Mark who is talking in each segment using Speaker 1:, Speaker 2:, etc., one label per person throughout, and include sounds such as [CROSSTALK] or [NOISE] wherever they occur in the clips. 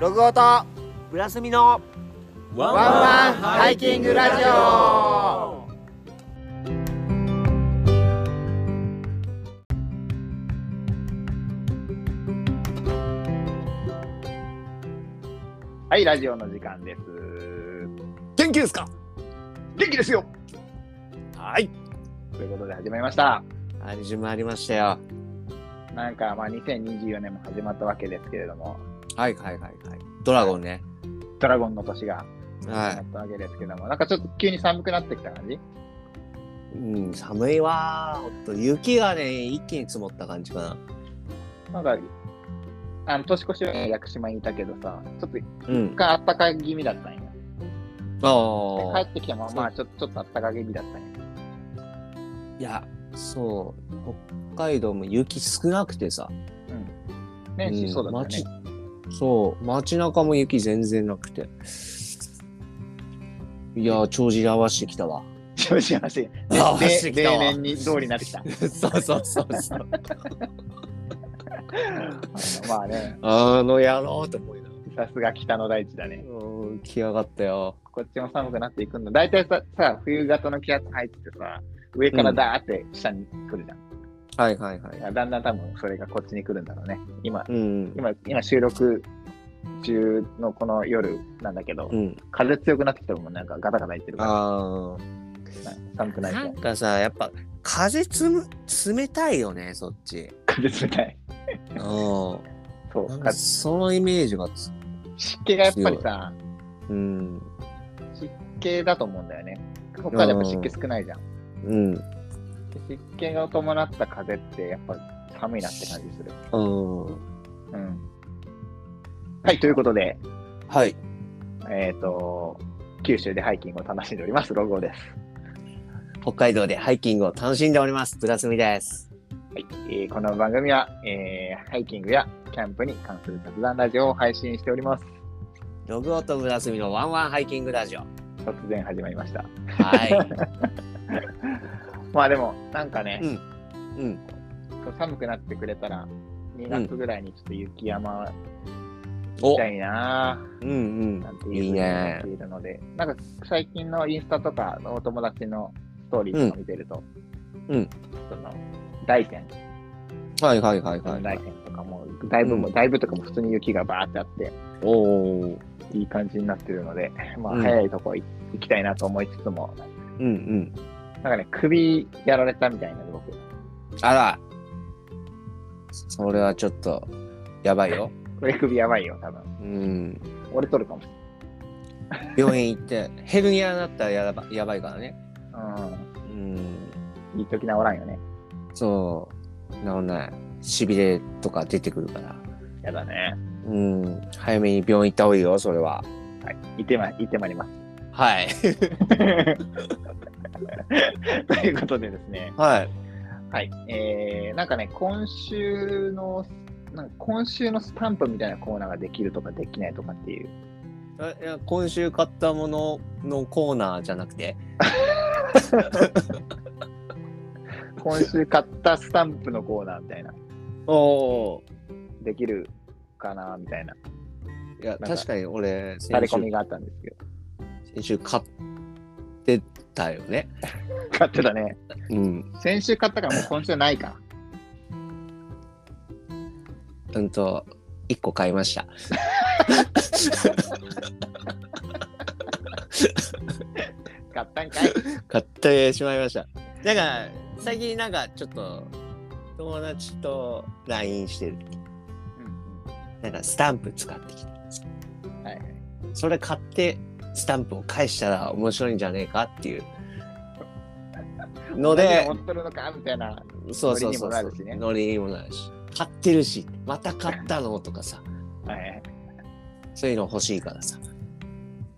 Speaker 1: ログオと
Speaker 2: ブラスミの
Speaker 1: ワンワンハイキングラジオ
Speaker 3: はい、ラジオの時間です。
Speaker 4: 元気ですか
Speaker 3: 元気ですよ
Speaker 4: はい。
Speaker 3: ということで始まりました。
Speaker 2: 始まりましたよ
Speaker 3: なんか、まあ、2024年も始まったわけですけれども、
Speaker 2: はいはいはいはいドラゴンね
Speaker 3: ドラゴンの年が始
Speaker 2: は
Speaker 3: まったわけですけども、なんかちょっと急に寒くなってきた感じ
Speaker 2: い、うん、寒いわーほんと雪がね一気に積もった感じか
Speaker 3: なんか、あの、年越しは屋久島にいたけどさ、ちょっと一
Speaker 2: なうん
Speaker 3: 回あったかい気味だったんや。
Speaker 2: ああ
Speaker 3: で帰ってきても、まあ、ちょちょっとあったか気味だったんや。
Speaker 2: いやそう北海道も雪少なくてさ、
Speaker 3: ね、しそうだったよね。
Speaker 2: 街そう街中も雪全然なくていやー帳尻合わしてきたわ
Speaker 3: [LAUGHS] 正直な話。
Speaker 2: 合わ
Speaker 3: で
Speaker 2: せてきた
Speaker 3: 例
Speaker 2: わ
Speaker 3: 年に通りになってきた。
Speaker 2: そうそうそうそう
Speaker 3: まあね、
Speaker 2: あの野郎と思いなが
Speaker 3: さすが北の大地だね。
Speaker 2: らうん来やがったよ
Speaker 3: こっちも寒くなっていくんだ。大体さ、さ冬型の気圧入ってさ、上からダーって下に来るじゃん。
Speaker 2: はいはいはい
Speaker 3: だんだん多分それがこっちに来るんだろうね。今、
Speaker 2: うん
Speaker 3: 今、今収録中のこの夜なんだけど、
Speaker 2: うん
Speaker 3: 風強くなってきたもん、なんかガタガタ言ってるか
Speaker 2: あ
Speaker 3: ら、寒く
Speaker 2: あ
Speaker 3: ない
Speaker 2: なん
Speaker 3: と。
Speaker 2: かさやっぱ風つむ冷たいよねそっち
Speaker 3: 風冷たい。
Speaker 2: うん
Speaker 3: そう
Speaker 2: なん。
Speaker 3: か
Speaker 2: かそのイメージがつ
Speaker 3: 湿気がやっぱりさ、
Speaker 2: うん
Speaker 3: 湿気だと思うんだよね。北海道やっぱ湿気少ないじゃん。
Speaker 2: うん
Speaker 3: 湿気が伴った風って、やっぱ寒いなって感じする。
Speaker 2: うん
Speaker 3: うん。はい、ということで、
Speaker 2: はい
Speaker 3: えっ、と、九州でハイキングを楽しんでおります、ロゴです。
Speaker 2: 北海道でハイキングを楽しんでおりますブラスミです
Speaker 3: はいえーこの番組は、えーハイキングやキャンプに関する雑談ラジオを配信しております。
Speaker 2: ログオとブラスミのワンワンハイキングラジオ
Speaker 3: 突然始まりました。
Speaker 2: [LAUGHS] は
Speaker 3: まあでも、なんかね
Speaker 2: い、、うん、うん、
Speaker 3: こう寒くなってくれたら、2月ぐらいにちょっと雪山行
Speaker 2: お
Speaker 3: きたいなぁ
Speaker 2: うんうん
Speaker 3: なんて
Speaker 2: い
Speaker 3: い
Speaker 2: いう
Speaker 3: ふうに思
Speaker 2: ね
Speaker 3: っているので、なんか最近のインスタとかのお友達のストーリーとか見てると、
Speaker 2: うん
Speaker 3: その大山、
Speaker 2: はいはいはいはい、
Speaker 3: 大山とかも、だいぶも、
Speaker 2: うん
Speaker 3: だいぶとかも普通に雪がバーってあって、
Speaker 2: おお
Speaker 3: いい感じになってるので、まあ、
Speaker 2: うん
Speaker 3: 早いとこ行行きたいなと思いつつも、
Speaker 2: うんうん
Speaker 3: なんかね、首やられたみたいなんで、僕。
Speaker 2: あらそれはちょっとやばいよ
Speaker 3: これ首やばいよ、多分。
Speaker 2: うん
Speaker 3: 俺取るかもし
Speaker 2: 病院行ってヘルニアになったらやばやばいからね
Speaker 3: れない。
Speaker 2: うん
Speaker 3: うん。いい時治らんよね。
Speaker 2: そう治んないしびれとか出てくるから
Speaker 3: やだね。
Speaker 2: うん早めに病院行った方がいいよそれは
Speaker 3: はい。行ってま、行ってまいります。 [LAUGHS]
Speaker 2: はい
Speaker 3: ということでですね、
Speaker 2: はい
Speaker 3: はい。えー、なんかね、今週の、なんか今週のスタンプみたいなコーナーができるとかできないとかっていう。
Speaker 2: あいや今週買ったもののコーナーじゃなくて
Speaker 3: 今週買ったスタンプのコーナーみたいな。
Speaker 2: おお
Speaker 3: できるかなみたいな。
Speaker 2: いや
Speaker 3: なんか
Speaker 2: 確かに俺先
Speaker 3: 垂れ
Speaker 2: 週
Speaker 3: 込みがあったんですけど。
Speaker 2: 先週買ってたよね
Speaker 3: 買ってたね。
Speaker 2: うん
Speaker 3: 先週買ったからもう今週ないか。
Speaker 2: うんと1個買いました
Speaker 3: 買ったんか [LAUGHS] い。
Speaker 2: 買ってしまいましただから最近なんかちょっと友達と LINE してるなんかスタンプ使ってきた
Speaker 3: はいはい。
Speaker 2: それ買ってスタンプを返したら面白いんじゃねえかっていうので
Speaker 3: 持っとるのかみたいな。
Speaker 2: そうそうそうそう
Speaker 3: ノリにもなるしね
Speaker 2: ノリにもなるし買ってるしまた買ったのとかさ
Speaker 3: はいはい。
Speaker 2: そういうの欲しいからさ、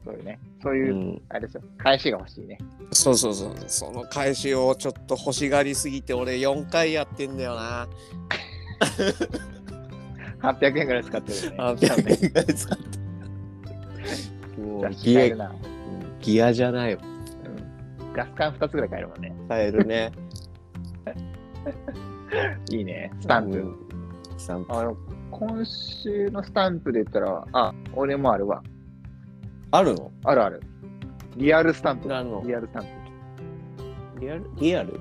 Speaker 3: そういうね。そう
Speaker 2: う
Speaker 3: いう、
Speaker 2: ん、
Speaker 3: あれですよ。返しが欲しいね。
Speaker 2: そうそうそうその返しをちょっと欲しがりすぎて俺4回やってんだよな
Speaker 3: 800円ぐらい使ってるよね。 [LAUGHS]
Speaker 2: 800円ぐらい使ってもう
Speaker 3: 雑誌
Speaker 2: ギ
Speaker 3: 買え
Speaker 2: ア
Speaker 3: るな。
Speaker 2: ギアじゃないよ
Speaker 3: うんガス缶2つぐらい買えるもんね。
Speaker 2: 買えるね
Speaker 3: いいね。スタンプ。
Speaker 2: うんスタンプ
Speaker 3: あの今週のスタンプで言ったら、あ、俺もあるわ。
Speaker 2: あるの
Speaker 3: あるある。リアルスタンプ。
Speaker 2: なるの
Speaker 3: リアルスタンプ。
Speaker 2: リアルリアル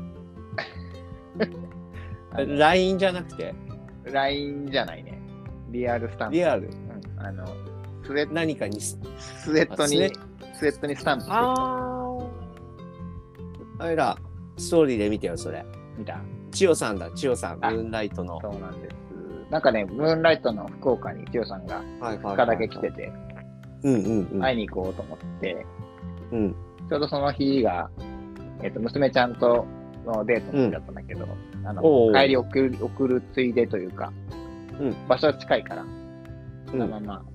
Speaker 3: あ
Speaker 2: [LAUGHS]
Speaker 3: の
Speaker 2: ?LINE じゃなくて
Speaker 3: LINE じゃないね。リアルスタンプ。
Speaker 2: リアル
Speaker 3: うんあの、スウェ
Speaker 2: 何かにす。
Speaker 3: スウェットに、
Speaker 2: あス
Speaker 3: スウェットにスタンプして
Speaker 2: ああ。あれら、ストーリーで見てよ、それ。
Speaker 3: みた。
Speaker 2: 千代さんだ、千代さん。ム
Speaker 3: あ
Speaker 2: ーンライトの。
Speaker 3: そうなんです。なんかね、ムーンライトの福岡に、きよさんが
Speaker 2: はいは
Speaker 3: 2日だけ来てて、
Speaker 2: うんうんうん。
Speaker 3: 会いに行こうと思って、
Speaker 2: うん
Speaker 3: ちょうどその日が、えっと娘ちゃんとのデートの日だったんだけど、あ
Speaker 2: お
Speaker 3: の
Speaker 2: う
Speaker 3: 帰り送る送るついでというか、
Speaker 2: うん
Speaker 3: 場所は近いから、
Speaker 2: う
Speaker 3: その
Speaker 2: ん
Speaker 3: まま、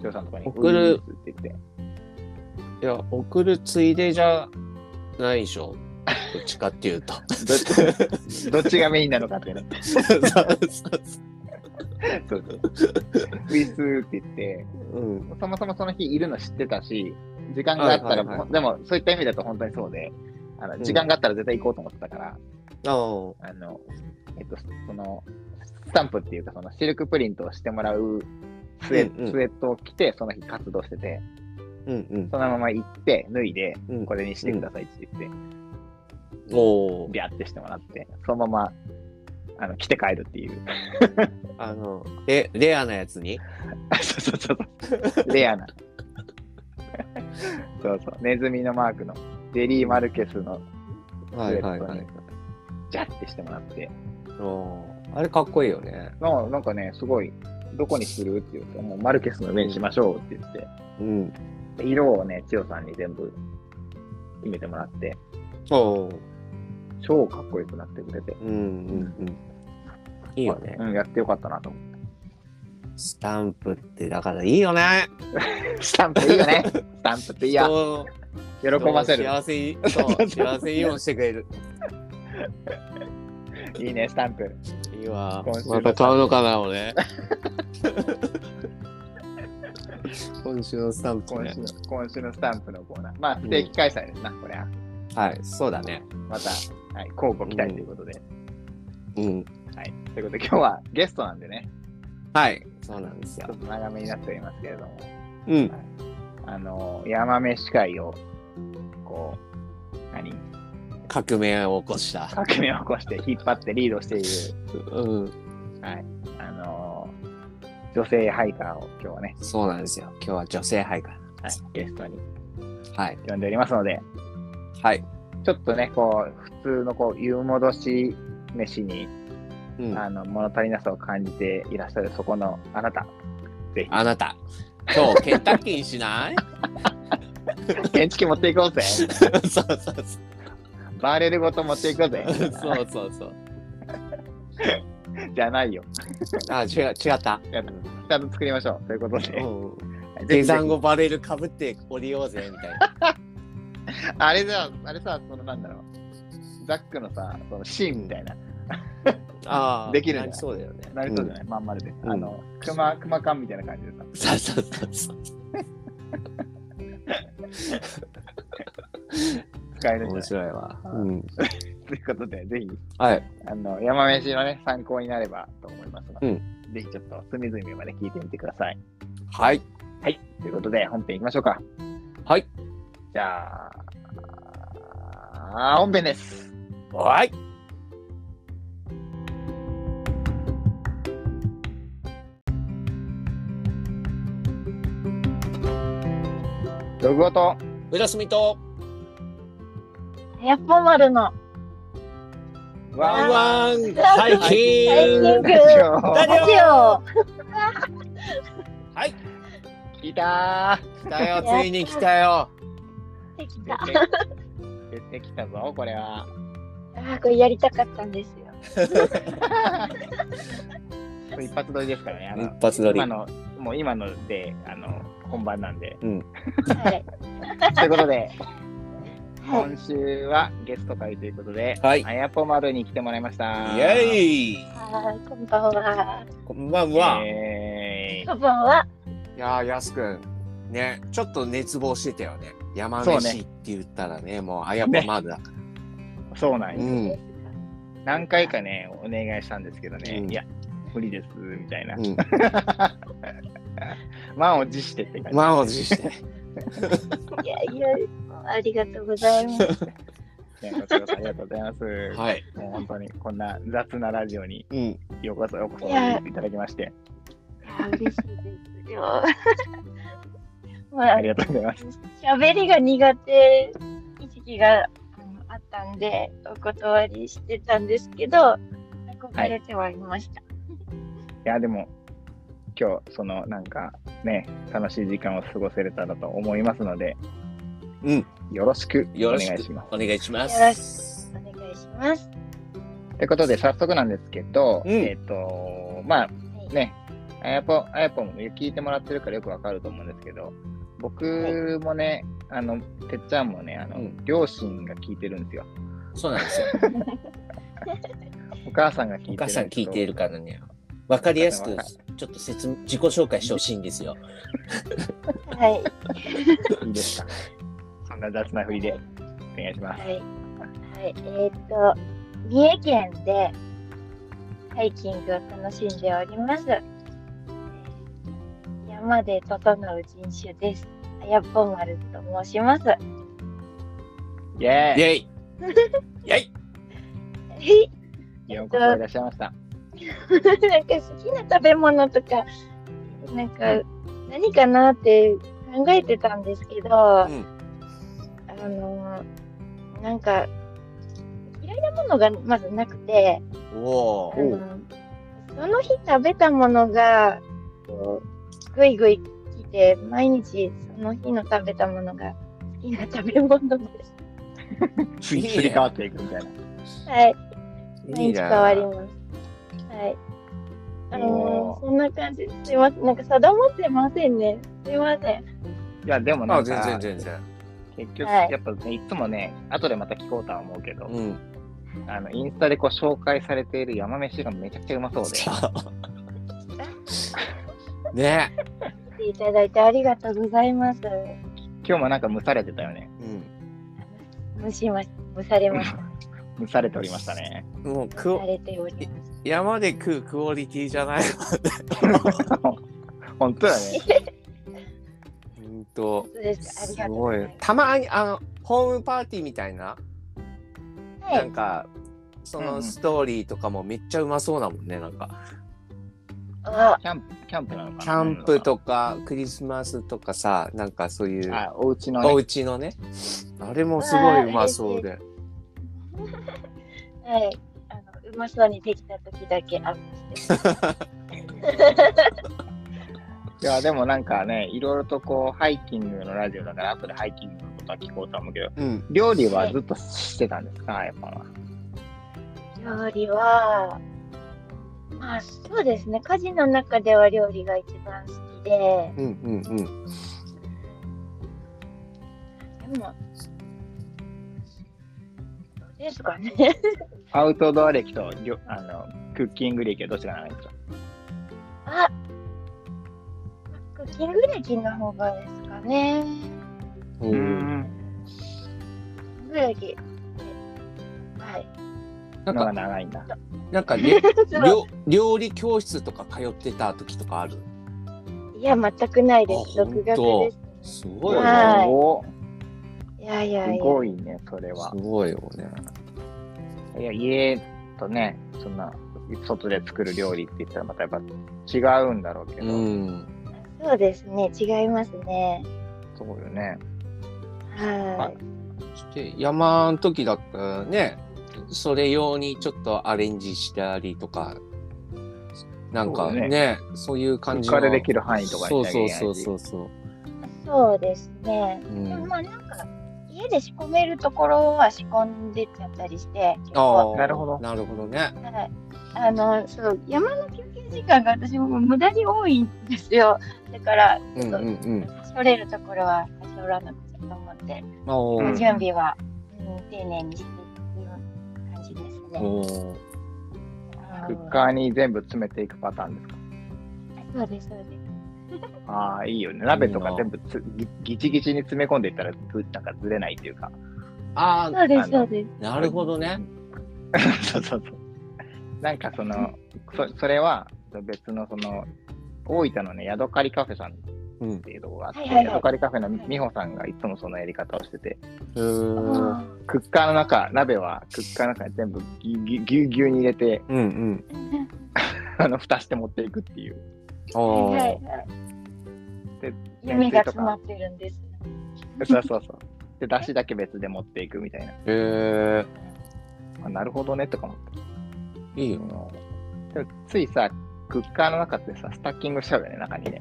Speaker 3: きよさんのとこに
Speaker 2: 送る
Speaker 3: ウィーンって言って、
Speaker 2: いや、送るついでじゃないでしょ。どっちかっていうと。
Speaker 3: どっちどっちがメインなのかってなって、
Speaker 2: そうそうそ
Speaker 3: そうそうウィスって言って、
Speaker 2: [LAUGHS] う。うん。
Speaker 3: そもそもその日いるの知ってたし、時間があったら、
Speaker 2: はいはいはい
Speaker 3: でもそういった意味だと本当にそうで、あの
Speaker 2: うん
Speaker 3: 時間があったら絶対行こうと思ってたから、
Speaker 2: ああ。
Speaker 3: あの、えっと、その、スタンプっていうか、そのシルクプリントをしてもらうスウェ,、
Speaker 2: うんうん
Speaker 3: スウェットを着て、その日活動してて、
Speaker 2: うんうん
Speaker 3: そのまま行って、脱いで、
Speaker 2: うん
Speaker 3: これにしてくださいって言って、。
Speaker 2: おお。
Speaker 3: ビャーってしてもらって、そのまま、あの、着て帰るっていう。
Speaker 2: あの、え、レアなやつに
Speaker 3: そうそうそ
Speaker 2: [LAUGHS]
Speaker 3: うそう。レアな。そうそう。ネズミのマークの、デリー・マルケスの
Speaker 2: はいはいはい。
Speaker 3: ジャッてしてもらって、
Speaker 2: おーあれかっこいいよね。
Speaker 3: なんかなんかね、すごい、どこにするって言って、もうマルケスの上にしましょうって言って、
Speaker 2: うん。
Speaker 3: 色をね、千代さんに全部決めてもらって、
Speaker 2: おおー。
Speaker 3: 超かっこよくなってくれて、
Speaker 2: うんうんうん。いいよね。
Speaker 3: うん、やってよかったなと思っ
Speaker 2: スタンプって、だからいいよね。
Speaker 3: て。スタンプい
Speaker 2: [LAUGHS]
Speaker 3: いよね。スタンプっていいや
Speaker 2: 人、を
Speaker 3: 喜ばせる
Speaker 2: 人。を幸せに、 [LAUGHS] そう、幸せにもしてくれる。
Speaker 3: いいね、スタンプ。
Speaker 2: いいわ
Speaker 3: 今週。の
Speaker 2: また買うのかな、 [LAUGHS] 俺。今週のスタンプ
Speaker 3: 今
Speaker 2: ね
Speaker 3: 週。の、今週のスタンプのコーナー。まあ、不定期開催ですな、これは。
Speaker 2: はい、そうだね。
Speaker 3: また、はい、交互期待ということで。
Speaker 2: うん。
Speaker 3: はい。ということで、今日はゲストなんでね、
Speaker 2: はい、そうなんです
Speaker 3: ちょっ
Speaker 2: よ。
Speaker 3: と長めになっておりますけれども。
Speaker 2: うん。
Speaker 3: あの、山飯会を、こう、何
Speaker 2: 革命を起こした。
Speaker 3: 革命を起こして引っ張ってリードしている、
Speaker 2: うん。
Speaker 3: あの、女性ハイカーを今日はね、
Speaker 2: そうなんですよ。今日は女性杯から。
Speaker 3: はい、ゲストに
Speaker 2: はい。
Speaker 3: 呼んでおりますので、
Speaker 2: はい。
Speaker 3: ちょっとね、こう、普通のこう、湯戻し飯に、
Speaker 2: うん。
Speaker 3: あの、物足りなさを感じていらっしゃるそこのあなた、ぜ
Speaker 2: あなた、今日ケンタッキーにしない
Speaker 3: ひ、建築持っていこう
Speaker 2: [LAUGHS]
Speaker 3: ぜ
Speaker 2: そうそうそう。
Speaker 3: バーレルごと持っていこうぜ
Speaker 2: [LAUGHS] そうそうそう。
Speaker 3: じゃないよ。
Speaker 2: あ、違う、違った。
Speaker 3: ちゃんと作りましょう。ということで、
Speaker 2: うん。
Speaker 3: はい [LAUGHS]
Speaker 2: 下
Speaker 3: ぜひぜひ
Speaker 2: 山後バレルかぶって降りようぜ、みたいな。
Speaker 3: あれだ、あれさ、そのなんだろう。ザックのさ、そのシーンみたいな、
Speaker 2: [LAUGHS] ああ、
Speaker 3: できるね
Speaker 2: なりそうだよね。
Speaker 3: なりそうじゃない、まんまるで。
Speaker 2: ん
Speaker 3: あの、熊、熊感みたいな感じでさ。
Speaker 2: そうそうそうそう。
Speaker 3: 使えるんじゃな
Speaker 2: 面
Speaker 3: い
Speaker 2: 白いわ。
Speaker 3: う
Speaker 2: うん。
Speaker 3: ということで、ぜひ、
Speaker 2: はい。
Speaker 3: あの、山飯のね、参考になればと思いますので、
Speaker 2: う
Speaker 3: ぜひちょっと隅々まで聞いてみてください。
Speaker 2: はい。
Speaker 3: はい。ということで、本編行きましょうか。
Speaker 2: はい。
Speaker 3: じゃあ、本編です。
Speaker 2: はい。
Speaker 3: ログオと、
Speaker 2: 浦住と、
Speaker 5: やっぽまるの。
Speaker 2: ワン
Speaker 3: ン
Speaker 2: ワン、ハイキ
Speaker 5: ハイ
Speaker 2: ン
Speaker 5: キン
Speaker 2: グ
Speaker 5: グ
Speaker 3: ラジオ
Speaker 2: ラジオ
Speaker 5: ラジオ。
Speaker 3: 来た
Speaker 2: 来たよ、ついに来たよ。
Speaker 5: できた。
Speaker 3: ー出て出てきたぞ、これは。
Speaker 5: あーこれやりたかったんですよ。
Speaker 3: 一発撮りですからね。あの
Speaker 2: 一発撮り
Speaker 3: 今。の、もう今ので、あの、本番なんで。
Speaker 5: はい。
Speaker 3: ということで、
Speaker 5: はい。
Speaker 3: 今週はゲスト会ということで、
Speaker 2: はい
Speaker 3: あやぽまるに来てもらいました。
Speaker 2: イエ
Speaker 3: イ
Speaker 2: イ
Speaker 5: あーこんばんは。
Speaker 2: こんばんは。
Speaker 3: エー
Speaker 5: こんばんは。
Speaker 2: いやー、やすくん。ね、ちょっと熱望してたよね。山飯って言ったらね、もう、あやぱまだ。
Speaker 3: イそうなん
Speaker 2: う
Speaker 3: よ
Speaker 2: ん。
Speaker 3: 何回かね、お願いしたんですけどね、
Speaker 2: うん
Speaker 3: いや、無理です、みたいな。
Speaker 2: うん、
Speaker 3: 満を持してって感じ。
Speaker 2: 満を持して。
Speaker 5: いやいや、ありがとうございます。
Speaker 3: ねこちらこそありがとうございます。
Speaker 2: はい。
Speaker 3: もう本当にこんな雑なラジオに
Speaker 2: うん。
Speaker 3: ようこそようこそ
Speaker 5: いや
Speaker 3: いただきまして、
Speaker 5: いや嬉しいですよ。ま
Speaker 3: あ
Speaker 5: あ
Speaker 3: り、がとうございます。
Speaker 5: 喋りが苦手意識があのあったんで、お断りしてたんですけど、憧れてはいました。
Speaker 3: いや、でも、今日、その、なんか、ね、楽しい時間を過ごせれたらと思いますので、
Speaker 2: うん。
Speaker 3: よろしくお
Speaker 2: よろ
Speaker 3: 願い
Speaker 2: しく
Speaker 3: します。
Speaker 2: お願いしま
Speaker 5: よろ
Speaker 2: す。
Speaker 5: お願いします。
Speaker 3: ということで、早速なんですけど、
Speaker 2: うん
Speaker 3: えっ、と、まあ、ね、あやぽ、あやぽも聞いてもらってるからよくわかると思うんですけど、僕もね、あの、てっちゃんもね、あの、
Speaker 2: うん
Speaker 3: 両親が聞いてるんですよ。
Speaker 2: そうなんですよ。
Speaker 3: お母さんが聞いてる
Speaker 2: お
Speaker 3: んで
Speaker 2: 母
Speaker 3: す
Speaker 2: さん聞いてい
Speaker 3: る。
Speaker 2: るからね。わかりやすく
Speaker 3: わかる、
Speaker 2: ちょっと説明自己紹介してほしいんですよ。
Speaker 5: はい。
Speaker 3: いいですか。そんな雑な振りで、お願いします。
Speaker 5: はい。はい、えーっと、三重県でハイキングを楽しんでおります。えー山で整う人種です。あやっぽん丸と申します。は
Speaker 3: イ
Speaker 2: イ
Speaker 3: ェー
Speaker 2: ェイイェイ
Speaker 5: い
Speaker 3: イようこそいらっしゃいました。
Speaker 5: なんか好きな食べ物とか、なんか何かなって考えてたんですけど、
Speaker 2: ん
Speaker 5: あのー、なんか嫌いなものがまずなくて、
Speaker 2: お
Speaker 5: あ
Speaker 2: ー。
Speaker 5: のその日食べたものがこうぐいぐい来て毎日その日の食べたものが好きな食べ物です。
Speaker 3: すり替わっていくみたいな。
Speaker 5: はい、
Speaker 2: い
Speaker 5: 毎
Speaker 2: い
Speaker 5: 日変わり
Speaker 2: な。
Speaker 5: ます。はい。あ
Speaker 3: お
Speaker 5: の
Speaker 3: ー
Speaker 5: そんな感じすいません。なんか定まってませんね。すいません。
Speaker 3: いや、でもな
Speaker 2: あ、
Speaker 3: ん
Speaker 2: 全
Speaker 3: か、
Speaker 2: 然全然。
Speaker 3: 結局、
Speaker 5: はい
Speaker 3: やっぱね、いつもね、後でまた聞こうとは思うけど、
Speaker 2: うん。
Speaker 3: あの、インスタでこう紹介されている山飯がめちゃくちゃうまそうで、
Speaker 2: う。ね。
Speaker 5: 来ていただいてありがとうございます。
Speaker 3: 今日もなんか蒸されてたよね。
Speaker 2: うん。
Speaker 5: 蒸しまし蒸されまし
Speaker 3: 蒸されておりましたね。
Speaker 2: もう、
Speaker 5: た。
Speaker 2: く
Speaker 5: さ、れております。
Speaker 2: 山で食うクオリティじゃない。
Speaker 3: 本当
Speaker 2: [LAUGHS]
Speaker 3: だね。
Speaker 2: ほんと。
Speaker 5: そうです。あり
Speaker 2: す
Speaker 5: がとうご
Speaker 2: ご
Speaker 5: ざい
Speaker 2: い
Speaker 5: ま。
Speaker 2: たまに、あの、ホームパーティーみたいな、
Speaker 5: す。は
Speaker 2: なん
Speaker 5: い。
Speaker 2: か、そ
Speaker 3: うんう
Speaker 2: の
Speaker 3: ん
Speaker 2: ストーリーとかもめっちゃうまそうだもんね、なんか。
Speaker 5: あ、
Speaker 3: キャンプ、キャンプなのかな
Speaker 2: キャンプとかクリスマスとかさ、なんかそういう
Speaker 3: あ、お家の、
Speaker 2: お
Speaker 3: ね、
Speaker 2: 家のね、あれもすごいうまそうで。
Speaker 5: はい。あのうまそうにできた時だけアップしてます。
Speaker 3: いや、でもなんかね、いろいろとこう、ハイキングのラジオだから、後でハイキングのことは聞こうとは思うけど、
Speaker 2: うん。
Speaker 3: 料理はずっとしてたんですか、やっぱは。
Speaker 5: 料理は、まあそうですね、家事の中では料理が一番好きで、
Speaker 2: うんうんうん。
Speaker 5: でも、どうですかね。 [LAUGHS]
Speaker 3: アウトドア歴と、りょあの、クッキング歴はどっちが長いんですか
Speaker 5: あクッキング歴の方がですかね。
Speaker 2: おー
Speaker 5: クッキング歴。はい。
Speaker 2: な
Speaker 3: の
Speaker 2: ん
Speaker 3: が
Speaker 2: か、
Speaker 3: 長いんだ。
Speaker 2: なんかりょ、
Speaker 5: そう
Speaker 2: 料料理教室とか通ってた時とかある。
Speaker 5: いや、全くないで
Speaker 2: あ
Speaker 5: す。独
Speaker 2: ほん
Speaker 5: 学
Speaker 2: と
Speaker 5: です、
Speaker 2: す
Speaker 5: ね。
Speaker 2: ごいよね。
Speaker 5: はい
Speaker 3: お
Speaker 5: いやい
Speaker 3: す
Speaker 5: やいや。
Speaker 3: ごいね、それは
Speaker 2: す。ごいよね。
Speaker 3: いや、家とね、そんな、外で作る料理って言ったらまたやっぱ違うんだろうけど、
Speaker 2: うん。
Speaker 5: そうですね、違いますね。
Speaker 3: そうよね。
Speaker 5: は
Speaker 2: そして山の時だったらね、それ用にちょっとアレンジしたりとか、なんか
Speaker 3: そうだ
Speaker 2: ね、
Speaker 3: ね
Speaker 2: そういう感じ
Speaker 3: 他でできる範囲とか
Speaker 2: そう
Speaker 3: しなきゃ
Speaker 2: そ
Speaker 3: いうけないし
Speaker 2: そうそうそう。
Speaker 5: い。そうですね。
Speaker 2: う
Speaker 5: でも
Speaker 2: ん、
Speaker 5: まあなんか家で仕込めるところは仕込んでっちゃったりして結
Speaker 2: あ
Speaker 5: 構
Speaker 2: あ、
Speaker 3: なるほど
Speaker 2: なるほどね。
Speaker 5: はいあのそう山の休憩時間が私も無駄に多いんですよだから
Speaker 2: うんうんうん。
Speaker 5: はしょれるところははしょらなくちゃと思って、
Speaker 2: あお
Speaker 3: うん
Speaker 2: ー
Speaker 5: 準備は、うん、丁寧にしていく感じですね。
Speaker 2: おー
Speaker 5: あ
Speaker 3: ク
Speaker 5: の
Speaker 3: ッカーに全部詰めていくパターンですか。
Speaker 5: そうですそうです
Speaker 3: ああ、いいよね。鍋と
Speaker 2: いい
Speaker 3: か
Speaker 2: な
Speaker 3: 全部つぎぎちぎちに詰め込んでいったら、ずなんかずれないっていうか。
Speaker 2: あ
Speaker 5: そうです
Speaker 3: あ
Speaker 5: そ
Speaker 3: の
Speaker 5: うです
Speaker 2: ー、なるほどね。
Speaker 3: そうそうそう。なんかその、そそれは、と別のその、大分のね、ヤドカリカフェさんっていうところがあって、
Speaker 5: はいはいはい
Speaker 3: ヤドカリカフェの美穂さんがいつもそのやり方をしてて、
Speaker 1: うん
Speaker 3: クッカーの中、鍋はクッカーの中に全部ぎゅぎゅぎゅうぎゅうに入れて、
Speaker 1: うん
Speaker 3: あの、蓋して持っていくっていう。
Speaker 1: お
Speaker 5: [LAUGHS] はいは
Speaker 1: ー
Speaker 5: いはい
Speaker 3: で
Speaker 5: 夢が詰まってるんです。
Speaker 3: そうそうそう。で、出汁だけ別で持っていくみたいな。
Speaker 1: へ
Speaker 3: あなるほどね、とか思って。
Speaker 1: えいいよな
Speaker 3: でもついさ、クッカーの中ってさ、スタッキングしちゃうよね、中にね。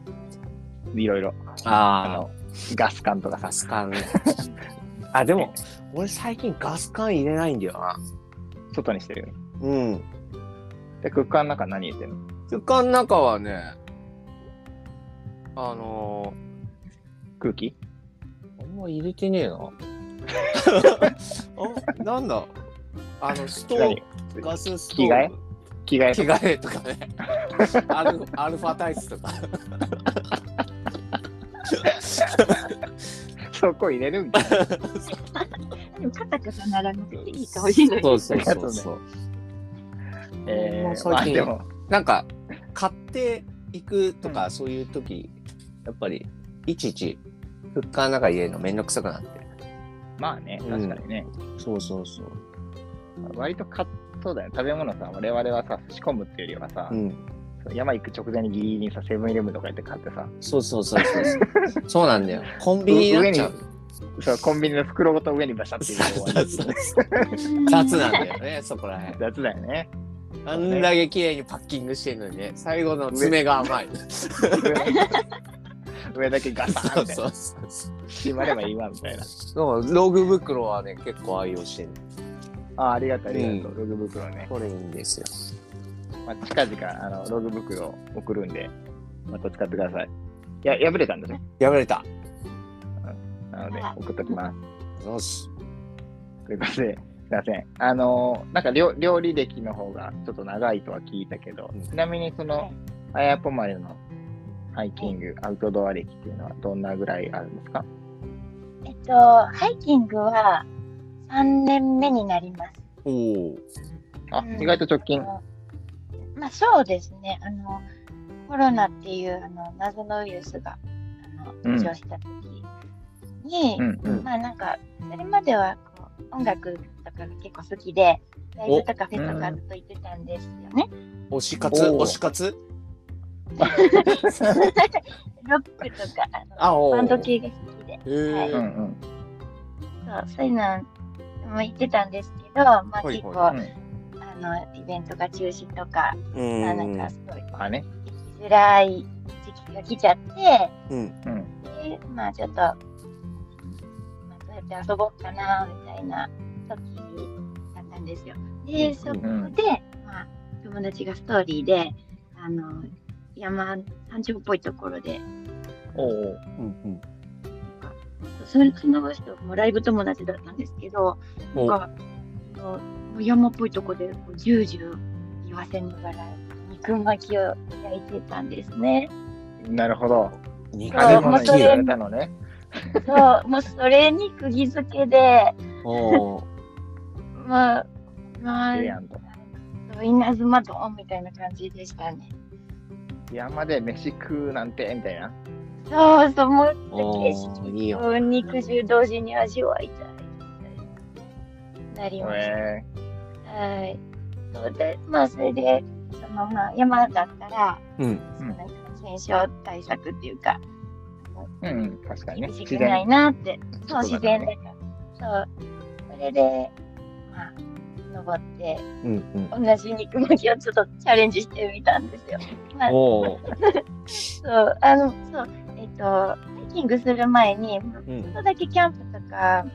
Speaker 3: いろいろ。あ
Speaker 1: あ
Speaker 3: の、ガス缶とか
Speaker 1: あガ。
Speaker 3: さ
Speaker 1: ス缶 [LAUGHS] あでも俺最近ガス缶入れないんだよな
Speaker 3: 外にしてるよね。
Speaker 1: うん
Speaker 3: で、クッカーの中何入れてるの
Speaker 2: 空間の中はね、あの
Speaker 3: 空気
Speaker 1: あんま入れてねえな
Speaker 2: [LAUGHS] ー、なんだ、あの、ストー
Speaker 3: 何
Speaker 2: ブ、ガススト
Speaker 3: 着替え
Speaker 2: ーブ、
Speaker 3: 着替え
Speaker 2: 着
Speaker 3: とか。
Speaker 2: 替えとか
Speaker 1: [LAUGHS]
Speaker 2: ね、アルアルファタイツとか、
Speaker 3: [LAUGHS] そこ入れるみたいな。
Speaker 5: でも硬くならなくていいかもしれない。
Speaker 1: そうそうそうそう [LAUGHS]
Speaker 3: え
Speaker 1: もう
Speaker 3: ー、
Speaker 1: 最近
Speaker 3: まあでも、
Speaker 1: なんか買っていくとか、そういう時やっぱりいちいちフッカーの中入れるのめんどくさくなって
Speaker 3: まあね、確かにね。
Speaker 1: そうそうそう
Speaker 3: 割とか、そうだよね。食べ物さ、我々はさ、仕込むっていうよりはさ、
Speaker 1: うん
Speaker 3: 山行く直前にギリギリにさ、セブンイレブンとか行って買ってさ、
Speaker 1: そうそうそうそうそう [LAUGHS] そうなんだよコンビニになっちゃう
Speaker 3: そうコンビニの袋ごと上にバシャって入れて終わり
Speaker 1: 雑雑なんだよねそこらへん
Speaker 3: 雑だよね。
Speaker 1: あんだけ綺麗にパッキングしてるのにね最後の爪が甘い
Speaker 3: [LAUGHS] 上上だけガサ
Speaker 1: そ
Speaker 3: ー
Speaker 1: うそうそう
Speaker 3: ンみたいな。閉まればいいわみたいな。
Speaker 1: そうログ袋はね結構愛用してる
Speaker 3: あありがとう、ありがとう。ログ袋ね。
Speaker 1: これいいんですよ
Speaker 3: まあ、近々、あの、ログ袋送るんで、また使ってください。いや、破れたんだね。
Speaker 1: やめれた
Speaker 3: なので
Speaker 5: あ、
Speaker 3: 送っときます。
Speaker 1: よし
Speaker 3: ということで、すいません。あの、なんか料、料理歴の方がちょっと長いとは聞いたけど、
Speaker 1: うん
Speaker 3: ちなみにその、あやぽまでのハイキング、アウトドア歴っていうのはどんなぐらいあるんですか
Speaker 5: えっと、ハイキングは3年目になります。
Speaker 1: おお
Speaker 3: あ、
Speaker 5: うん
Speaker 3: 意外と直近。
Speaker 5: まあそうですね、あの、コロナっていうあの謎のウイルスがあの
Speaker 3: うん
Speaker 5: 浮上した時に、 [LAUGHS]
Speaker 3: うん、うん。
Speaker 5: まあなんか、それまではこう音楽とかが結構好きで、ライブとかフェスとかずっと行ってたんですよね。
Speaker 1: 推し活
Speaker 3: おー
Speaker 1: 推し活
Speaker 5: [LAUGHS] ロックとか、あの
Speaker 1: あお
Speaker 5: バンド
Speaker 1: ー
Speaker 5: 系が好きで、
Speaker 1: へー
Speaker 3: うんうん
Speaker 5: そうそういうのも行ってたんですけど、まあ
Speaker 1: はい
Speaker 5: 結構、
Speaker 3: うん
Speaker 5: あのイベントが中止とか、
Speaker 1: う
Speaker 5: まあ
Speaker 1: ん
Speaker 5: なんかすごい
Speaker 3: あね。
Speaker 5: 行きづらい時期が来ちゃって、
Speaker 1: うん
Speaker 3: うん。
Speaker 5: で、まあちょっと、まあ、どうやって遊ぼうかな、みたいな時だったんですよ。で、そこで、まあ、友達がストーリーで、あの、山、山頂っぽいところで、
Speaker 3: おう
Speaker 1: うん
Speaker 5: それその人もライブ友達だったんですけど、
Speaker 1: う
Speaker 5: なん
Speaker 1: んお
Speaker 5: か、そのもう山っぽいとこで、こうジュージュー言わせながら、肉巻きを焼いてたんです
Speaker 1: [LAUGHS]
Speaker 5: ね。
Speaker 3: なるほど。
Speaker 1: 肉
Speaker 5: あ
Speaker 3: あ
Speaker 5: で
Speaker 3: れ
Speaker 5: もま
Speaker 3: も
Speaker 5: あそれ
Speaker 3: 言われたのね。
Speaker 5: そう、もうそれに釘付けで、
Speaker 1: おー
Speaker 5: まあ、まあ
Speaker 3: ええ、やんと。
Speaker 5: 稲妻ドーンみたいな感じでしたね。
Speaker 3: 山で飯食うなんて、みたいな。
Speaker 5: そうそう、もう
Speaker 1: お
Speaker 5: 景色
Speaker 1: ーいいよ
Speaker 5: を肉汁同時に味わいたいみたいになりまし
Speaker 3: え
Speaker 5: た。はい。そうで、まあ、それで、そのまあ、山だったら、
Speaker 1: うん
Speaker 5: そのなんか感染症対策っていうか、
Speaker 3: えうんうん、確かにね。
Speaker 5: 厳し
Speaker 3: 自
Speaker 5: くない
Speaker 3: 然。
Speaker 5: なって、そう、
Speaker 3: そう
Speaker 5: 自
Speaker 3: だ
Speaker 5: 然
Speaker 3: ね
Speaker 5: だから。そう。それで、まあ、登って、
Speaker 1: うんうん
Speaker 5: 同じ肉巻きをちょっとチャレンジしてみたんですよ。まあ、
Speaker 1: おお
Speaker 5: [LAUGHS] そう、あの、そう、えっ、と、ハイキングする前に、
Speaker 1: ん
Speaker 5: ちょっとだけキャンプとか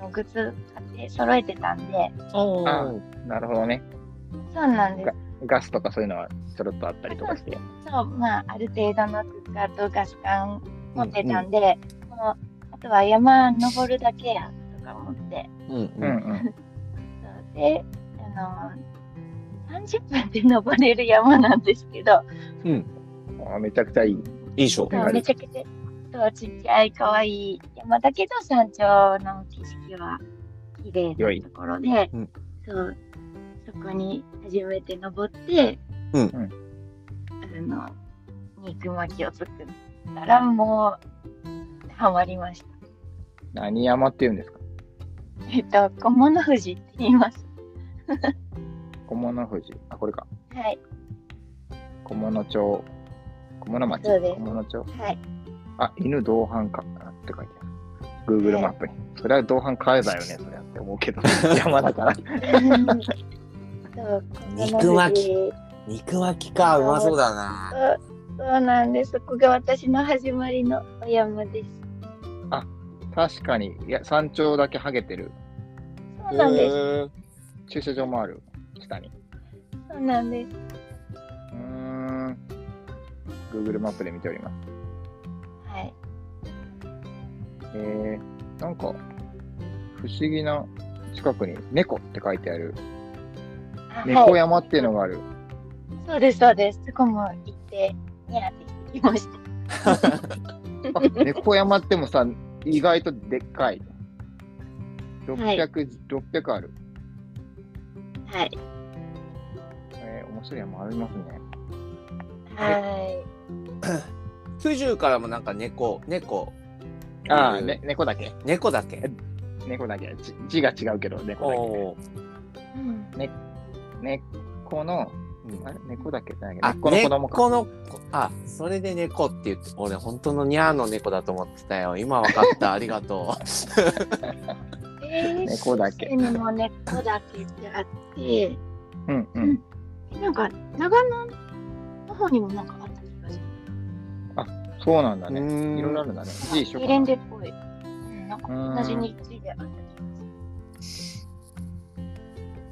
Speaker 5: のグッズ買って揃えてたんで、
Speaker 1: お
Speaker 3: あ
Speaker 1: ー
Speaker 3: なるほどね。
Speaker 5: そうなんです。
Speaker 3: ガスとかそういうのはちょろっとあったりとかして。
Speaker 5: そう、まあ、ある程度のクッカーとガス缶持ってたんで、もうあとは山登るだけやとか思って、
Speaker 1: うんう
Speaker 3: うん
Speaker 1: ん
Speaker 3: うん。
Speaker 5: そうで、あの、30分で登れる山なんですけど、
Speaker 3: あめちゃくちゃいい。
Speaker 1: いいでしょ
Speaker 3: 手
Speaker 5: そう
Speaker 3: 軽
Speaker 5: めちゃくちゃそうちっちゃい可愛い山だけど山頂の景色は綺
Speaker 3: 良
Speaker 5: 麗
Speaker 3: い
Speaker 5: なところで、
Speaker 1: うん
Speaker 5: そうそこに初めて登って、
Speaker 1: うん
Speaker 5: あ肉巻きを作ったらもうハマりました。
Speaker 3: 何山って言うんですか
Speaker 5: えっと小物富士って言います。
Speaker 3: 小物富士。あ、これか。
Speaker 5: はい
Speaker 3: 小物町。小物町。
Speaker 5: そうです
Speaker 3: 小物町。
Speaker 5: [LAUGHS] はい。
Speaker 3: あ、犬同伴か。あって書いてある。Google マップに。それは同伴買えばよね、それはって思うけ
Speaker 5: [LAUGHS]
Speaker 3: ど。山だから。
Speaker 5: そう
Speaker 1: 肉巻き肉巻きか、うまそうだな。
Speaker 5: そうそうなんです。そこが私の始まりのお山です。
Speaker 3: 確かに、いや、山頂だけハゲてる。
Speaker 5: そうなんです。
Speaker 4: す。
Speaker 3: 駐車場もある。下に。
Speaker 5: そうなんです。
Speaker 3: うーん。Google マップで見ております。
Speaker 5: はい。
Speaker 3: えー、なんか、不思議な近くに猫って書いてある。
Speaker 5: あ
Speaker 3: 猫
Speaker 5: はい、
Speaker 3: 山っていうのがある。
Speaker 5: そうですそうです。そこも行ってニャーってきました。
Speaker 3: あ猫山ってもさ、意外とでっかい。
Speaker 5: はい
Speaker 3: 600、600ある。
Speaker 5: はい
Speaker 3: えー、面白い山ありますね。
Speaker 5: は
Speaker 2: 九十からもなんか猫、猫、
Speaker 3: あ
Speaker 2: う
Speaker 3: あ、
Speaker 2: ん
Speaker 3: ね、猫だけ。
Speaker 2: 猫だっけ。
Speaker 3: 猫だけ。じ字が違うけど、猫だけ。
Speaker 2: おお。
Speaker 5: い。うん
Speaker 3: 猫の、あれ猫だけじゃないけど、
Speaker 2: あ、
Speaker 3: 猫の子供か。
Speaker 2: 猫の子あ、それで猫って言って、俺本当のニャーの猫だと思ってたよ。今わかった。ありがと
Speaker 5: えー
Speaker 3: 猫だけ
Speaker 5: システムも猫だけってあって、
Speaker 3: うんうん。
Speaker 5: なんか長野の方にもなんかあった気がする。
Speaker 3: そうなんだ
Speaker 2: う。う
Speaker 3: ね。
Speaker 2: ーん
Speaker 3: いろいろあるんだね。字一緒
Speaker 5: ゲ
Speaker 3: か
Speaker 5: レン
Speaker 3: な。
Speaker 5: デっぽい。うんなんか同じ
Speaker 3: う
Speaker 5: 日記であった気がする。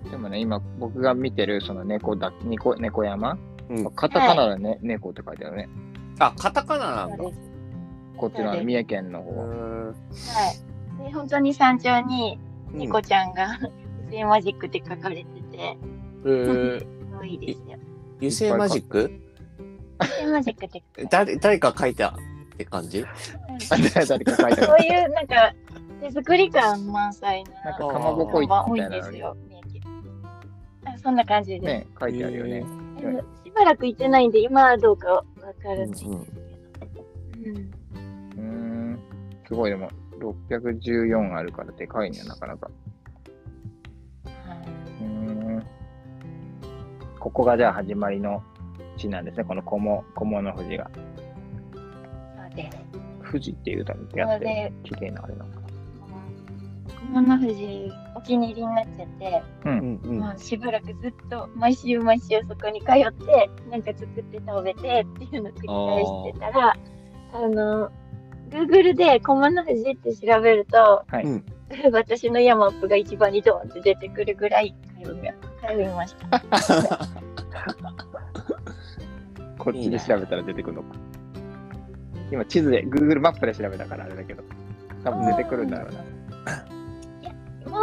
Speaker 3: ーんでもね、今僕が見てるその猫だ、猫猫山、
Speaker 2: うん
Speaker 3: カタカナで、ね猫って書いてあるね。
Speaker 2: あ、カタカナなんだ。
Speaker 5: そう
Speaker 2: う
Speaker 5: です
Speaker 3: こっちの
Speaker 5: そうです
Speaker 3: 三重県の方。
Speaker 2: ーん
Speaker 5: はい。で本当に山頂に
Speaker 2: うん
Speaker 5: 猫ちゃんが油性マジックで書かれてて、
Speaker 2: えー
Speaker 5: すごいですよ。
Speaker 2: 油性マジック
Speaker 5: 油性マジックって書いてあ
Speaker 2: 誰誰か書いたって感じ
Speaker 5: る。
Speaker 3: あ誰誰か書いてあ
Speaker 5: そ
Speaker 3: る。
Speaker 5: ういうなんか手作り感満載な
Speaker 3: なんかかまぼこ
Speaker 5: 言葉
Speaker 3: い
Speaker 5: 多
Speaker 3: み
Speaker 5: い
Speaker 3: たい
Speaker 5: んで
Speaker 3: なの
Speaker 5: す
Speaker 3: に
Speaker 5: よ。あそんな感じです、
Speaker 3: ね、書いてあるよね。
Speaker 5: でもしばらく行ってないんで今はどうかわからないですけど。うん
Speaker 3: うーん、すごいでも614あるからでかいね、なかなか。うーん。ここがじゃあ始まりの地なんですね、この小物小物富士が。
Speaker 5: そうです。
Speaker 3: 富士っていう歌に出会
Speaker 5: そ
Speaker 3: っ
Speaker 5: う
Speaker 3: て、
Speaker 5: で、
Speaker 3: 綺麗なあれなのか
Speaker 5: 小物富士お気に入りになっちゃって、
Speaker 2: うんうん
Speaker 5: もうしばらくずっと毎週毎週そこに通って、なんか作って食べてっていうのを繰り返してたら、あの、Google で小物富士って調べると、
Speaker 3: はい
Speaker 2: うん
Speaker 5: 私のヤマップが一番にドーンって出てくるぐらい通いま通いました。
Speaker 3: な。こっちで調べたら出てくるのか。今地図で、Google マップで調べたからあれだけど、多分出てくるんだろうな。
Speaker 5: も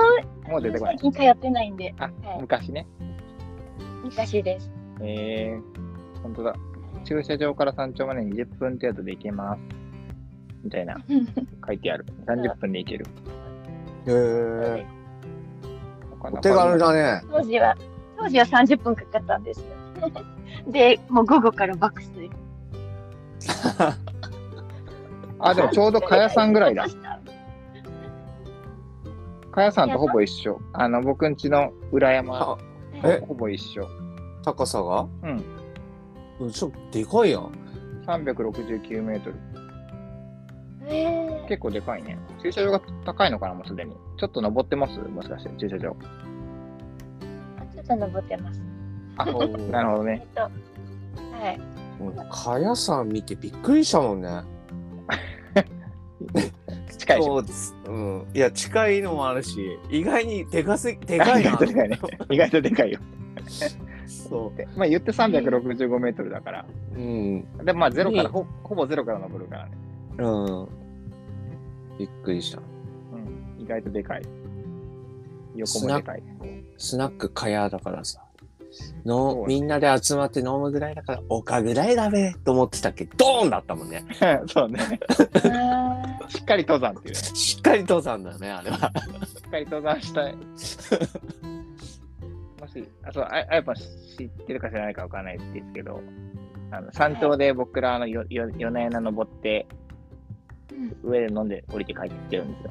Speaker 5: う
Speaker 3: もう出てこな
Speaker 5: 最
Speaker 3: い。
Speaker 5: 近通ってないんで、
Speaker 3: あ、
Speaker 5: はい
Speaker 3: 昔ね。
Speaker 5: 昔です。
Speaker 3: えー、本当だ。駐車場から山頂まで20分程度で行けます。みたいな、書いてある。30分で行ける。
Speaker 2: へー
Speaker 3: 他
Speaker 2: お
Speaker 3: の
Speaker 2: 手軽だね。
Speaker 5: 当時は当時は30分かかったんですよ。 [LAUGHS] で、もう午後から爆睡。
Speaker 3: あ、でもちょうどかやさんぐらいだ
Speaker 5: そう。でした
Speaker 3: かやさんとほぼ一緒。あの、僕んちの裏山、
Speaker 2: あえ
Speaker 3: ほぼ一緒。
Speaker 2: 高さが
Speaker 3: うん。
Speaker 2: うん、ちょっとでかいやん。
Speaker 3: 369メートル。
Speaker 5: えー
Speaker 3: 結構でかいね。駐車場が高いのかな、もうすでに。ちょっと登ってますもしかして、駐車場。
Speaker 5: ちょっと登ってます。
Speaker 3: あ、 [LAUGHS] なるほど
Speaker 5: え
Speaker 3: ね
Speaker 5: っ。と、はい。
Speaker 2: もうかやさん見てびっくりしたもんね。
Speaker 3: 近いし。
Speaker 2: そうです。うん。いや、近いのもあるし、意外にで
Speaker 3: [LAUGHS]
Speaker 2: かすぎ、で
Speaker 3: 意
Speaker 2: かい
Speaker 3: 外
Speaker 2: な
Speaker 3: と。でかいね。意外とでかいよ。
Speaker 2: そ
Speaker 3: でまあ言って365メートルだから。
Speaker 2: う。うん。
Speaker 3: で、まあゼロから、
Speaker 2: ね
Speaker 3: ほほぼゼロから登るからね。
Speaker 2: うん。びっくりした。
Speaker 3: 意外とでかい。横もでかい。
Speaker 2: スナックかやだからさ。
Speaker 3: そう
Speaker 2: のみんなで集まって飲むぐらいだから、おかぐらいだべと思ってたっけど、ドーンだったもんね。
Speaker 3: [LAUGHS] そうね。
Speaker 5: あ
Speaker 3: しっかり登山っていうね。
Speaker 2: しっかり登山だね、あれ
Speaker 3: [LAUGHS]
Speaker 2: は。
Speaker 3: しっかり登
Speaker 2: [LAUGHS]
Speaker 3: 山したい。もし、あ、そう、ああやっぱ知ってるか知らないかわかんないですけど、あの山頂で僕らあのよよ夜な夜な登って、
Speaker 5: うん
Speaker 3: 上で飲んで降りて帰ってきてるんですよ。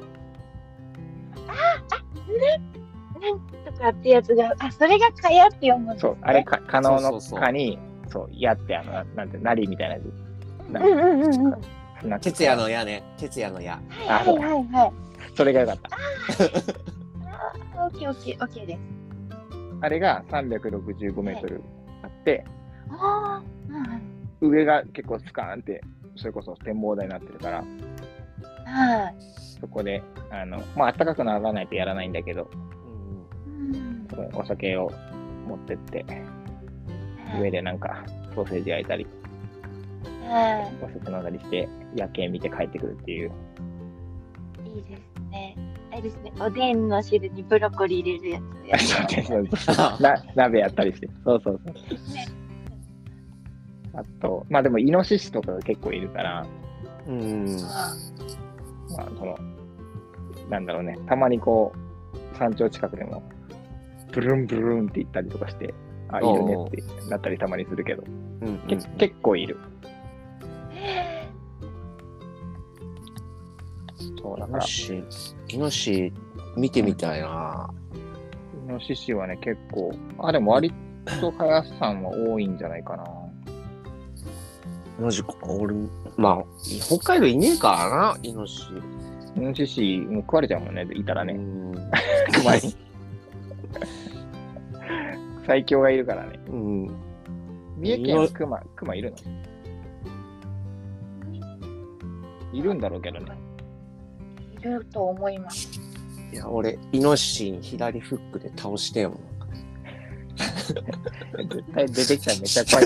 Speaker 5: とかってやつが、あ、それが蚊帳って読むんです、
Speaker 3: そ
Speaker 5: ね
Speaker 3: う、。あれ、か可能
Speaker 2: そう
Speaker 3: の
Speaker 2: そうそう
Speaker 3: 蚊に、そう、矢って、あの、ななんて、なりみたいなやつ。な
Speaker 5: うんうんうんうん。は
Speaker 3: なんて
Speaker 1: 哲也の矢ね。哲也の矢。
Speaker 3: あ、
Speaker 5: い
Speaker 3: そう
Speaker 5: はいはい。
Speaker 3: それがよかった。
Speaker 5: オッケーオッケーオッケーです。
Speaker 3: あれが365メートルあって、
Speaker 5: ああ、うんうん。
Speaker 3: 上が結構スカーンって、それこそ展望台になってるから、
Speaker 5: はい。
Speaker 3: そこで、あの、まあ、暖かくならないとやらないんだけど、
Speaker 5: うん
Speaker 3: そこにお酒を持ってって、上でなんか、ソーセージ焼いたり、
Speaker 5: は
Speaker 3: お酒飲んだりして、夜景見て帰ってくるっ
Speaker 2: [LAUGHS]
Speaker 3: ていう。
Speaker 5: い。いいですね。あれですね。おでんの汁にブロッコリー入れるやつ。
Speaker 3: [LAUGHS] な鍋やったりして。そうそうそう。あと、まあでも、イノシシとかが結構いるから、
Speaker 2: うん。
Speaker 3: まあ、その、なんだろうね、たまにこう、山頂近くでも、ブルンブルンって行ったりとかして、あ、いるねってなったりたまにするけど、
Speaker 2: うん。
Speaker 3: け結構いる。そう、だ
Speaker 2: イ
Speaker 3: か
Speaker 2: ノ
Speaker 3: ら、
Speaker 2: シシ、イノシシ見てみたいな。
Speaker 3: イノシシはね、結構、あ、でも割と林さんは多いんじゃないかな。
Speaker 2: マジか、俺、まあ、北海道いねえからな、イノシシ。
Speaker 3: イノシシ、もう食われちゃうもんね、いたらね
Speaker 2: う。ん
Speaker 3: 熊に。最強がいるからね。
Speaker 2: うん。
Speaker 3: 三重県は熊、熊いるのいるんだろうけどね。
Speaker 5: [LAUGHS] いると思
Speaker 3: [LAUGHS]
Speaker 5: います。
Speaker 2: いや、俺、イノシシに左フックで倒して [LAUGHS] んもん。
Speaker 3: 絶対出てきたらめっちゃ怖い。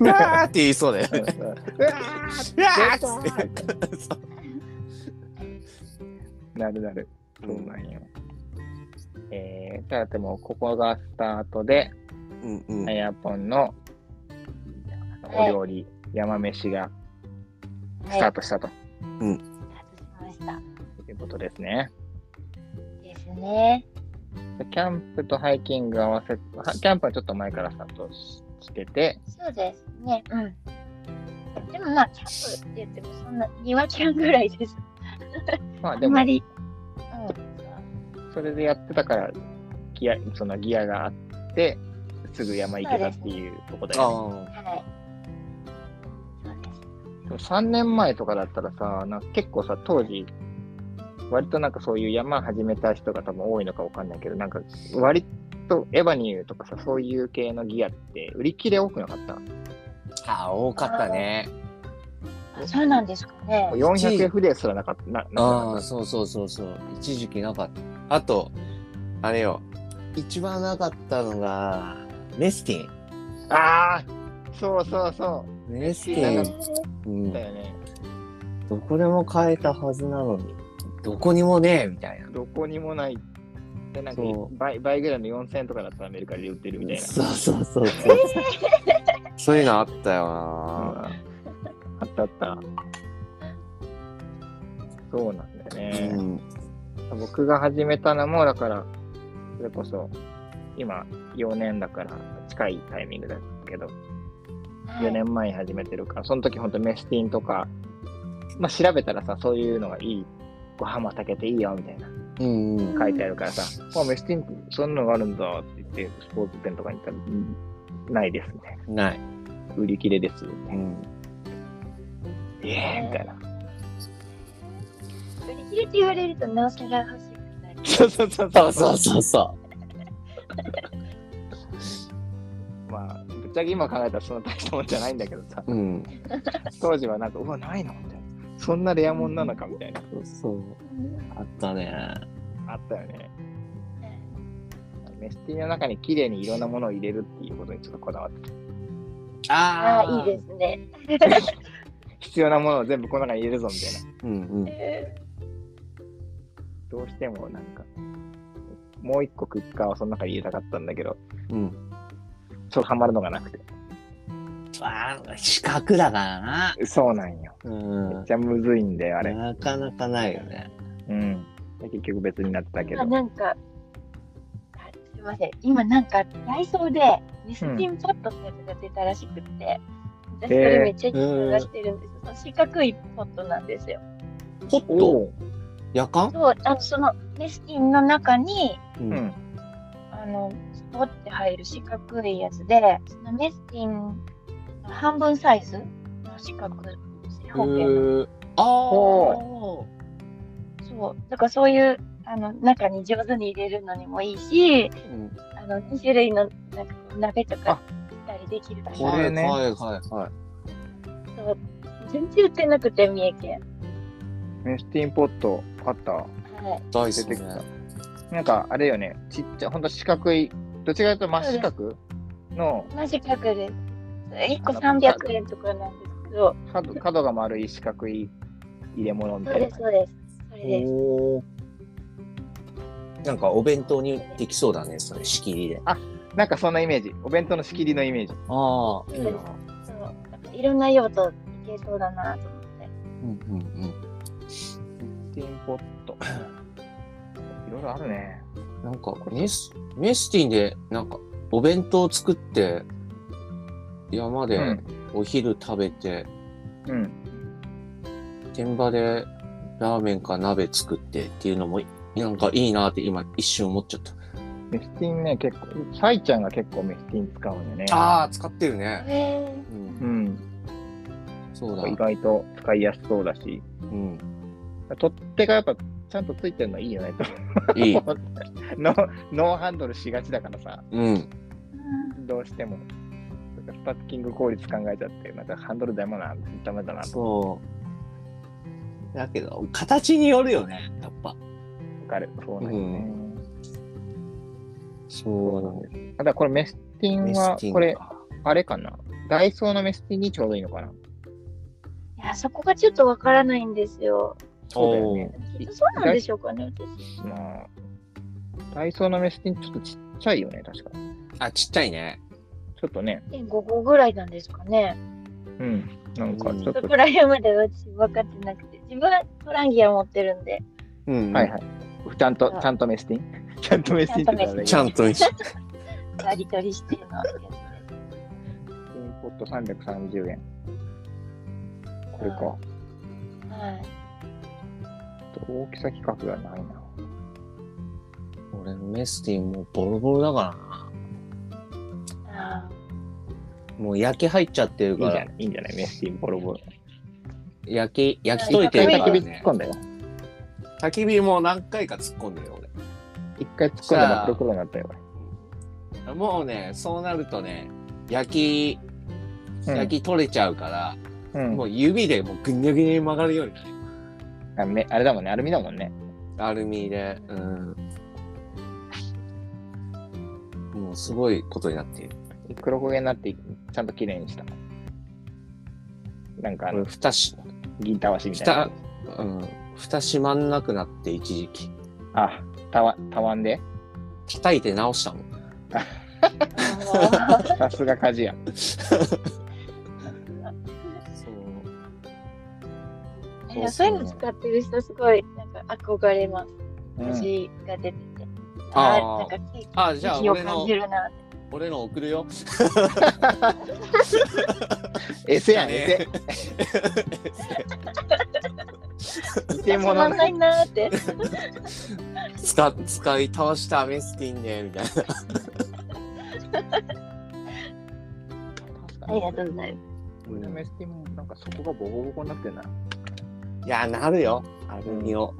Speaker 2: うわーって言いそうだよ。
Speaker 3: うんう
Speaker 2: う
Speaker 3: ん
Speaker 2: わーうわーっつって。そう
Speaker 3: なるなる。そうなんよ。えー、じゃあでも、ここがスタートで、
Speaker 2: うんうん
Speaker 3: あ。やぽんのお料理、山飯が
Speaker 5: はい。
Speaker 3: スタートしたと
Speaker 5: スタートしました。
Speaker 3: いうことですね。
Speaker 5: ですね。
Speaker 3: でキャンプとハイキング合わせ、はキャンプはちょっと前からスタートししてて、
Speaker 5: そうですね。うん。でもまあ、キャンプって言っても、そんな、庭キャンぐらいです。
Speaker 3: まあ
Speaker 5: あ
Speaker 3: で
Speaker 5: ん
Speaker 3: も
Speaker 5: ま、り。
Speaker 3: それでやってたから、ギアそのギアがあって、すぐ山行けたっていうとこだよね。
Speaker 2: あ
Speaker 5: うん。はい。そうです。
Speaker 3: でも3年前とかだったらさ、なんか結構さ、当時、割となんかそういう山始めた人が多分多いのかわかんないけど、なんか割とエヴァニューとかさ、そういう系のギアって売り切れ多くなかった。
Speaker 2: あ、多かったね。
Speaker 5: あそうなんですかね。
Speaker 3: 400F ですらなかった。な
Speaker 2: あ
Speaker 3: な
Speaker 2: あ、そうそうそうそう。一時期なかった。あと、あれよ。一番なかったのが、メスティ
Speaker 3: ああーそうそうそ
Speaker 2: ン。メステ
Speaker 3: な
Speaker 2: ィ
Speaker 3: か
Speaker 2: ン
Speaker 3: っ。
Speaker 2: うん
Speaker 3: う。だよね。
Speaker 2: どこでも買えたはずなのに、どこにもねえみたいな。
Speaker 3: どこにもない。で、なんか
Speaker 2: そう
Speaker 3: 倍倍ぐらいの4000円とかだったらアメリカで売ってるみたいな。
Speaker 2: そうそうそうそう。 [LAUGHS] そういうのあったよな。
Speaker 3: あったあった。そうなんだよね。
Speaker 2: うん。
Speaker 3: 僕が始めたのも、だから、それこそ、今、4年だから、近いタイミングだけど、
Speaker 5: はい
Speaker 3: 4年前に始めてるから、その時本当メスティンとか、まあ調べたらさ、そういうのがいい、ご飯も炊けていいよ、みたいな、
Speaker 2: うんうん。
Speaker 3: 書いてあるからさ、あ、メスティンってそんなのがあるんだって言って、スポーツ店とかに行ったら、うんないですね。
Speaker 2: ない。
Speaker 3: 売り切れです。
Speaker 2: うん。
Speaker 3: ええみたいな。
Speaker 5: 売り切れって言われると、なおさら欲しくなる。
Speaker 3: そうそうそう
Speaker 2: そうそうそうそ
Speaker 3: まあ、ぶっちゃけ今考えたらそんな大したもんじゃないんだけどさ、
Speaker 2: う。うん。
Speaker 3: 当時はなんか、うわ、ないのみたいな。そんなレアもんなのかみたいな。
Speaker 2: そうそう。あったね。
Speaker 3: あったよね。メスティンの中に綺麗にいろんなものを入れるっていうことにちょっとこだわって、
Speaker 5: あ
Speaker 2: あ
Speaker 5: あ、いいですね。
Speaker 3: 必要なものを全部この中に入れるぞみたいな。
Speaker 2: す。うんうん。
Speaker 3: どうしてもなんか、もう一個クッカーをその中に入れたかったんだけど、
Speaker 2: うん。
Speaker 3: ちょっとハマるのがなくて。
Speaker 2: ああ、四角だからな。
Speaker 3: そうなんよ。
Speaker 2: うん
Speaker 3: めっ。ちゃむずいんだよ、あれ。
Speaker 2: なかなかないよね。
Speaker 3: うん。結局別になったけど
Speaker 5: 今。なんか、あすいません、今なんか、ダイソーで、ミスティンポットってやつが出たらしくって、私それめっちゃ探してるんです、その四角いポットなんですよ。
Speaker 2: ポット夜間
Speaker 5: そうあのそのメスキンの中に
Speaker 2: うん
Speaker 3: うん
Speaker 5: あのスポッて入る四角いやつでそのメスキンの半分サイズの四角正方形の
Speaker 2: ー、あー
Speaker 3: ほ
Speaker 5: そうだからそういうあの中に上手に入れるのにもいいし
Speaker 2: うん
Speaker 5: あの2種類のなんか鍋とかしたりできるから
Speaker 3: これね
Speaker 2: はいはいはいはい。
Speaker 5: そう全然売ってなくて三重県。
Speaker 3: メスティンポットあった。
Speaker 5: はい
Speaker 2: 大好
Speaker 3: 出
Speaker 2: き
Speaker 3: て
Speaker 2: ね
Speaker 3: き。た。なんかあれよね、ちっちゃ、ほんと四角い、どっちかというと真四角の
Speaker 5: 同じ価格です。1個300円とかなんですけど、
Speaker 3: 角角が丸い四角い入れ物み
Speaker 5: そ
Speaker 3: た
Speaker 5: う
Speaker 3: い
Speaker 5: です、
Speaker 3: な。
Speaker 5: そうです。それです。
Speaker 2: おお。なんかお弁当にできそうだね、それ仕切りで。
Speaker 3: なんかそんなイメージ。お弁当の仕切りのイメージ。
Speaker 2: ああ、
Speaker 5: いいなそうなんかいろんな用途いけそうだなと思って。
Speaker 2: うんうん
Speaker 3: メスティンポット。いろいろあるね。
Speaker 2: うん。なんかメスメスティンでなんかお弁当作って山
Speaker 3: う
Speaker 2: で
Speaker 3: ん
Speaker 2: お昼食べて、
Speaker 3: うん。
Speaker 2: 天場でラーメンか鍋作ってっていうのもなんかいいなって今一瞬思っちゃった。
Speaker 3: メスティンね、結構、サイちゃんが結構メスティン使うんよね。
Speaker 2: ああ、使ってるね。
Speaker 5: へー
Speaker 2: うん、
Speaker 3: うん。
Speaker 2: そうだ。
Speaker 3: 意外と使いやすそうだし。
Speaker 2: うん、
Speaker 3: 取っ手がやっぱちゃんとついてるのいいよね [LAUGHS] と。
Speaker 2: いい。 [LAUGHS]
Speaker 3: ノノーハンドルしがちだからさ、
Speaker 2: うん。
Speaker 3: どうしても。なんかスパッキング効率考えちゃって、なんかハンドルだもな、ダメだなと
Speaker 2: そう。だけど、形によるよね、やっぱ。
Speaker 3: かる。そうなんよね。
Speaker 2: そうなんです。
Speaker 3: ただこれメスティン
Speaker 2: メ
Speaker 3: は
Speaker 2: スティ、ン
Speaker 3: これ、
Speaker 2: か
Speaker 3: あれかなダイソーのメスティンにちょうどいいのかない
Speaker 5: や、そこがちょっとわからないんですよ。
Speaker 3: そうだよね。
Speaker 5: きっとそうなんでしょうかね、私。
Speaker 3: まあ、ダイソーのメスティンちょっとちっちゃいよね、確か。
Speaker 2: あ、ちっちゃいね。
Speaker 3: ちょっとね、
Speaker 5: 1.5号ぐらいなんですかね。
Speaker 3: うん。なんかちょっ
Speaker 5: そ
Speaker 3: と、
Speaker 5: こら辺まで私分かってなくて。自分はトランギア持ってるんで。
Speaker 2: うん
Speaker 3: はいはい。ちゃんと、ちゃんとメスティン [LAUGHS] ちゃんとメスティンって言ったらいい
Speaker 2: ちゃんと一緒。
Speaker 5: やり取りしてるのやつです。
Speaker 3: メスティンポット330円。これか。
Speaker 5: はい。
Speaker 3: 大きさ規格がないな。
Speaker 2: 俺、メスティンもうボロボロだからな。
Speaker 5: あ
Speaker 2: もう焼き入っちゃってる
Speaker 3: いい
Speaker 2: か
Speaker 3: んじゃ
Speaker 2: ら
Speaker 3: な、いいいんじゃないメスティンボロボロ。
Speaker 2: 焼き、焼き
Speaker 5: 一
Speaker 2: とい
Speaker 5: 回
Speaker 2: てるから
Speaker 3: 焚き火突っ
Speaker 2: ね。
Speaker 3: 込んだよ。
Speaker 2: 焚き火も何回か突っ込んでるよ、
Speaker 3: 一回突っ込んだら真っ黒になったよ。
Speaker 2: 俺。もうね、そうなるとね、焼き、
Speaker 3: うん
Speaker 2: 焼き取れちゃうから、
Speaker 3: 俺うん
Speaker 2: もう指でもうぐにゃぐにゃに曲がるようになる。
Speaker 3: あめあれだもんね、アルミだもんね。
Speaker 2: アルミで、うん。もうすごいことになっている。
Speaker 3: 黒焦げになって、ちゃんと綺麗にした。なんかあ
Speaker 2: あの、
Speaker 3: の、
Speaker 2: 蓋し、
Speaker 3: 銀たわしみたい
Speaker 2: 蓋
Speaker 3: な。、
Speaker 2: うん、蓋閉まんなくなって一時期。
Speaker 3: あ、たわ、たわんで。
Speaker 2: 叩いて直したもん。
Speaker 5: [LAUGHS] あ。
Speaker 3: さすが鍛冶屋。
Speaker 2: そう。
Speaker 5: いやそういうの使ってる人すごいなんか憧れます。
Speaker 3: うん、
Speaker 5: 私が出てて。
Speaker 2: あー
Speaker 5: なんか景
Speaker 2: あ、じゃあ
Speaker 5: 気を
Speaker 2: 俺
Speaker 5: 感
Speaker 2: の
Speaker 5: じ、るな。
Speaker 2: 俺の送るよ。
Speaker 3: エセやん、
Speaker 2: ね
Speaker 3: エ [LAUGHS] セ。偽
Speaker 5: つま
Speaker 3: 物
Speaker 5: んないなーって。
Speaker 2: 使、使い倒したメスティンね、みたいな。
Speaker 5: ありがとうございま
Speaker 3: 俺のメスティンもなんかそこがボコボコになってんな。
Speaker 2: いや、なるよ。アルミを。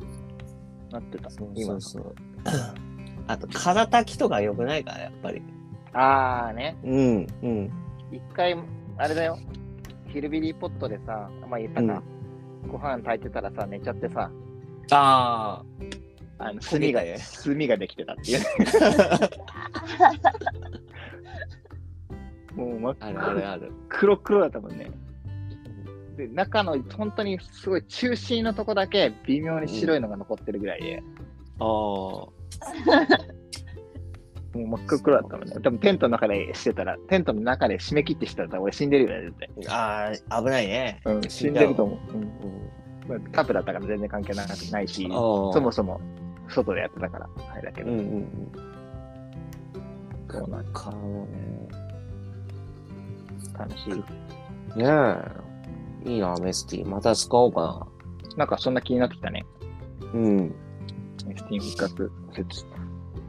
Speaker 3: なってた。
Speaker 2: そ
Speaker 3: 今
Speaker 2: う。そう。 [CLEARS THROAT] あと、空炊きとか良くないから、やっぱり。
Speaker 3: あーね。
Speaker 2: うん、うん。
Speaker 3: 一回、あれだよ、ヒルビリーポットでさ、まあ言ったな、ご飯炊いてたらさ、寝ちゃってさ、
Speaker 2: あ
Speaker 3: あの
Speaker 2: 焦
Speaker 3: 炭
Speaker 2: げ
Speaker 3: が
Speaker 2: たね、
Speaker 3: 炭ができてたっていうね。もう真っ
Speaker 2: あ、あるあるある。
Speaker 3: 黒黒だったもんね。で、中の本当にすごい中心のとこだけ微妙に白いのが残ってるぐらいで、
Speaker 2: ああ。
Speaker 3: もう真っ黒黒だったもんね。多分テントの中でしてたら、テントの中で締め切ってしてたら俺死んでるよね、絶対。
Speaker 2: ああ、危ないね。
Speaker 3: うん、死んでると思う。うんまあカップだったから全然関係なくないし、
Speaker 2: あ
Speaker 3: そ
Speaker 2: あ
Speaker 3: もそも外でやってたから、あれだけ
Speaker 2: う
Speaker 3: ど、
Speaker 2: んうんうん。
Speaker 3: そうなん
Speaker 2: かもね。
Speaker 3: 楽しい。
Speaker 2: ねえ。いいな、メスティン。また使おうか
Speaker 3: なんかそんな気になってきたね。
Speaker 2: な。うん。
Speaker 3: メスティン復活説。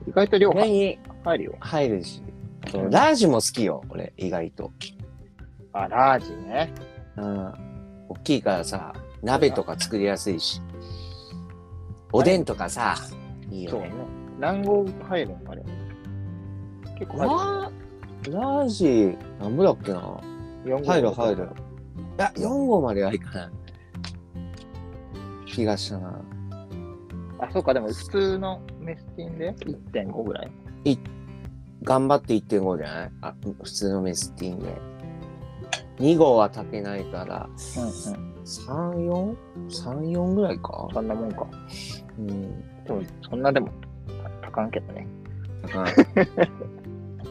Speaker 3: 意外と量入
Speaker 2: 何
Speaker 3: るよ。
Speaker 2: 入るし。そうラージも好きよ、俺、意外と。
Speaker 3: あ、ラージね。
Speaker 2: うん。大きいからさ、鍋とか作りやすいし。おでんとかさ、いい
Speaker 3: そ
Speaker 2: よ
Speaker 3: うね
Speaker 2: ね。。
Speaker 3: 卵黄入るのあれ。結構入る。
Speaker 2: ラーラージ、なんぼだっけな。
Speaker 3: 四
Speaker 2: 入る入る。いや、4号まではいかない。気がしたな。
Speaker 3: あ、そうか、でも普通のメスティンで1.5ぐらい。
Speaker 2: 頑張って1.5じゃないあ普通のメスティンで。2号は炊けないから、
Speaker 3: うんうん。
Speaker 2: 3、4? 3、4ぐらいか。
Speaker 3: そんなもんか。
Speaker 2: うん。
Speaker 3: でも、そんなでも、たかんけどね。
Speaker 2: だから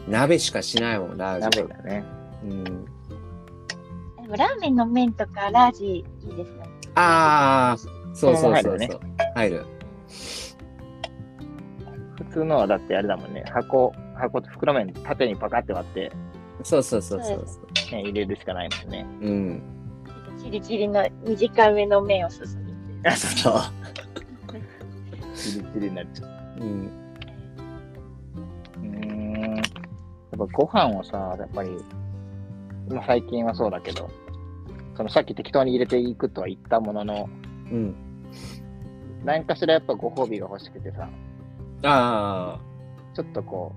Speaker 2: 鍋しかしないもん、ラージ
Speaker 3: 鍋
Speaker 2: は。
Speaker 3: だね。
Speaker 2: うん。
Speaker 5: でもラーメンの麺とかラージいいですね。
Speaker 2: ああ、そうそうそう
Speaker 3: そ
Speaker 2: そ
Speaker 3: のまま入るよ
Speaker 2: う。
Speaker 3: ね
Speaker 2: 入る。
Speaker 3: 普通のはだってあれだもんね。箱、箱と袋麺縦にパカって割って、ね、
Speaker 2: そうそうそうそうそう。
Speaker 3: 入れるしかないもんね。
Speaker 2: うん。
Speaker 5: チリチリの短めの麺をすすめて。
Speaker 2: あ、そうそう。
Speaker 3: チリチリになっちゃう。
Speaker 2: うん。
Speaker 3: うーん。やっぱご飯をさ、やっぱり、まあ最近はそうだけど、そのさっき適当に入れていくとは言ったものの、
Speaker 2: うん。
Speaker 3: 何かしらやっぱご褒美が欲しくてさ、
Speaker 2: あ
Speaker 3: ちょっとこ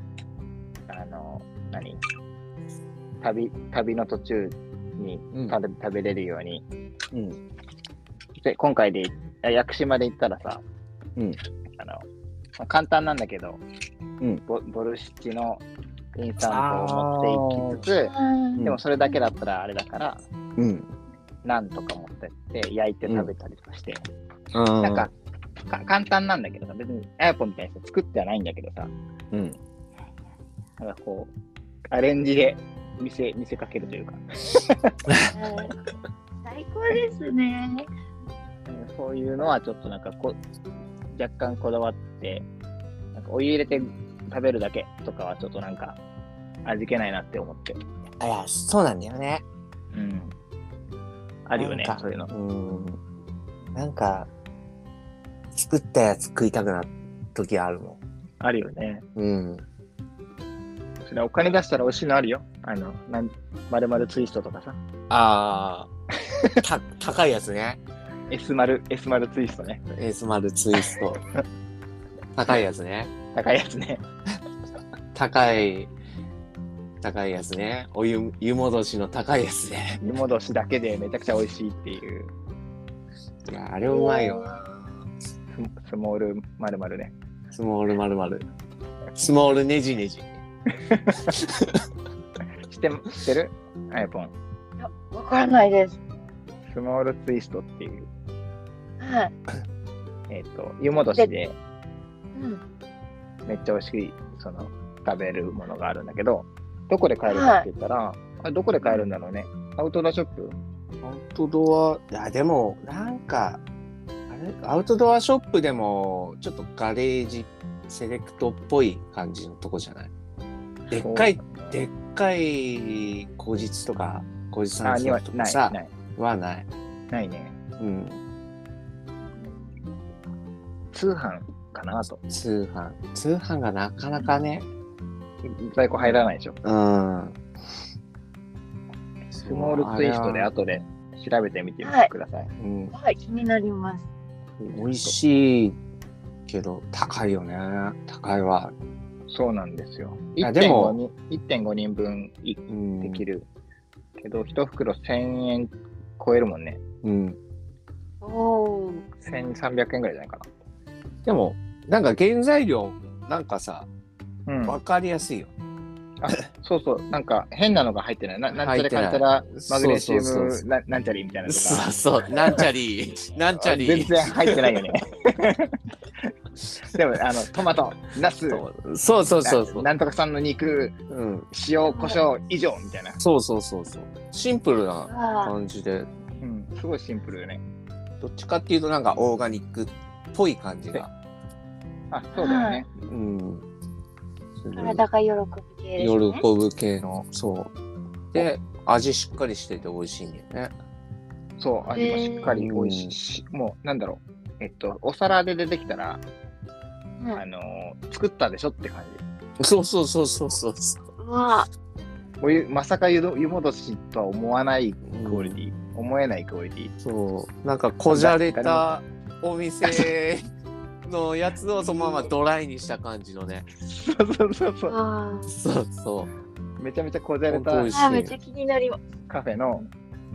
Speaker 3: う、あの、何旅、旅の途中に
Speaker 2: あ。うん
Speaker 3: 食べ食べれるように。
Speaker 2: うん。
Speaker 3: で、今回で、あ屋久島で行ったらさ、
Speaker 2: うん
Speaker 3: あの、まあ簡単なんだけど、
Speaker 2: ん
Speaker 3: ボボルシチのインスタントを持っていきつつ、
Speaker 5: うん
Speaker 2: ー
Speaker 3: でもそれだけだったらあれだから、
Speaker 2: うん。
Speaker 3: ナンとか持ってって焼いて食べたりとかして、
Speaker 2: ああ。
Speaker 3: なんかか簡単なんだけどさ、別にアヤポンみたいにして作ってはないんだけどさ、
Speaker 2: うん。
Speaker 3: なんかこう、アレンジで見せ見せかけるというか、
Speaker 5: 最高ですね。
Speaker 3: うんそういうのはちょっとなんかこ若干こだわって、なんかお湯入れて食べるだけとかはちょっとなんか味気ないなって思って。
Speaker 2: いや、そうなんだよね。
Speaker 3: うん。あるよね
Speaker 2: なん、か
Speaker 3: そういうの
Speaker 2: う。ん。なんか、作ったやつ食いたくなる時あるも
Speaker 3: あるよね。
Speaker 2: ん。うん。
Speaker 3: それお金出したら美味しいのあるよ。あの、なんまるまるツイストとかさ。
Speaker 2: ああ。た、高いやつね。
Speaker 3: S 丸、S 丸ツイストね。
Speaker 2: エースマルツイスト。高いやつね。
Speaker 3: 高いやつね。
Speaker 2: 高い、高いやつね。お湯、湯戻しの高いやつね。
Speaker 3: 湯戻しだけでめちゃくちゃ美味しいっていう、
Speaker 2: いや、あれうまいよな。
Speaker 3: ススモールまるまるね。
Speaker 2: スモールまるまる。スモールネジネジ。
Speaker 3: 知って、知ってるアイポン。
Speaker 5: いやわからないです。
Speaker 3: スモールツイストっていう、
Speaker 5: はい。
Speaker 3: えっ、と、湯戻しで、
Speaker 5: うん。
Speaker 3: めっちゃ美味しいその食べるものがあるんだけどどこで買えるかって言ったら、あれどこで買えるんだろうねアウトドアショップ
Speaker 2: アウトドア、いや、でも、なんか、あれ、アウトドアショップでも、ちょっとガレージ、セレクトっぽい感じのとこじゃないでっかい、でっかい工実とか、工事さ
Speaker 3: あ
Speaker 2: ん
Speaker 3: に
Speaker 2: と
Speaker 3: は
Speaker 2: か
Speaker 3: ない
Speaker 2: さ、
Speaker 3: ない
Speaker 2: はない。
Speaker 3: ないね
Speaker 2: うん。
Speaker 3: 通販かなと
Speaker 2: 通販。通販がなかなかね、
Speaker 3: 在庫入らないでしょ
Speaker 2: うん。
Speaker 3: スモールツイストで
Speaker 2: あ
Speaker 3: 後で調べてみてください、
Speaker 2: うん。
Speaker 5: はい、気になります。
Speaker 2: 美味しいけど、高いよね。高いわ。
Speaker 3: そうなんですよ
Speaker 2: いやでも
Speaker 3: 1.5人1.5人分い
Speaker 2: うん。
Speaker 3: できる、けど1袋1000円超えるもんね
Speaker 2: うん。
Speaker 5: おお。
Speaker 3: 1300円ぐらいじゃないか
Speaker 2: でも、なんか原材料、なんかさ、
Speaker 3: なうん
Speaker 2: わかりやすいよ。
Speaker 3: そうそう、なんか変なのが入ってない。ななんち
Speaker 2: 入っ
Speaker 3: ゃら
Speaker 2: てない
Speaker 3: かんちゃらマグネシウ
Speaker 2: そうそうそう
Speaker 3: ム
Speaker 2: そ
Speaker 3: ななんちゃりみたいなのとか。
Speaker 2: そう、なんちゃ [LAUGHS] り、なんちゃり。
Speaker 3: 全然入っ
Speaker 2: [LAUGHS]
Speaker 3: てないよね。でも、あの、トマト、ナス、
Speaker 2: そうそうそうそう
Speaker 3: な。なんとかさんの肉、
Speaker 2: うん。
Speaker 3: 塩、胡椒以上みたいな。
Speaker 2: そうそうそうそう。シンプルな
Speaker 5: あ
Speaker 2: 感じで、
Speaker 3: うん、すごいシンプルよね。
Speaker 2: どっちかっていうとなんかオーガニックっぽい感じが。
Speaker 3: あ、そうだよね。
Speaker 2: うん。すごい
Speaker 5: 体が喜ぶ系ですね。
Speaker 2: 喜ぶ系の、そう。で、味しっかりしてて美味しいんだよね。
Speaker 3: そう、味もしっかり美味しいし、もう、なんだろう、えっと、お皿で出てきたら、
Speaker 5: うん
Speaker 3: あのー作ったでしょって感じ。
Speaker 2: そうそうそうそうそうそう。
Speaker 5: わ
Speaker 3: お湯まさか湯ど湯戻しとは思わないうクオリティ、思えないクオリティ。 [LAUGHS]
Speaker 2: そうなんかこじゃれたお店のやつをそのままドライにした感じのね。
Speaker 3: そうそうそうそう。
Speaker 5: わ
Speaker 2: [LAUGHS] そうそう。
Speaker 3: めちゃめちゃこじゃれ
Speaker 2: 本当
Speaker 3: た
Speaker 2: 美味しい
Speaker 5: あ、めっちゃ気になります。
Speaker 3: カフェの、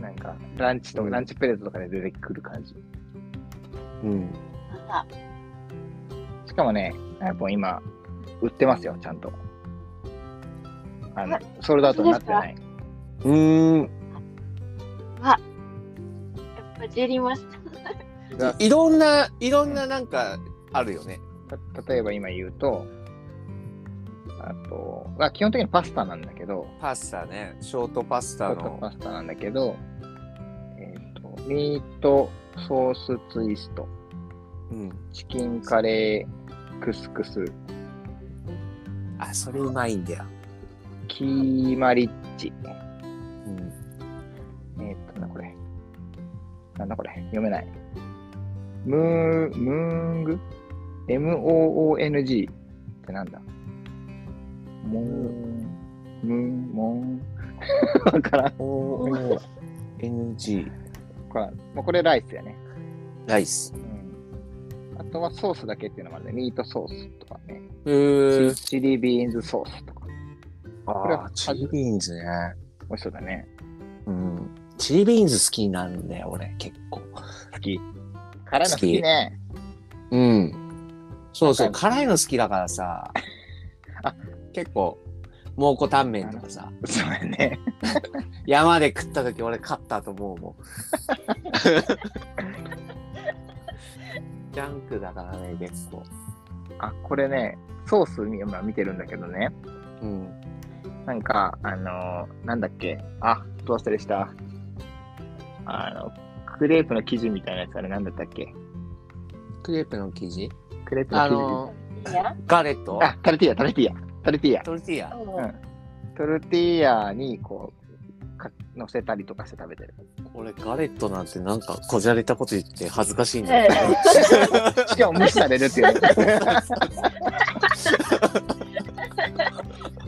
Speaker 3: なんか、ランチと、
Speaker 2: うん
Speaker 3: ランチプレートとかで出てくる感じ。
Speaker 2: うん。
Speaker 5: あ
Speaker 3: しかもね、やっぱ今、売ってますよ、ちゃんと。あの
Speaker 5: あ、
Speaker 3: ソールドアウトになってない。
Speaker 2: うーん。
Speaker 5: やっぱジェリーマスター。
Speaker 2: いろんないろんななんかあるよね。
Speaker 3: た例えば今言うと、あと、まあ、基本的にパスタなんだけど、
Speaker 2: パスタねショートパスタ
Speaker 3: ホット
Speaker 2: の
Speaker 3: パスタなんだけど、えっ、と、ミートソースツイスト、
Speaker 2: うん。
Speaker 3: チキンカレークスクス、
Speaker 2: あそれうまいんだよ。
Speaker 3: キーマリッチ。
Speaker 2: うん。
Speaker 3: えーっとな、これ。なんだこれ。読めない。ムー、ムーング ?M-O-O-N-G ってなんだモーン、ムーン、モーン。 [LAUGHS] わからん。
Speaker 2: おー NG
Speaker 3: わからん。もうこれライスやね。
Speaker 2: ライス
Speaker 3: う。ん。あとはソースだけっていうのもあるね。ミートソースとかね。
Speaker 2: うーん。
Speaker 3: チチリビーンズソースとか。れ
Speaker 2: あ
Speaker 3: は
Speaker 2: ーチリビーンズね。
Speaker 3: 美味しそうだね。
Speaker 2: うん。チリビーンズ好きになるんだよ俺結構。
Speaker 3: 好き。辛いの好きね。
Speaker 2: うん。そうそう、
Speaker 3: なんか
Speaker 2: 辛いの好きだからさ。
Speaker 3: あ
Speaker 2: 結構、蒙古タンメンとかさ、
Speaker 3: そうやね。
Speaker 2: 山で食った時俺勝ったと思う [LAUGHS] もん。ジャンクだからね、結構。
Speaker 3: [LAUGHS] あ、これね、ソース今見てるんだけどね。
Speaker 2: うん。
Speaker 3: なんか、あのーなんだっけ、あ、どうしたでしたあの、クレープの生地みたいなやつ、あれなんだったっけ
Speaker 2: クレープの生地
Speaker 3: クレープの
Speaker 2: あ
Speaker 3: 生地。
Speaker 2: の、
Speaker 5: いいや。
Speaker 2: ガレット
Speaker 3: あ、タルティーヤ、タルティーヤ、タルティーヤ。
Speaker 2: トルティーヤ
Speaker 5: [LAUGHS] うん
Speaker 3: トルティーヤに、こう、か乗せたりとかして食べてる。
Speaker 2: 俺、ガレットなんてなんかこじゃれたこと言って恥ずかしいんだ
Speaker 5: え
Speaker 2: よ。
Speaker 3: しかも無視されるっていうね。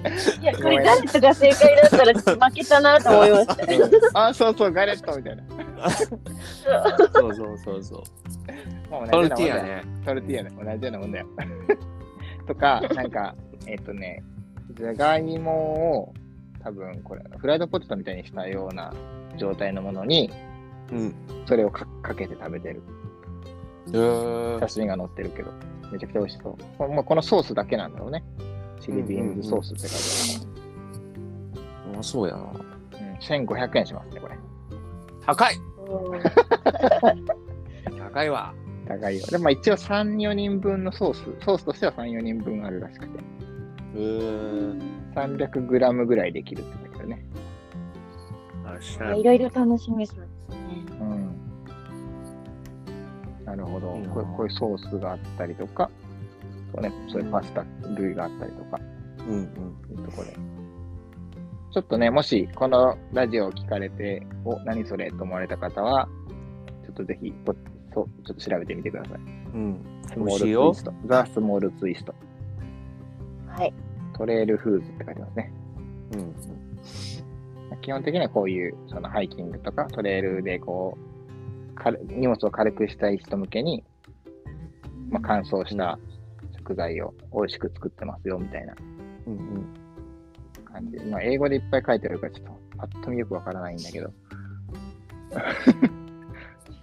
Speaker 5: えいや、これガレットが正解だったら負けたなと思いました。
Speaker 3: あ、そうそう、ガレットみたいな。
Speaker 2: そうそうそう [LAUGHS] そう。
Speaker 3: もう
Speaker 2: ト
Speaker 3: 同
Speaker 2: ル
Speaker 3: じ
Speaker 2: ティーヤね。
Speaker 3: トルティーヤね。同じようなもんだよ。 [LAUGHS] とか、なんか、えっ、とね、じゃがいもを、多分これ、フライドポテトみたいにしたような状態のものに、
Speaker 2: うん。
Speaker 3: それをかかけて食べてる。
Speaker 2: うー
Speaker 3: 写
Speaker 2: ん
Speaker 3: 真が載ってるけど、めちゃくちゃ美味しそう。こまあ、このソースだけなんだろうね。チリビーンズソースって感
Speaker 2: うまそうやな。
Speaker 3: じだな、うん1500円しますね、これ。
Speaker 2: 高い
Speaker 5: うん
Speaker 2: 高いわ。
Speaker 3: 高いよ。でもまあ一応3、4人分のソース、ソースとしては3、4人分あるらしくて、
Speaker 2: うーん。
Speaker 3: 300g ぐらいできるって言うんだけどね。
Speaker 5: いろいろ楽しめそうですね。
Speaker 3: うん。なるほど。
Speaker 2: いいな
Speaker 3: こういうこういうソースがあったりとか、そうね、そういうパスタ類があったりとか、
Speaker 2: うんうん。
Speaker 3: いうところで。ちょっとね、もしこのラジオを聞かれて、お、何それと思われた方は、ちょっとぜひ、ぽそうちょっと調べてみてください。
Speaker 2: うん。
Speaker 3: ス
Speaker 2: 美
Speaker 3: モ
Speaker 2: 味
Speaker 3: ー
Speaker 2: しい
Speaker 3: ル
Speaker 2: よ
Speaker 3: ツイスト。ザ・スモールツイスト。
Speaker 5: はい。
Speaker 3: トレイルフーズって書いてますね。
Speaker 2: うん。
Speaker 3: 基本的にはこういう、そのハイキングとか、トレイルでこう、軽荷物を軽くしたい人向けに、まあ、乾燥した食材を美味しく作ってますよ、みたいな
Speaker 2: うんうん。
Speaker 3: 感じで。まあ、英語でいっぱい書いてあるから、ちょっと、パッと見よくわからないんだけど。 [LAUGHS]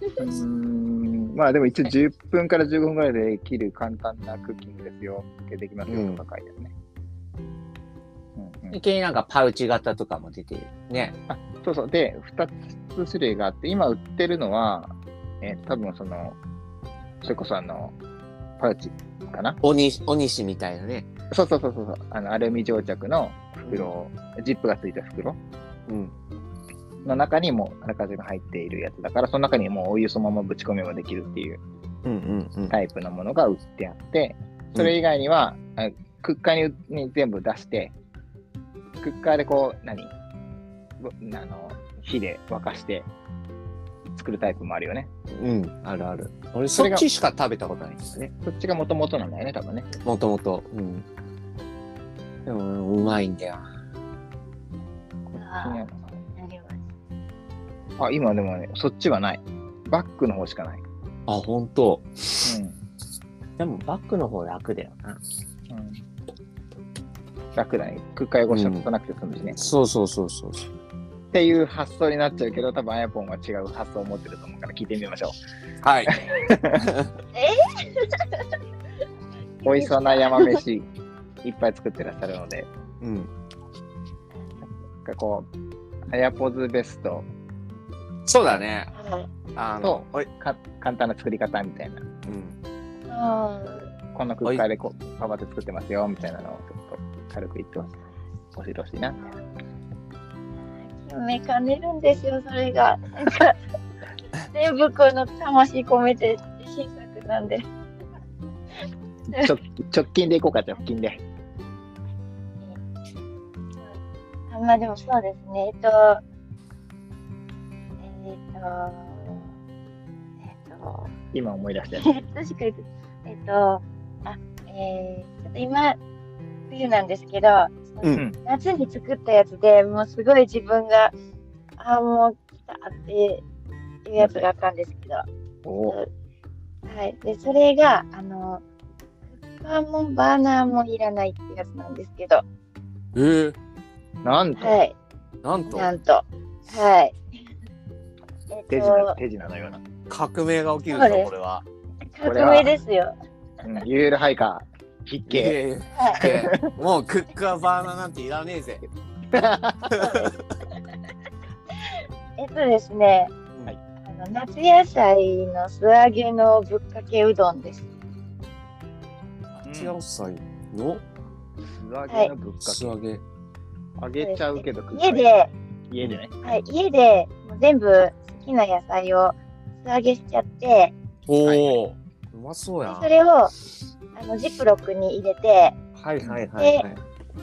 Speaker 3: うーんまあでも一応10分から15分ぐらいでできる簡単なクッキングですよ、できますよとか書いてあるね。うんうん
Speaker 2: 時になんかパウチ型とかも出てるね。
Speaker 3: あそうそう。で、2つ種類があって、今売ってるのは、えー多分その、それこそあの、パウチかな
Speaker 2: おに、おにしみたいなね。
Speaker 3: そうそうそうそうそう。あの、アルミ蒸着の袋、ジップがついた袋
Speaker 2: うん。
Speaker 3: の中にもうあらかじめ入っているやつだから、その中にもうお湯そのままぶち込みもできるっていう
Speaker 2: うんうんうん。
Speaker 3: タイプのものが売ってあって、それ以外には、あクッカーにに全部出して、クッカーでこう、何あの火で沸かして作るタイプもあるよね。
Speaker 2: うん、あるある。俺、
Speaker 3: そ
Speaker 2: そ
Speaker 3: れ
Speaker 2: っ
Speaker 3: が
Speaker 2: ちしか食べたことないですね。
Speaker 3: そっちがもともとなんだよね、多分ね。
Speaker 2: もともと。うん。でも、うまいんだよ。
Speaker 5: ああ、なります。
Speaker 3: あ、今でもね、そっちはない。バックの方しかない。
Speaker 2: あ、ほんと。
Speaker 3: うん
Speaker 2: でも、バッグの方楽だよな。
Speaker 3: うん楽だね。空海語しゃとなくて済むしね、
Speaker 2: そうそうそうそうそう。
Speaker 3: っていう発想になっちゃうけど、多分あやぽんは違う発想を持ってると思うから聞いてみましょう。
Speaker 2: はい。
Speaker 3: 美味しそうな山飯いっぱい作ってらっしゃるので、
Speaker 2: [LAUGHS] うん。
Speaker 3: なんかこう、あやぽずベスト、
Speaker 2: そうだね。
Speaker 5: はい。
Speaker 2: あ
Speaker 3: そ
Speaker 2: の、おい、
Speaker 3: か簡単な作り方みたいな、
Speaker 2: うん。
Speaker 5: あ
Speaker 3: こんな空海でこうパパで作ってますよみたいなのをちょっと軽く言ってほしい。教えてほしいな。
Speaker 5: あ、めかねるんですよ、そ
Speaker 3: [LAUGHS]
Speaker 5: れが。なんか全部この魂込めて新作なんで。
Speaker 3: ちょ [LAUGHS] 直近でいこうか、直近で。
Speaker 5: あまあでもそうですね。えっと、えっと、えっと、
Speaker 3: 今思い出したやつ。
Speaker 5: 確かに。えっと、あ、えー、ちょっと今、冬なんですけど、
Speaker 2: うん
Speaker 5: 夏に作ったやつでもうすごい自分が、ああ、もう来たっていうやつがあったんですけど、は
Speaker 3: おー
Speaker 5: い。で、それが、あの、クッパーもバーナーもいらないってやつなんですけど、は
Speaker 2: えー、
Speaker 3: なんと、
Speaker 5: い。
Speaker 2: なんと、
Speaker 5: なんと。はい。えっ
Speaker 3: 手品
Speaker 5: と、
Speaker 3: 手品のような。
Speaker 2: 革命が起きるぞ
Speaker 5: そうで、す
Speaker 2: これは。
Speaker 3: これ
Speaker 5: 革
Speaker 3: は
Speaker 5: 命ですよ。
Speaker 3: うん、ユールハイカー、筆
Speaker 2: いや
Speaker 3: 記。
Speaker 2: いやい
Speaker 5: はい。
Speaker 2: やもうクッカーバーナーなんていらねえぜ。
Speaker 5: えっとですね、
Speaker 2: はい
Speaker 5: あの夏野菜の素揚げのぶっかけうどんです。
Speaker 2: 八野菜の
Speaker 3: 素揚げのぶっか
Speaker 2: 素揚げ。
Speaker 3: け。揚げちゃうけど、
Speaker 5: 家で、
Speaker 3: 家でね。
Speaker 5: はい、家でもう全部好きな野菜を素揚げしちゃって、
Speaker 2: おお、うまそう
Speaker 5: で
Speaker 2: やん。
Speaker 5: それをあのジップロックに入れて、
Speaker 2: はいはい
Speaker 5: はいはい。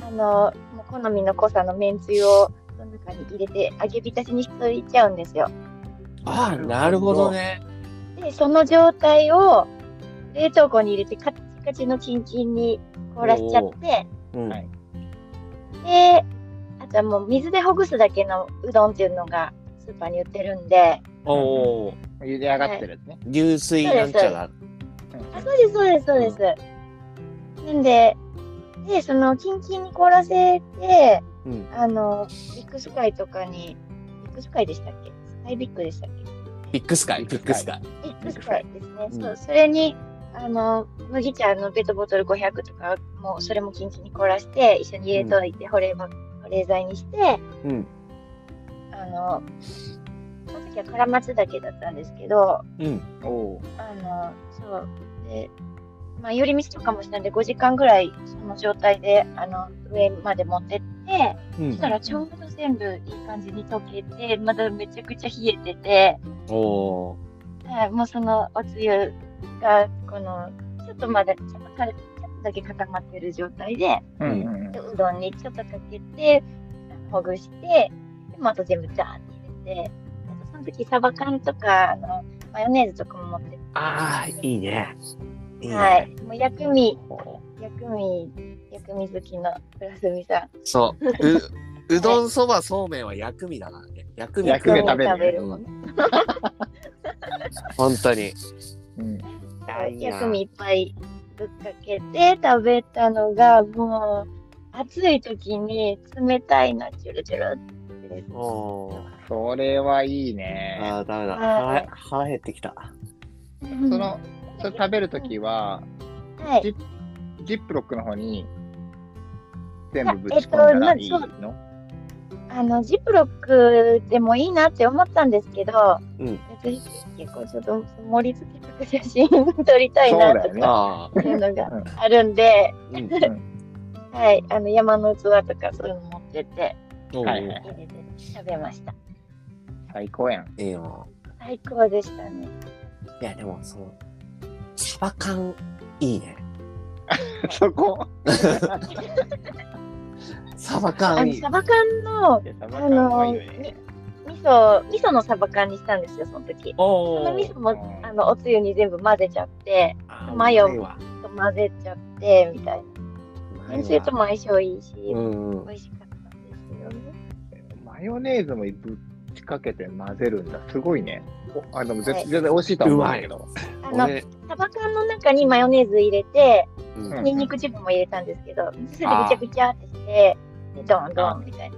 Speaker 5: あのもう好みの濃さのめんつゆをその中に入れて揚げ浸しにしといちゃうんですよ。
Speaker 2: ああ、なるほどね。
Speaker 5: で、その状態を冷凍庫に入れてカチカチのチンチンに凍らしちゃって、
Speaker 2: うん
Speaker 3: はい
Speaker 5: で、あとはもう水でほぐすだけのうどんっていうのがスーパーに売ってるんで、
Speaker 2: おお、
Speaker 3: 茹で上がってるやつね。
Speaker 2: 流水なんちゃら。
Speaker 5: あ、そうです、そうです、そうです。なんで、で、そのキンキンに凍らせて、
Speaker 2: うん
Speaker 5: あの、ビッグスカイとかに、ビッグスカイでしたっけスカイビッグでしたっけ
Speaker 2: ビッグスカイ、ビッグスカイ。
Speaker 5: ビッグスカイですね。
Speaker 2: うん
Speaker 5: そう、それに、あの、麦茶のペットボトル500とか、もうそれもキンキンに凍らせて、一緒に入れといて、保冷ば保冷剤にして、
Speaker 2: うん。
Speaker 5: あの、その時はカラマツだけだったんですけど、
Speaker 2: うん。
Speaker 3: おおー。
Speaker 5: あの、そう。で、まあ、寄り道とかもしたんで、5時間ぐらい、その状態で、あの、上まで持ってって、
Speaker 2: う
Speaker 5: そした
Speaker 2: ん。
Speaker 5: らちょうど全部いい感じに溶けて、まだめちゃくちゃ冷えてて、
Speaker 2: おお
Speaker 5: はい、もうそのおつゆが、この、ちょっとまだ、ちょっとかちょっとだけ固まってる状態で、
Speaker 3: うんうん
Speaker 5: でうどんにちょっとかけて、ほぐして、でまた全部ダーって入れて、あとその時、サバ缶とか、あの、マヨネーズとかも持って
Speaker 2: ー。ああ、いいね。いいね
Speaker 5: はい。。もう薬味、薬味、薬味好きのプラスミさ
Speaker 2: そう。う、 [LAUGHS] うどんそばそうめんは薬味だからね。薬味。
Speaker 3: 薬味
Speaker 5: ん。
Speaker 3: 食べる
Speaker 5: 食べるもんね。
Speaker 2: 本当に。
Speaker 3: うん。
Speaker 2: あいいな
Speaker 5: 薬味いっぱいぶっかけて食べたのが、もう、暑い時に冷たいの、チュルチュルって。
Speaker 2: おお。
Speaker 3: それはいいね。
Speaker 2: ああ、ダメだ。
Speaker 5: は
Speaker 2: 腹、
Speaker 5: い
Speaker 2: 腹減ってきた。
Speaker 3: その、それ食べるときは、
Speaker 5: はい。
Speaker 3: ジップロックの方に全部ぶち込んだらいいの、
Speaker 5: えっあの、ジップロックでもいいなって思ったんですけど、
Speaker 2: うん
Speaker 5: 私結構ちょっと盛り付けとか写真撮りたいなとか
Speaker 2: あ
Speaker 5: っていうのがあるんで、
Speaker 2: あ。うん。
Speaker 5: はい、あの山の器とかそういうの持ってって
Speaker 2: お
Speaker 3: はい
Speaker 2: ー
Speaker 3: はい
Speaker 5: 入れて食べました。
Speaker 3: 最高 [LAUGHS] やん。
Speaker 2: いいよ。
Speaker 5: 最高でしたね。
Speaker 2: いや、でも、その、サバ缶、いいね。
Speaker 3: そこ、
Speaker 2: サバ
Speaker 5: あ
Speaker 2: 缶
Speaker 5: の
Speaker 2: いい
Speaker 5: サ。バ缶の
Speaker 3: で、サバ缶はいいよね。
Speaker 5: 味噌味噌のサバ缶にしたんですよその時そ
Speaker 1: お
Speaker 5: の味噌も
Speaker 3: うん
Speaker 5: あのおつゆに全部混ぜちゃって
Speaker 1: あ
Speaker 5: マ
Speaker 2: いい
Speaker 5: ヨと
Speaker 2: わ
Speaker 5: 混ぜちゃってみたいな
Speaker 2: うまいわ
Speaker 5: めんつゆとも相性いいし、
Speaker 2: うんうん。
Speaker 5: 美味しかったんですよね
Speaker 3: マヨネーズもぶっちかけて混ぜるんだ。すごいね。おあ、でも絶
Speaker 5: はい
Speaker 3: 全然美味しいとは思うんだけど。
Speaker 5: あの
Speaker 2: 俺、
Speaker 5: サバ缶の中にマヨネーズ入れて
Speaker 2: うん
Speaker 3: うん
Speaker 5: ニンニクチップも入れたんですけど、それでぐちゃぐちゃってして、でドンドンみたいな。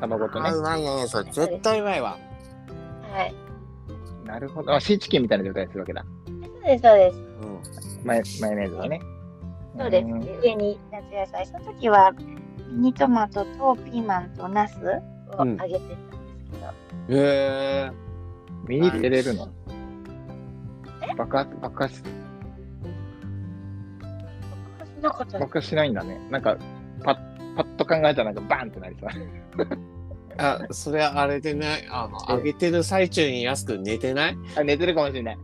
Speaker 3: 卵と
Speaker 2: あ
Speaker 3: ね
Speaker 2: う。まいね。それ絶対うまいわ。
Speaker 5: はい。
Speaker 3: なるほど。あ、シーチキンみたいな状態にするわけだ。
Speaker 5: そうです、そうです。
Speaker 2: うん。
Speaker 3: マヨマヨネーズはね。
Speaker 5: そうです。
Speaker 3: ん
Speaker 5: で上に夏野菜。その時は、ミニトマトとピーマンとナスを揚げてたんですけ
Speaker 2: へ
Speaker 5: ど、
Speaker 2: え。
Speaker 3: 身に入れるの爆発、爆発、
Speaker 5: 僕はしなかったです
Speaker 3: 爆発しないんだね。なんか、パッ、パッと考えたらなんかバンってなりそう。
Speaker 2: あ、それあれでね、あの、揚げてる最中に安く寝てない
Speaker 3: [LAUGHS] [LAUGHS] あ、寝てるかもしれない。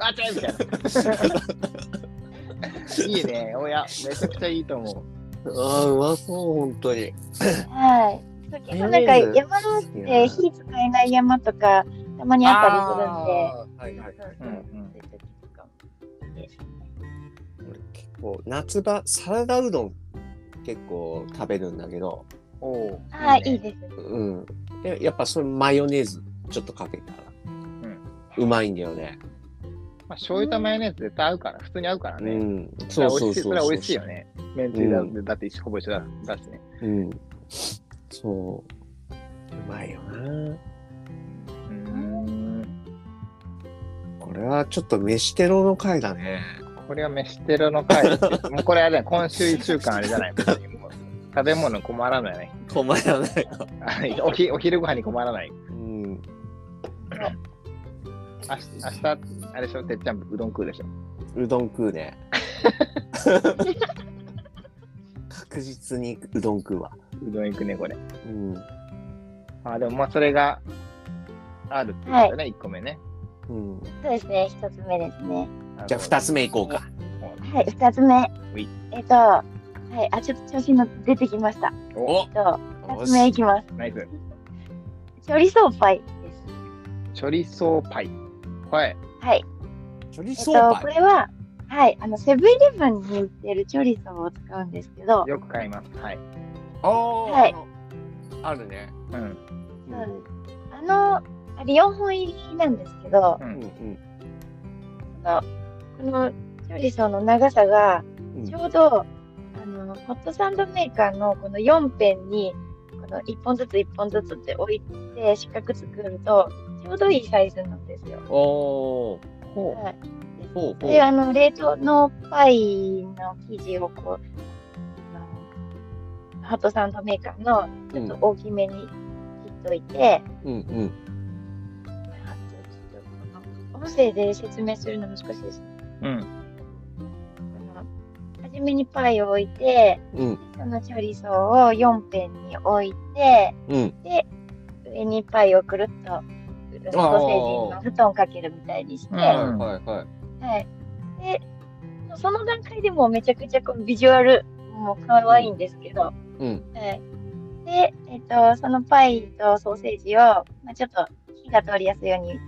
Speaker 3: あ、違うみたいな。いいね。おや、めちゃくちゃいいと思
Speaker 2: ああ、うまそう、本当に。
Speaker 5: はい。そう結構なんか
Speaker 2: マヨネーズ
Speaker 5: 山のって火使えない山とか、たまにあっ
Speaker 2: あ
Speaker 5: た
Speaker 2: ーはい
Speaker 5: りするんで。
Speaker 2: はい。
Speaker 5: そう
Speaker 3: う。
Speaker 5: そう
Speaker 3: うん
Speaker 5: そういう時とかもです
Speaker 2: 俺結構、夏場、サラダうどん結構食べるんだけど、
Speaker 3: うん。おお。
Speaker 5: ああ、い
Speaker 3: ね
Speaker 5: い。ですね。
Speaker 2: うん。でやっぱそれマヨネーズちょっとかけたら、うまいんだよね。
Speaker 3: まあ、醤油とマヨネーズ絶対合うから、普通に合うから
Speaker 2: う
Speaker 3: ね。
Speaker 2: ん。そうそうそう。
Speaker 3: それは美味しい。それは美味しいよね。めんつゆだ,、
Speaker 2: う
Speaker 3: だって一緒ほぼ一緒だだしね。
Speaker 2: うん。そう。うまいよな。
Speaker 3: うん。
Speaker 2: これはちょっと飯テロの回だね。
Speaker 3: これは飯テロ
Speaker 2: [LAUGHS]
Speaker 3: の回っていう。もうこれはね、今週一週間あれじゃない。別にもう食べ物困らないね。
Speaker 1: 困らないわ
Speaker 3: あおひお昼ご飯に困らない。
Speaker 2: うん。
Speaker 3: 明日、明日あれでしょ、てっちゃん、うどん食うでしょ。
Speaker 2: うどん食うね。確実にうどん食うわ。
Speaker 3: うどん行くね、これ。
Speaker 2: うん。
Speaker 3: あ、でもまあ、それがあるってことだね、一個目ね。
Speaker 2: うん、
Speaker 5: そうですね、一つ目ですね。
Speaker 2: じゃあ二つ目いこうか。
Speaker 5: はい、二つ目
Speaker 3: い。
Speaker 5: えっと、はい、あ、ちょっと調子の出てきました。
Speaker 3: お
Speaker 5: えっと、二つ目いきま
Speaker 3: ナイス。
Speaker 5: す。チョリソーパイです。
Speaker 3: チョリソーパイ。はい。
Speaker 5: はい、
Speaker 2: チョリ
Speaker 5: えっ
Speaker 2: ソー
Speaker 5: と、
Speaker 2: パ
Speaker 5: こ
Speaker 2: イ。
Speaker 5: れは、はい、あのセブンイレブンに売ってるチョリソーを使うんですけど。
Speaker 3: よく買います。はい。
Speaker 2: おー
Speaker 5: はい
Speaker 2: あのあるね。
Speaker 3: うん。
Speaker 5: そうですあの、あれ四本入りなんですけど、
Speaker 2: うんうん
Speaker 5: あのこのチョリソーの長さが
Speaker 2: うん
Speaker 5: ちょうど、あのホットサンドメーカーのこの4ペンにこの1本ずつ1本ずつって置いて四角作るとちょうどいいサイズなんですよ。
Speaker 1: おー
Speaker 3: ほう。
Speaker 5: はい、
Speaker 1: ほうほ
Speaker 5: で
Speaker 1: う
Speaker 5: あの冷凍のパイの生地をこうあのホットサンドメーカーのちょっと大きめに切っといて、
Speaker 2: うんうん。
Speaker 5: あとちょっとこの音声で説明するの難しいです
Speaker 3: うん。
Speaker 5: あの初めにパイを置いて、
Speaker 2: うん
Speaker 5: そのチョリソーを4ペンに置いて、
Speaker 2: うん
Speaker 5: で上にパイをくるっとくるっと
Speaker 2: あー
Speaker 5: ソーセージの布団かけるみたいにして、
Speaker 3: うん
Speaker 5: は
Speaker 2: はいはい。
Speaker 5: い、でもうその段階でもうめちゃくちゃこうビジュアルも可愛いんですけど、
Speaker 2: うん
Speaker 5: はい、で、えっとそのパイとソーセージを、まあ、ちょっと火が通りやすいように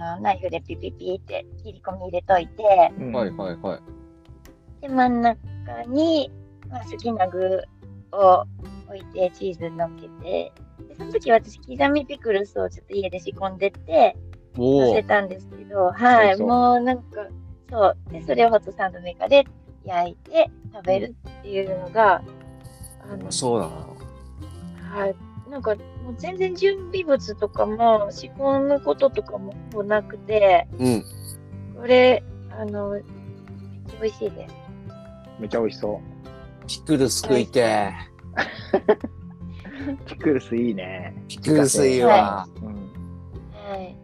Speaker 5: あのナイフでピピピって切り込み入れといて。
Speaker 3: うん
Speaker 2: はいはいはい。
Speaker 5: で真ん中に、まあ、好きな具を置いてチーズ乗っけてでその時私刻みピクルスをちょっと家で仕込んでて
Speaker 2: お
Speaker 5: 乗
Speaker 2: お
Speaker 5: せ。たんですけどは
Speaker 3: そ
Speaker 5: い
Speaker 3: うそう
Speaker 5: もうなんかそうでそれをホットサンドメーカーで焼いて食べるっていうのが、あの
Speaker 2: そうだな。
Speaker 5: はいなんかもう全然準備物とかも仕込むこととかもほぼなくて
Speaker 2: うん。
Speaker 5: これあのめっちゃ美味しいです。
Speaker 3: めっちゃ美味しそう。
Speaker 2: ピクルス食いて。
Speaker 3: ピクルスいいね。
Speaker 2: ピクルスいいわ。
Speaker 3: うん。
Speaker 5: はい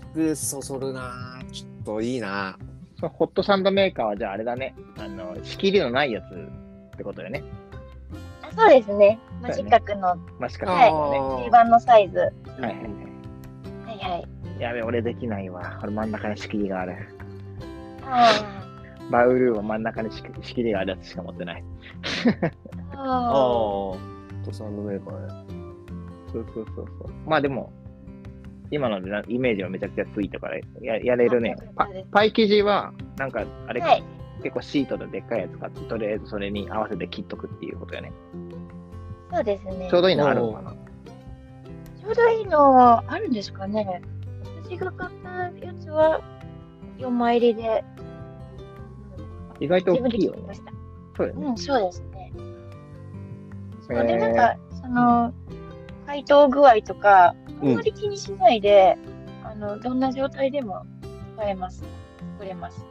Speaker 2: ピクルスそそるな。ちょっといいな。
Speaker 3: そのホットサンドメーカーはじゃああれだね。あの、仕切りのないやつってことだよね。
Speaker 5: あそうですね。まあ、
Speaker 3: だよね
Speaker 5: 近くの
Speaker 3: まあ、しか
Speaker 5: はい
Speaker 3: も
Speaker 5: 定番のサイズ。は
Speaker 3: ね。はいはいはい
Speaker 5: はい。
Speaker 3: い。やべ、俺できないわ。これ真ん中に仕切りがある。
Speaker 5: あ
Speaker 3: バウルーは真ん中に仕切仕切りがあるやつしか持ってない。
Speaker 5: ー
Speaker 1: あ
Speaker 5: そう。
Speaker 1: ー。
Speaker 2: トサンドメーカーね。
Speaker 3: そうそうそうそう。まあでも、今のでなイメージはめちゃくちゃついたからややれるね
Speaker 5: あそう。
Speaker 3: パ
Speaker 5: そうです
Speaker 3: パイ生地は、なんかあれ、
Speaker 5: はい。
Speaker 3: 結構シートのでっかいやつ買って、とりあえずそれに合わせて切っとくっていうことやね。
Speaker 5: そうですね。
Speaker 3: ちょうどいいのあるのかな。
Speaker 5: ちょうどいいのあるんですかね私が買ったやつは4枚入りで。
Speaker 3: 意外と
Speaker 5: 自
Speaker 3: 大
Speaker 5: 分で
Speaker 3: きい
Speaker 5: 切
Speaker 3: よ
Speaker 5: りま
Speaker 3: ね
Speaker 5: し。た。
Speaker 3: そうだよね。
Speaker 5: うん、そうですね。そ
Speaker 3: へ
Speaker 5: れ
Speaker 3: ー
Speaker 5: で、なんか、その、解凍具合とか、あんまり気にしないで、あの、どんな状態でも使えます。作れます。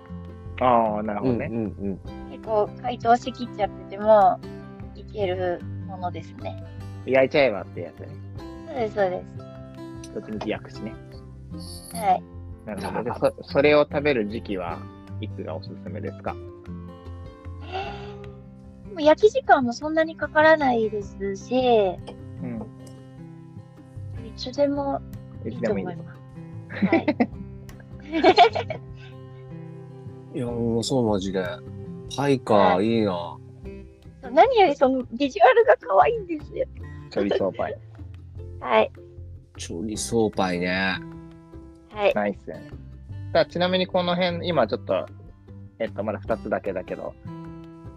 Speaker 3: ああ、なるほ
Speaker 2: う
Speaker 3: ど
Speaker 2: んう
Speaker 3: ね。
Speaker 2: ん
Speaker 5: 結構、解凍しきっちゃってても、いけるものですね。
Speaker 3: 焼いちゃえばってやつね。
Speaker 5: そうです、そうで
Speaker 3: どっちみち焼くしね。
Speaker 5: す。はい。
Speaker 3: なるほど。でそそれを食べる時期はいつがおすすめですか
Speaker 5: でも焼き時間もそんなにかからないですし、
Speaker 3: うん。
Speaker 5: いつでも
Speaker 3: い
Speaker 5: いい
Speaker 3: つで
Speaker 5: と
Speaker 3: もいい
Speaker 5: 思
Speaker 3: で
Speaker 5: い
Speaker 3: す。
Speaker 5: ます。はい。
Speaker 2: うん。いや、もうそうマジで。パイか、いいな。
Speaker 5: そう何よりそのビジュアルが可愛いんですよ。
Speaker 3: チョリソー [LAUGHS] パイ。
Speaker 5: はい。
Speaker 2: チョリソーパイね。
Speaker 5: はい。
Speaker 3: ないっすよね。だちなみにこの辺、今ちょっと、えっと、まだ2つだけだけど、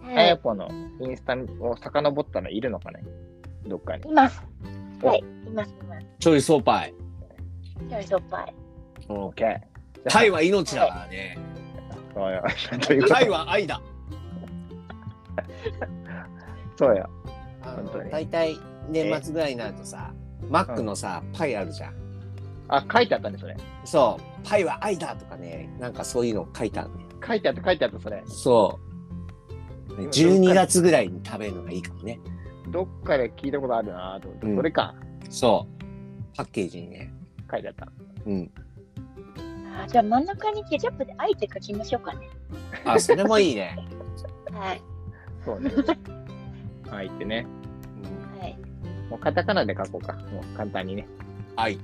Speaker 3: あ
Speaker 5: は
Speaker 3: や
Speaker 5: い、
Speaker 3: ぽのインスタを遡ったのいるのかねどっかに。
Speaker 5: います。はい。います、います。
Speaker 2: チョリソーパイ。
Speaker 5: ちょいしょっぱい。
Speaker 2: うん。
Speaker 3: OK。
Speaker 2: パイは命だからね。
Speaker 3: そうよ。 [LAUGHS] ということ
Speaker 1: 愛は愛だ。
Speaker 3: そうよ。
Speaker 1: あ
Speaker 3: 本当
Speaker 1: の
Speaker 3: に
Speaker 1: 大体年末ぐらいになるとさ、マックのさ、パイあるじゃん。
Speaker 3: あ、書いてあったね、それ。
Speaker 1: そう、パイは愛だとかね、なんかそういうの書いたんね。
Speaker 3: 書いてあった、書いてあった、それ。
Speaker 1: そう。
Speaker 3: 今
Speaker 1: 12月ぐらいに食べるのがいいかもね。
Speaker 3: どっかで聞いたことあるなぁと思って、
Speaker 1: うん
Speaker 3: それか、
Speaker 1: そう。パッケージにね。
Speaker 3: 書いてあった。
Speaker 5: あじゃあ真ん中にケチャップであいて書きましょうかね。
Speaker 1: あ、それもいいね。
Speaker 2: [LAUGHS]
Speaker 5: はい。
Speaker 3: そう [LAUGHS] ね。はいってね。
Speaker 5: はい。
Speaker 3: もうカタカナで書こうか。もう簡単にね。
Speaker 1: 愛。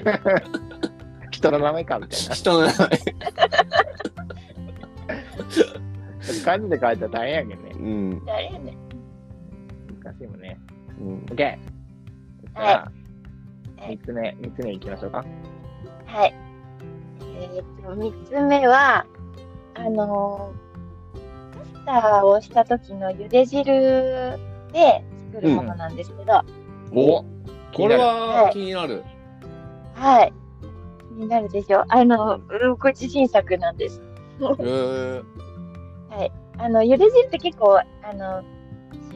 Speaker 3: [LAUGHS] 人の名前かみたいな。
Speaker 1: 人の名前。
Speaker 3: 漢字で書いたら大変やけどね。
Speaker 2: うん。
Speaker 5: じゃああれやね。
Speaker 3: 難しいもんね。
Speaker 2: うん。
Speaker 3: OK! じゃあ、3つ目、3つ目いきましょうか。
Speaker 5: はい。えーっと、3つ目は、あのーパスタをした時の茹で汁で作るものなんですけど、
Speaker 2: おこれは
Speaker 5: はい
Speaker 2: 気になる。
Speaker 5: はい。気になるでしょ。あの、うんこれ自信作なんです。
Speaker 2: へえ。
Speaker 5: あの、ゆで汁って結構、あの、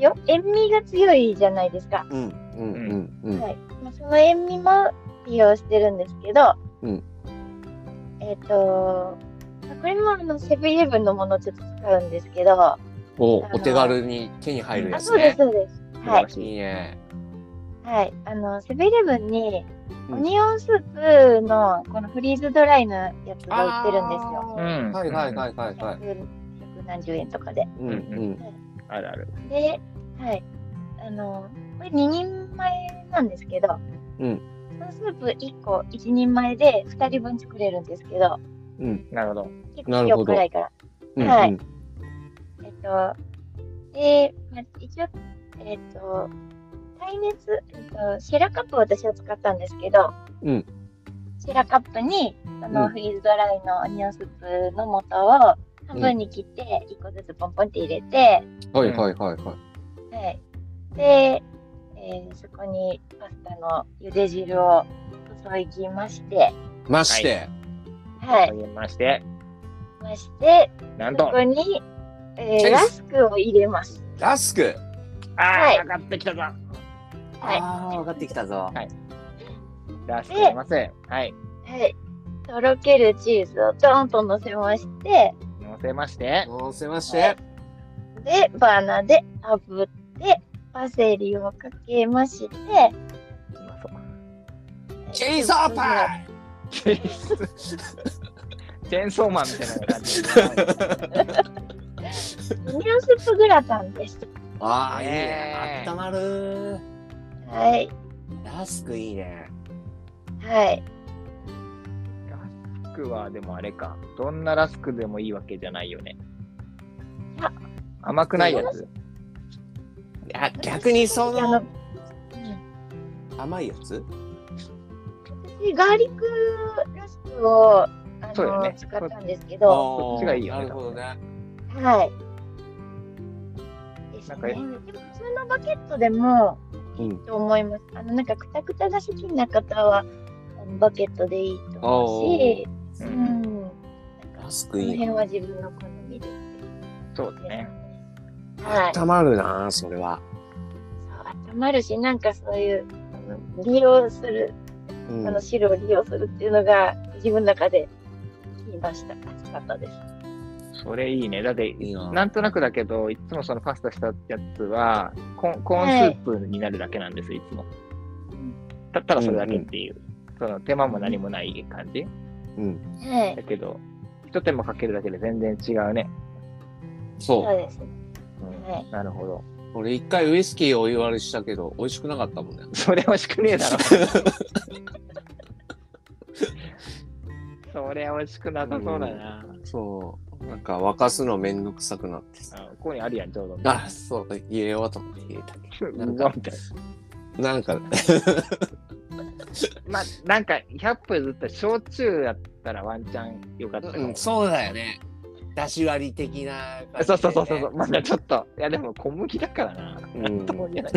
Speaker 5: 塩塩味が強いじゃないですか。
Speaker 2: うんうんうんうん。
Speaker 5: はい。まあ、その塩味も利用してるんですけど、
Speaker 2: うん
Speaker 5: えっ、と、まあこれもあのセブンイレブンのものをちょっと使うんですけど、あ、
Speaker 2: お
Speaker 5: あの
Speaker 2: お手軽に手に入るやつ
Speaker 5: そうです、
Speaker 2: ね。
Speaker 5: そうです。はい。
Speaker 3: 素晴らし
Speaker 2: いいね。
Speaker 5: はい。あの、セブンイレブンに、
Speaker 2: うん
Speaker 5: オニオンスープの、このフリーズドライのやつが売ってるんですよ。
Speaker 3: うん
Speaker 2: はいはいはいはいはい。
Speaker 5: 100 100何十円とかで。
Speaker 2: うんうん。
Speaker 3: あるある。
Speaker 5: で、はい。あの、これ2人前なんですけど、
Speaker 2: うん
Speaker 5: そのスープ1個1人前で2人分作れるんですけど、
Speaker 3: なるほど。
Speaker 5: 結
Speaker 2: な
Speaker 5: 構
Speaker 2: るほ
Speaker 5: 量
Speaker 2: ど
Speaker 5: 辛いから。
Speaker 2: うんうん
Speaker 5: はい。えっと、で、まあ、一応、えっと、耐熱、えっと、シェラカップを私は使ったんですけど、
Speaker 2: うん
Speaker 5: シェラカップに、そうの
Speaker 2: ん
Speaker 5: フリーズドライのオニオンスープの素を半分に切って、1個ずつポンポンって入れて、
Speaker 2: はいはいはいはい。
Speaker 5: はい。で、えーそこにパスタの茹で汁を注ぎまして、
Speaker 2: まして、
Speaker 5: は
Speaker 3: と
Speaker 5: い。
Speaker 3: 言いまして、
Speaker 5: まして、
Speaker 3: なん
Speaker 5: そ
Speaker 3: と、
Speaker 5: こに、え
Speaker 2: チェイス
Speaker 5: ーラスクを入れます。
Speaker 2: ラスク。
Speaker 3: あ
Speaker 5: は
Speaker 3: あ、
Speaker 5: い
Speaker 3: 上がってきたぞ。
Speaker 5: はい。は
Speaker 1: ああ、分かってきたぞ。
Speaker 3: 出していません。はい。
Speaker 5: い。とろけるチーズをドーンと乗せまして、
Speaker 3: 乗せまして、
Speaker 2: 乗せまし
Speaker 5: は
Speaker 2: て
Speaker 5: い。で、バーナーで炙って、パセリをかけまして、
Speaker 3: うまそう
Speaker 2: チェイソーパイ。
Speaker 3: チェーンソーマンみたいな
Speaker 2: [LAUGHS]
Speaker 3: 感じで。
Speaker 5: イニャンスープグラタンです。
Speaker 1: ああ、いい
Speaker 3: ね
Speaker 1: ね。温まる。
Speaker 5: はい。
Speaker 1: ラスクいいね。
Speaker 5: はい。
Speaker 3: ラスクはでもあれか、どんなラスクでもいいわけじゃないよね
Speaker 5: いや。
Speaker 3: 甘くないやつ。
Speaker 1: あ逆にそ
Speaker 5: あ
Speaker 1: の
Speaker 5: のうん
Speaker 2: 甘いやつ
Speaker 5: 私ガーリックラスクをあ
Speaker 3: そうだよ
Speaker 5: の、
Speaker 3: ね
Speaker 5: 使ったんですけ
Speaker 2: あー
Speaker 5: ど、
Speaker 3: こっちがいいよね
Speaker 2: なるほどね。
Speaker 5: はい。ですね。
Speaker 3: なんか
Speaker 5: でも普通のバケットでも
Speaker 2: う
Speaker 5: い
Speaker 2: ん
Speaker 5: いと思います。あのなんかクタクタが好きな方はあのバケットでいいと思うし、
Speaker 3: う、
Speaker 5: うんん。
Speaker 2: ラス
Speaker 5: こ
Speaker 2: ク
Speaker 5: の
Speaker 2: いい
Speaker 5: 辺
Speaker 2: な。
Speaker 5: は自分の好みで。
Speaker 3: そうだね。
Speaker 5: はい。
Speaker 2: たまるな、それは。
Speaker 5: そう温まるし、なんかそういうあの利用する、
Speaker 2: うん
Speaker 5: あの汁を利用するっていうのが自分の中で聞きました。熱かったです。
Speaker 3: それいいね。だって、
Speaker 2: いいな
Speaker 3: なんとなくだけど、いつもそのパスタしたやつは、コーンコーンスープになるだけなんです、いつも。たっただそれだけっていう。その手間も何もない感じ。
Speaker 2: うん。
Speaker 5: はい
Speaker 3: だ。けど、ひと手間かけるだけで全然違うね。
Speaker 2: そ
Speaker 5: そう
Speaker 2: う。
Speaker 5: ですね。は
Speaker 3: なるほど。
Speaker 2: 俺一回ウイスキーお湯割りしたけど、美味しくなかったもんね。
Speaker 3: それ美味しくね
Speaker 2: [LAUGHS]
Speaker 3: えだろ。それ美味しくなさそうだな。
Speaker 2: そう。なんか沸かすのめんどくさくなってさ。
Speaker 3: あここにあるやん、ちょうど。
Speaker 2: あ、そう、入れようと思って入れたけ
Speaker 3: う
Speaker 2: なん
Speaker 3: ざ
Speaker 2: か
Speaker 3: みたい
Speaker 2: ど。なんか、
Speaker 3: な。まあ、なんか、100歩譲ったら焼酎やったらワンチャンよかったかも。
Speaker 2: うん、そうだよね。だし割り的な感じ
Speaker 3: そうそう
Speaker 2: で
Speaker 3: そ
Speaker 2: ね
Speaker 3: うそう。まだちょっと。いや、でも小麦だからな。
Speaker 2: うん
Speaker 3: どうにも
Speaker 5: い。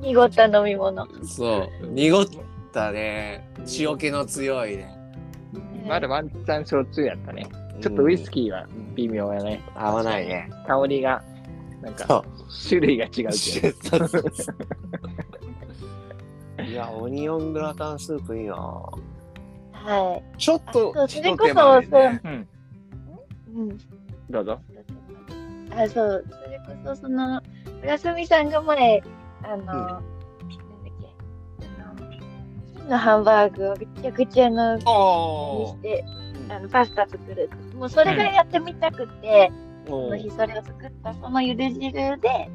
Speaker 5: 濁った飲み物。
Speaker 2: そう。濁ったね。塩気の強いね。
Speaker 3: まだワンチャン焼酎やったね。ちょっとウイス
Speaker 2: キ
Speaker 3: キーは微妙やね。
Speaker 2: ー合わないね。
Speaker 3: 香りが、なんか
Speaker 2: そ、
Speaker 3: 種類が違うけど。
Speaker 2: そうそうそう [LAUGHS] いや、オニオングラタンスープいいな
Speaker 5: は
Speaker 2: ちょっ
Speaker 5: い。あ
Speaker 2: と
Speaker 5: そう、
Speaker 2: ひ
Speaker 5: そ
Speaker 2: と
Speaker 5: れこ
Speaker 2: 手間
Speaker 5: そ、
Speaker 2: で
Speaker 5: そう、
Speaker 2: ね
Speaker 3: うん。
Speaker 5: うん。
Speaker 3: どうぞ。
Speaker 5: あ、そう、それこそ、その、村上さんが前、あの、なんだっけ、あの、金のハンバーグをぐちゃぐちゃのに
Speaker 2: お
Speaker 5: し
Speaker 2: ー
Speaker 5: て、
Speaker 2: うん
Speaker 5: あの、パスタ作る。もうそれがやってみたくて、
Speaker 2: お
Speaker 5: その日
Speaker 2: ー
Speaker 5: それを作った、そのゆで汁で、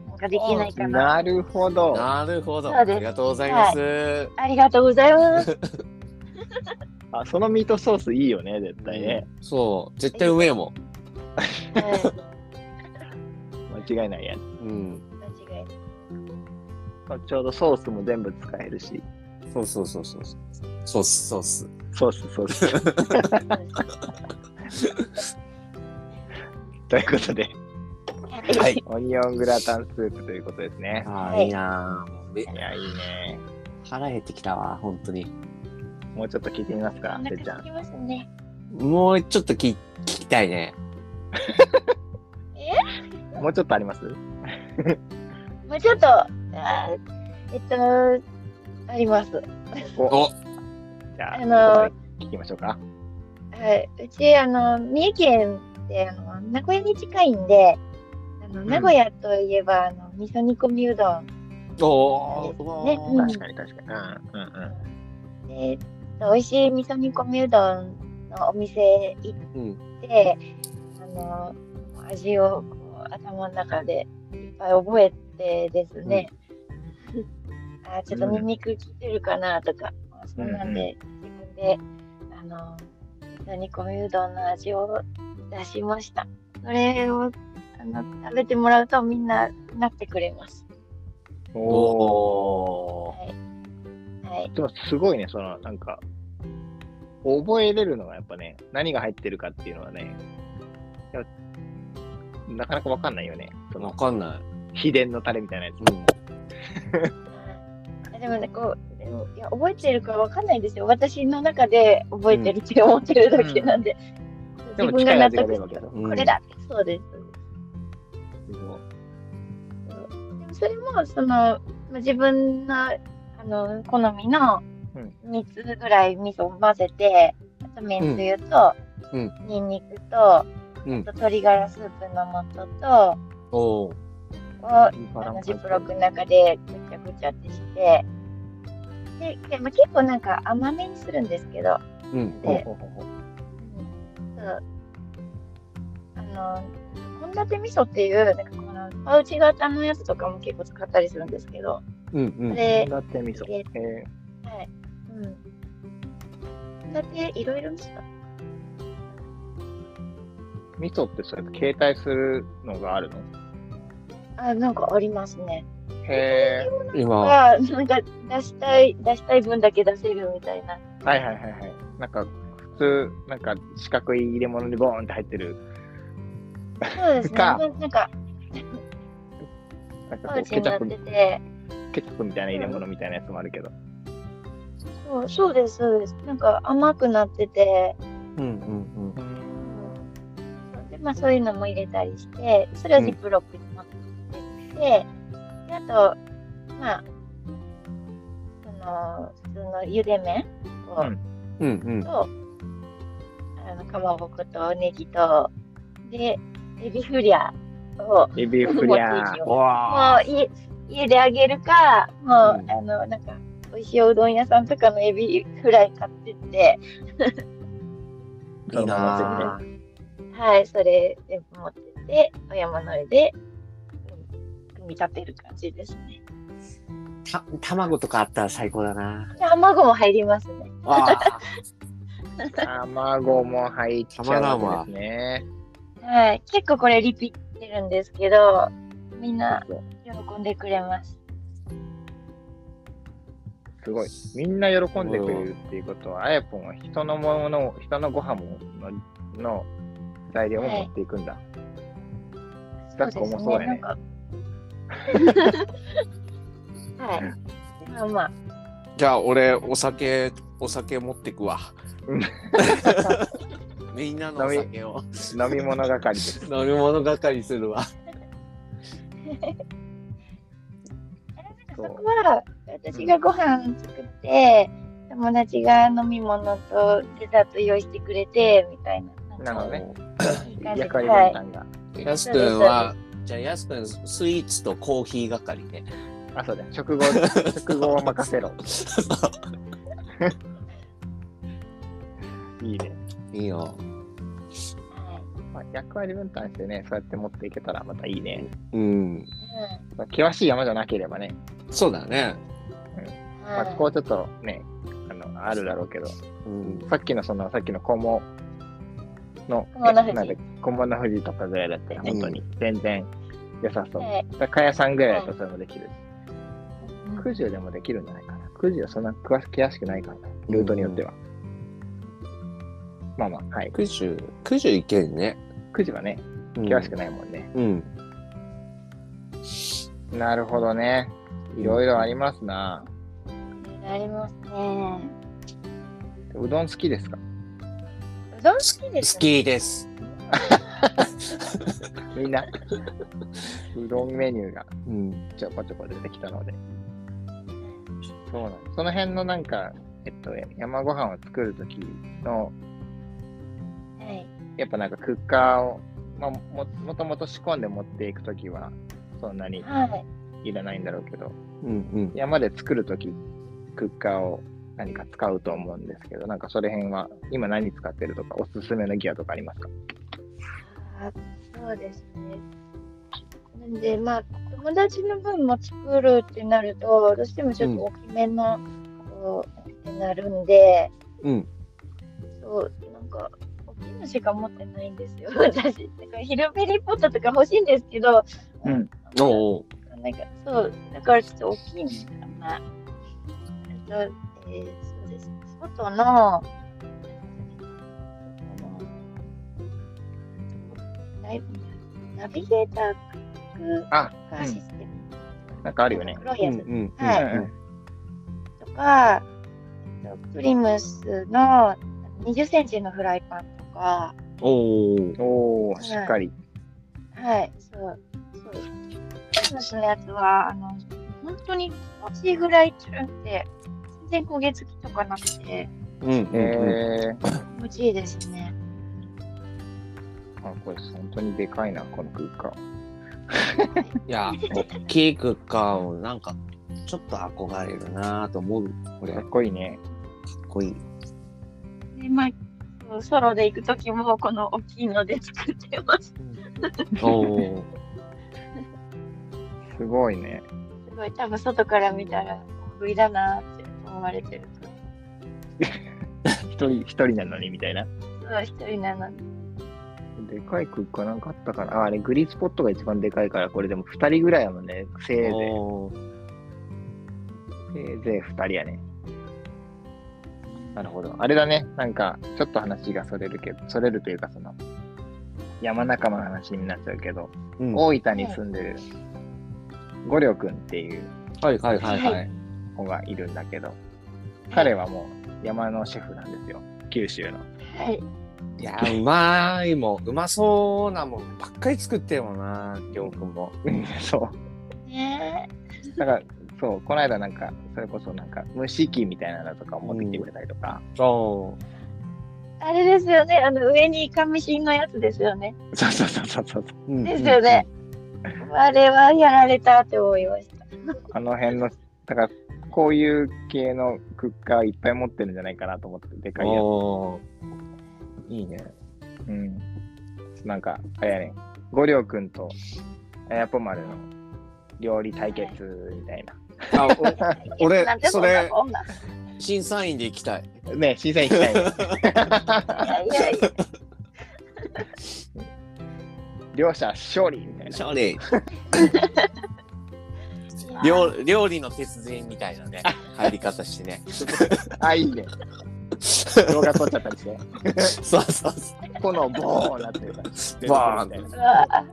Speaker 5: なんかできないかな。
Speaker 3: なるほど。
Speaker 2: なるほど。
Speaker 5: そ
Speaker 2: あ
Speaker 5: うです
Speaker 2: りがとうございます。
Speaker 5: ありがとうござ
Speaker 2: [LAUGHS]
Speaker 5: います。
Speaker 3: あ、そのミートソースいいよね、絶対ね。
Speaker 2: そう、絶対うめえも
Speaker 5: はい
Speaker 3: 間違いないやん
Speaker 2: ん。うん。
Speaker 5: 間違いない。
Speaker 3: ちょうどソースも全部使えるし。
Speaker 2: そうそうそうそう。そうっす、そうっす。
Speaker 3: ソース、ソース。ということで、
Speaker 5: は
Speaker 2: はいい。
Speaker 3: オニオングラタンスープということですね。
Speaker 2: あ
Speaker 5: は
Speaker 2: あ、
Speaker 5: い
Speaker 2: いいなぁ。もうめ
Speaker 3: いや、いいね。
Speaker 2: 腹減ってきたわ、本当に。
Speaker 3: もうちょっと聞いてみます
Speaker 5: お
Speaker 3: か、て
Speaker 5: 腹
Speaker 3: っちゃ
Speaker 5: 空
Speaker 3: ん。
Speaker 5: きますね。
Speaker 2: もうちょっとき聞きたいね。
Speaker 3: もうちょっとあります
Speaker 5: もうちょっと、あーえっと、あります。
Speaker 2: お
Speaker 3: じゃあ、
Speaker 5: あのー
Speaker 3: ここで聞きましょうか。
Speaker 5: はい、うちあの三重県ってあの名古屋に近いんであの
Speaker 3: ん
Speaker 5: 名古屋といえば、あの味噌煮込みうどん
Speaker 2: おー
Speaker 5: ね
Speaker 2: お
Speaker 5: うん
Speaker 2: ー
Speaker 3: 確かに確かに。うんうん
Speaker 5: でえっと美味しい味噌煮込みうどんのお店行
Speaker 2: うん。
Speaker 5: ってあの味をこう頭の中でいっぱい覚えてですね、あーちょっとニンニク効いてるかなとか、そうなんで自分であの味噌煮込みうどんの味を出しましたそれをあの食べてもらうとみんななってくれます
Speaker 3: うん。おお。
Speaker 2: おー
Speaker 5: はい、はい、
Speaker 3: でもすごいね、その、なんか、覚えれるのがやっぱね、何が入ってるかっていうのはね、やっぱなかなかわかんないよね。そ
Speaker 2: わ
Speaker 3: の、
Speaker 2: かんない。
Speaker 3: 秘伝のタレみたいなやつ。
Speaker 2: うん。
Speaker 5: でもねこうでもいや覚えてるかわかんないですよ私の中で覚えてるって思ってるだけなんで、
Speaker 3: でも
Speaker 5: 自分
Speaker 3: 近
Speaker 5: が
Speaker 3: い味が
Speaker 5: 納
Speaker 3: 出
Speaker 5: 得
Speaker 3: るわ
Speaker 5: し
Speaker 3: け
Speaker 5: て
Speaker 3: だ。
Speaker 2: うん
Speaker 5: これだ、そうですそうですでもそれもそのまあ自分のあの好みの
Speaker 3: うん
Speaker 5: 3つぐらい味噌を混ぜて、あとめんつゆと、
Speaker 2: う
Speaker 5: に
Speaker 2: ん
Speaker 5: ん、ニンニクと,、
Speaker 2: うん
Speaker 5: あと鶏ガラスープの素と
Speaker 2: おー
Speaker 5: をあ
Speaker 3: いいバラン
Speaker 5: の
Speaker 3: ス
Speaker 5: ジップロックの中でぐちゃぐちゃってしてでで、まあ、結構なんか甘めにするんですけど、
Speaker 2: うん。
Speaker 5: で
Speaker 3: ほうほうほうほう
Speaker 5: そうあの献立味噌っていうなんかこのパウチ型のやつとかも結構使ったりするんですけど、
Speaker 2: うんう
Speaker 5: そ
Speaker 2: ん。
Speaker 5: れ
Speaker 3: だって味噌。
Speaker 5: え
Speaker 3: え
Speaker 5: はい。うん。だっていろいろ見せた。
Speaker 3: ー味噌ってそうやって携帯するのがあるの
Speaker 5: ああ、なんかありますね。
Speaker 3: へえ。
Speaker 2: 今、
Speaker 5: あ、なんか出したい、出したい分だけ出せるみ
Speaker 3: [LAUGHS]
Speaker 5: たいな。
Speaker 3: はいはいはいはい。なんか、普通、なんか四角い入れ物にボーンって入ってる、
Speaker 5: そうですね。
Speaker 3: か
Speaker 5: ななんか、
Speaker 3: なんかこ
Speaker 5: パウ
Speaker 3: う
Speaker 5: チに
Speaker 3: ケチャッ
Speaker 5: なって
Speaker 3: プ、
Speaker 5: て。
Speaker 3: ケチャップみたいな入れ物みたいなやつもあるけど。
Speaker 5: そう、そうです、そうです。なんか甘くなってて。
Speaker 2: うんうんうん。
Speaker 5: うんでまあ、そういうのも入れたりしてそれをジップロックに持ってって、であとまあその普通のゆで麺こう
Speaker 3: うん
Speaker 2: うんうん。
Speaker 5: と、あのかまぼことネギとでエビフリャを
Speaker 3: エビ
Speaker 5: [LAUGHS]
Speaker 3: フリ
Speaker 5: 持っ
Speaker 3: ア
Speaker 5: ていきます
Speaker 2: わ
Speaker 5: もうい家であげるかもう、
Speaker 2: うん
Speaker 5: あのなんか美味しいおうどん屋さんとかのエビフライ買ってって
Speaker 2: ーいいなぁ。
Speaker 5: はい、それ全部持ってって、お山の上で、うん組み立てる感じですね。
Speaker 1: た卵とかあったら最高だな。
Speaker 5: 卵も入りますね。
Speaker 2: [LAUGHS] あー
Speaker 3: 卵も入っちゃうんですね。
Speaker 5: はい、結構これリピってるんですけど、みんな
Speaker 3: そう
Speaker 5: 喜んでくれます。
Speaker 3: すごい。みんな喜んでくれるっていうことは、あやぽんは人のものを、人のご飯ものの材料も持っていくんだ。抱っこもそうやね
Speaker 5: そうですね
Speaker 3: [LAUGHS]
Speaker 5: なんかはい。まあまあ。
Speaker 2: じゃあ、俺、お酒、お酒持ってくわ。みんなのお酒を。
Speaker 3: 飲み物係です。 [LAUGHS]
Speaker 2: 飲み物係するわ。
Speaker 5: そこは私がご飯作って、友達が飲み物とデザート用意してくれてみたい
Speaker 3: な
Speaker 5: な。
Speaker 3: るほどね。
Speaker 5: いい感じ
Speaker 3: 役割
Speaker 5: は
Speaker 3: 分
Speaker 5: い
Speaker 3: 担が。
Speaker 2: やすくんは、じゃあ、やすくん、スイーツとコーヒー係ね。
Speaker 3: あ、そうだ。食後、食後を任 [LAUGHS] せろ。いいね。
Speaker 2: いいよ。
Speaker 5: はい
Speaker 3: まあ、役割分担してね、そうやって持っていけたらまたいいね。
Speaker 2: うん。
Speaker 3: まあ、険しい山じゃなければね、
Speaker 2: そうだね。
Speaker 5: うん
Speaker 3: まあ、
Speaker 5: はい
Speaker 3: ここはちょっとね、あの、あるだろうけど、
Speaker 2: うん。
Speaker 3: さっきのその、さっきの小物の、
Speaker 5: 小物富士
Speaker 3: なんだっけ小物富士とかぐらいだったら、
Speaker 2: うん
Speaker 3: 本当に全然良さそう。
Speaker 5: はい
Speaker 3: だからかやさんぐらいだとそれもできるし、
Speaker 5: うん
Speaker 3: 九十でもできるんじゃないかな。九十はそんな詳しく詳しくないからな、ルートによっては。まあまあ、はい。
Speaker 2: 九十、九十いけるね。
Speaker 3: 九十はね、
Speaker 2: うん
Speaker 3: 詳しくないもんね。
Speaker 2: うん。
Speaker 3: なるほどね。いろいろありますな。
Speaker 5: ありますね。
Speaker 3: うどん好きですか
Speaker 5: うどん好きです、
Speaker 2: 好
Speaker 5: ね。
Speaker 2: きです。
Speaker 3: みん
Speaker 5: [LAUGHS]
Speaker 3: な。うどんメニューが
Speaker 2: うん。
Speaker 3: ちょこちょこ出てきたので。そうなんですその辺のなんか、えっと、山ご飯を作るときの、
Speaker 5: はい。
Speaker 3: やっぱなんかクッカーを、まあ、ももともと仕込んで持っていくときは、そんなに
Speaker 5: はい。
Speaker 3: いらないんだろうけど、
Speaker 2: うんうん。
Speaker 3: 山で作るとき、クッカーを何か使うと思うんですけど、なんかそれ辺は、今何使ってるとか、おすすめのギアとかありますか
Speaker 5: あそうですね。なんで、まあ、友達の分も作るってなると、どうしてもちょっと大きめの、こう、ってなるんで、
Speaker 2: うん。
Speaker 5: そう、なんか、大きいのしか持ってないんですよ、 [LAUGHS] 私。だから、ヒルベリーポットとか欲しいんですけど、
Speaker 3: うん
Speaker 2: おう
Speaker 5: なんか、そう、だからちょっと大きいのかな。あと、えー、そうです。外の、ナイナビゲーターク
Speaker 3: あ、
Speaker 5: ッカーシステム。
Speaker 3: なんかあるよね。
Speaker 5: 黒い
Speaker 2: うん
Speaker 5: や
Speaker 2: う
Speaker 5: つ
Speaker 2: ん。
Speaker 5: は
Speaker 3: うんうん
Speaker 5: い。とか、えっとプリムスの20センチのフライパンとか、
Speaker 2: おう
Speaker 3: お
Speaker 5: は
Speaker 3: お
Speaker 5: い
Speaker 3: しっかり。
Speaker 5: はい、そう。そう。プリムスのやつは、あの、本当に気持ちいいぐらいチュルンって、全然焦げ付きとかなくて、
Speaker 2: うんうんうん。
Speaker 3: えー、
Speaker 5: 気持ちいいですね。
Speaker 3: あ、これ本当にでかいな、この空間。
Speaker 2: いや、大きいクッカーをなんか、ちょっと憧れるなぁと思う。これ、
Speaker 3: か
Speaker 2: か
Speaker 3: っ
Speaker 2: っ
Speaker 3: こいいね。
Speaker 2: こいい。
Speaker 5: で、まあ、そうソロで行くときも、この大きいので作ってます。
Speaker 2: お [LAUGHS] お。
Speaker 3: すごいね。
Speaker 5: すごい、多分外から見たら、大食いだなって思われてると思う
Speaker 3: 一人、一人なのにみたいな。
Speaker 5: そう、一人なのに。
Speaker 3: ででかい空間なんかあったかな。ああれ、グリーンスポットが一番でかいから、これでも2人ぐらいやもんね。せいぜ
Speaker 1: おー
Speaker 3: い、せいぜい2人やね。なるほど。あれだね。なんか、ちょっと話がそれるけど、それるというか、その、山仲間の話になっちゃうけど、
Speaker 2: うん
Speaker 3: 大分に住んでる、五稜くんっていう
Speaker 2: はいはいはいはい。
Speaker 3: 子がいるんだけど、彼はもう山のシェフなんですよ。九州の。
Speaker 5: はい。
Speaker 2: いやー、うまいもん。うまそうなもんばっかり作ってるもんな、りょうくんも。
Speaker 3: [LAUGHS] そう。
Speaker 5: ね
Speaker 3: だから、そう、この間なんか、それこそなんか、蒸し器みたいなのとかを持ってきてくれたりとか、
Speaker 2: そ
Speaker 5: あれですよね。あの、上にイカミシンのやつですよね。
Speaker 3: そうそうそうそうそう。
Speaker 2: う。うん
Speaker 5: ですよね。あれはやられたって思いました。
Speaker 3: あの辺の、だから、こういう系のクッカーいっぱい持ってるんじゃないかなと思って、でかいや
Speaker 2: おーいいね。
Speaker 3: つ。うん。なんか、あれやね、五稜くんと、あやぽまるの料理対決みたいな。
Speaker 2: あ、俺
Speaker 5: なんでんなもんなん
Speaker 2: お審査員で行きたい。
Speaker 3: ね審査員行きた
Speaker 2: [LAUGHS]
Speaker 3: いね。
Speaker 5: いやいやいや。
Speaker 3: 両者勝利みたいな。
Speaker 2: 勝利。 [LAUGHS] 料料理の鉄人みたいなね、入り方してね。
Speaker 3: あ、いいね。動画撮っちゃった
Speaker 2: [LAUGHS]
Speaker 3: りして、
Speaker 2: [LAUGHS] そうそうそ
Speaker 3: 炎ボーンなってるから。
Speaker 2: う。バーン
Speaker 3: みた
Speaker 5: う
Speaker 3: い
Speaker 5: わあ
Speaker 3: な。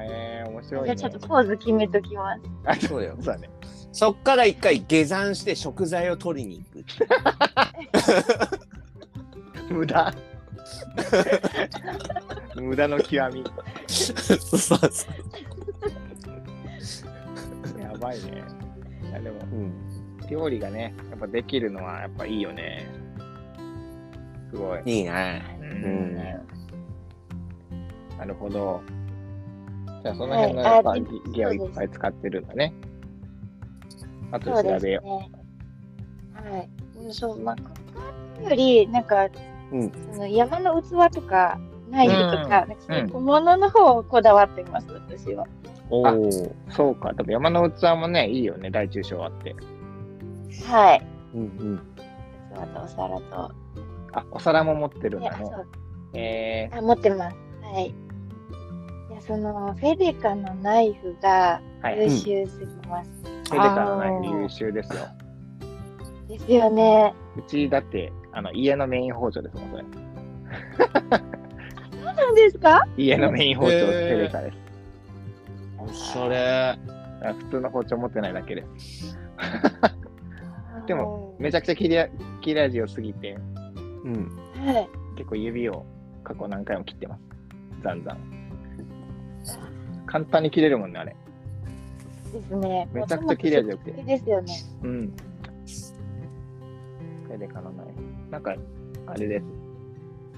Speaker 3: えー、面
Speaker 5: じ
Speaker 3: 白い
Speaker 5: ゃあ
Speaker 3: ね。
Speaker 5: ちょっとポーズ決めときます。
Speaker 3: あそう
Speaker 2: そうだよ。
Speaker 3: そうだね。
Speaker 2: そっから一回下山して食材を取りに行く。
Speaker 3: 無 [LAUGHS] 駄無駄の極 [LAUGHS] み
Speaker 2: そうそうそ
Speaker 3: やばいねいやでも
Speaker 2: う。うん。
Speaker 3: 料理がねやっぱできるのはやっぱいいよねすごい、
Speaker 2: いいね。
Speaker 3: うんなるほどじゃあその辺の
Speaker 5: はい
Speaker 3: やっぱ
Speaker 5: あ
Speaker 3: ギ
Speaker 5: で
Speaker 3: ギアを
Speaker 5: そう
Speaker 3: い
Speaker 5: で
Speaker 3: っ
Speaker 5: す
Speaker 3: ぱい使ってるんだねあと
Speaker 5: そ
Speaker 3: で
Speaker 5: うで
Speaker 3: 調
Speaker 5: す
Speaker 3: べ
Speaker 5: ね
Speaker 3: よ。
Speaker 5: はい。うんそう、まあ、ここより、なんか、
Speaker 2: うん
Speaker 5: その山の器とか、ナイフとか、なんかそういう
Speaker 3: うん
Speaker 5: 小物の方をこだわってます、私は。
Speaker 2: お
Speaker 3: あ
Speaker 2: お。
Speaker 3: うそうかでも山の器もねいいよね大中小あって
Speaker 5: はい。
Speaker 2: うんうん。
Speaker 5: 器とお皿と。
Speaker 3: あお皿も持ってるん
Speaker 5: いや
Speaker 3: だね
Speaker 5: そう
Speaker 3: え
Speaker 5: あ、持ってます。はい。いや、その、フェデカのナイフが
Speaker 3: ー、はい
Speaker 5: 優
Speaker 3: 手
Speaker 5: 秀すぎます。
Speaker 3: でからない優秀ですよ
Speaker 5: ですよね。
Speaker 3: うちだってあの家のメイン包丁ですもんそれ
Speaker 5: そうなんですか
Speaker 3: 家のメイン包丁
Speaker 2: へー
Speaker 3: テレカです。
Speaker 2: おしゃれ。
Speaker 3: あ普通の包丁持ってないだけです。で
Speaker 5: も
Speaker 3: めちゃくちゃ切れ切れ味を過ぎて、
Speaker 2: うん。
Speaker 5: はい。
Speaker 3: 結構指を過去何回も切ってます。ざんざん。簡単に切れるもんね、あれ。
Speaker 5: ですね。
Speaker 3: めちゃくちゃ綺麗でよくて
Speaker 5: もうトマトですよね。
Speaker 3: うん。テレカのない。なんか、あれです。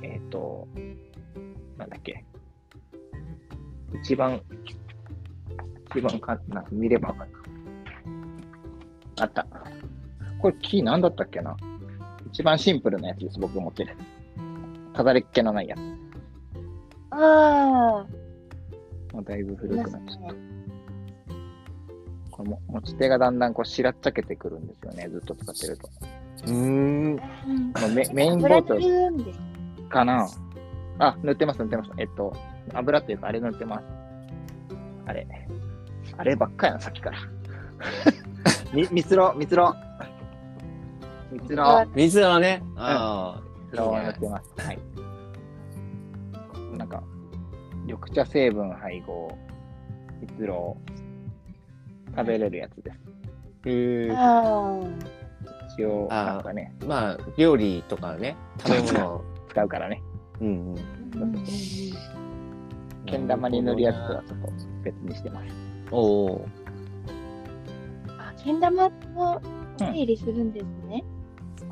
Speaker 3: えっ、と、なんだっけ。一番、一番か、なんか見ればわかる。あった。これ、キーなんだったっけな一番シンプルなやつです、僕持ってる。飾りっ気のないやつ。
Speaker 5: あ
Speaker 3: もうだいぶ
Speaker 5: あ、い
Speaker 3: 古
Speaker 5: ま
Speaker 3: く
Speaker 5: す
Speaker 3: なっ
Speaker 5: ね
Speaker 3: ちゃった。。これも持ち手がだんだんこう、しらっちゃけてくるんですよね、ずっと使ってると。
Speaker 2: うん。
Speaker 5: うん
Speaker 3: もうメメインボ
Speaker 5: 油
Speaker 3: ー
Speaker 5: 塗
Speaker 3: ト
Speaker 5: るんです
Speaker 3: かなあ、塗ってます、塗ってます。えっと、油っていうか、あれ塗ってます。あれ。あればっかやな、さっきから。 [LAUGHS] み、みつろ、みつろ。みつろ、
Speaker 2: 水はね。あ
Speaker 3: みつろを塗ってます。はい。なんか、緑茶成分配合、みつろを食べれるやつです。
Speaker 2: あ。へえ。
Speaker 5: あ
Speaker 3: 一応、
Speaker 2: あー
Speaker 3: なんかね、
Speaker 2: まあ料理とかね。食べ物を。
Speaker 3: 使うからね。
Speaker 2: うんうん。
Speaker 5: あ。
Speaker 3: けん玉に塗るやつとはちょっと別にしてます。
Speaker 2: おお。
Speaker 5: けん玉も整理するんですね。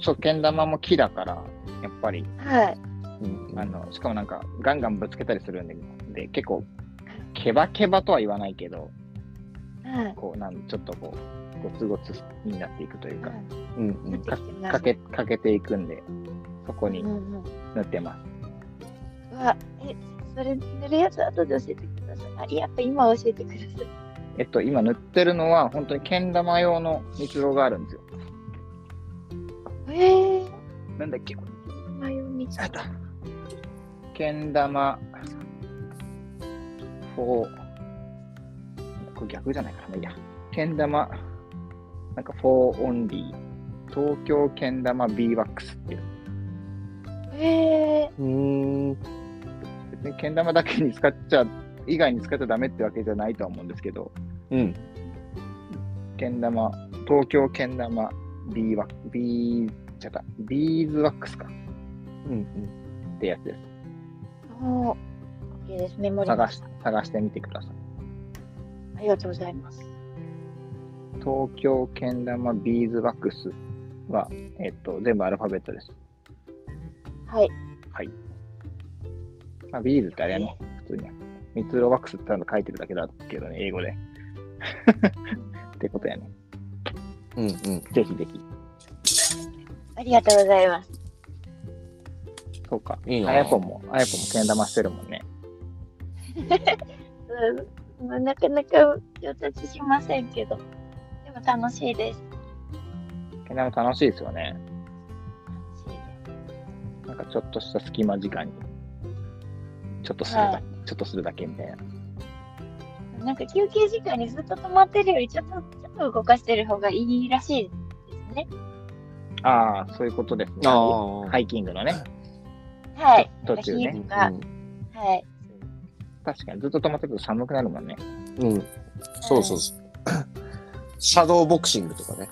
Speaker 3: そう、けん玉も木だから、やっぱり、
Speaker 5: はい。
Speaker 2: うん
Speaker 3: あのしかもなんかガンガンぶつけたりするんでで結構ケバケバとは言わないけど
Speaker 5: はい。
Speaker 3: こうなんちょっとこうゴツゴツになっていくというか
Speaker 2: うんう
Speaker 5: なっ
Speaker 2: ん。
Speaker 5: てきてます。
Speaker 3: かけかけていくんでそこに
Speaker 5: うんうん
Speaker 3: 塗ってます、
Speaker 5: うわ、え、それ塗るやつ後で教えてください。あ、やっぱ今教えてください。
Speaker 3: えっと今塗ってるのは本当にけん玉用の蜜ろがあるんですよ
Speaker 5: ええ
Speaker 3: なんだっけ
Speaker 5: マヨ見ちゃった。
Speaker 3: けん玉4。これ逆じゃないからいいや。けん玉、なんか4オンリー。東京けん玉 B ワックスっていう。
Speaker 5: へえ。
Speaker 2: うん。
Speaker 3: 別にけん玉だけに使っちゃ、以外に使っちゃダメってわけじゃないとは思うんですけど、
Speaker 2: うん。
Speaker 3: けん玉、東京けん玉 B ワックス、B、ちゃった、ビーズワックスか
Speaker 2: うん。
Speaker 3: ってやつです。
Speaker 5: おー OK です。メモりま
Speaker 3: 探
Speaker 5: し。
Speaker 3: した探してみてください。
Speaker 5: ありがとうございます。
Speaker 3: 東京けん玉ビーズワックスは、えっと、全部アルファベットです。
Speaker 5: はい。
Speaker 3: まあ、ビーズってあれやね、普通に。ミツロワックスってただ書いてるだけだけどね、英語で。 [LAUGHS] ってことやね。
Speaker 2: うん。うん。
Speaker 3: ぜひぜひ。
Speaker 5: ありがとうございます。
Speaker 3: そうか。
Speaker 2: いいな
Speaker 3: あやぽんも、あやぽんもけん玉してるもんね。
Speaker 5: うんまあ、なかなか上達しませんけど、でも楽しいです。
Speaker 3: けん玉楽しいですよね。
Speaker 5: 楽しいです
Speaker 3: なんかちょっとした隙間時間に。ちょっとするだ、
Speaker 5: はい
Speaker 3: ちょっとするだけみたいな。
Speaker 5: なんか休憩時間にずっと止まってるよりちょっとちょっと動かしてる方がいいらしいですね。
Speaker 3: ああ、そういうことですね。
Speaker 2: あ
Speaker 3: ハ
Speaker 2: あ。
Speaker 3: イキングのね。
Speaker 5: はい。
Speaker 3: 途中ね
Speaker 5: なんか火とかはい。
Speaker 3: 確かにずっと止まってると寒くなるもんね。
Speaker 2: うん。うん。そうそうそう。 [LAUGHS] シャドーボクシングとかね。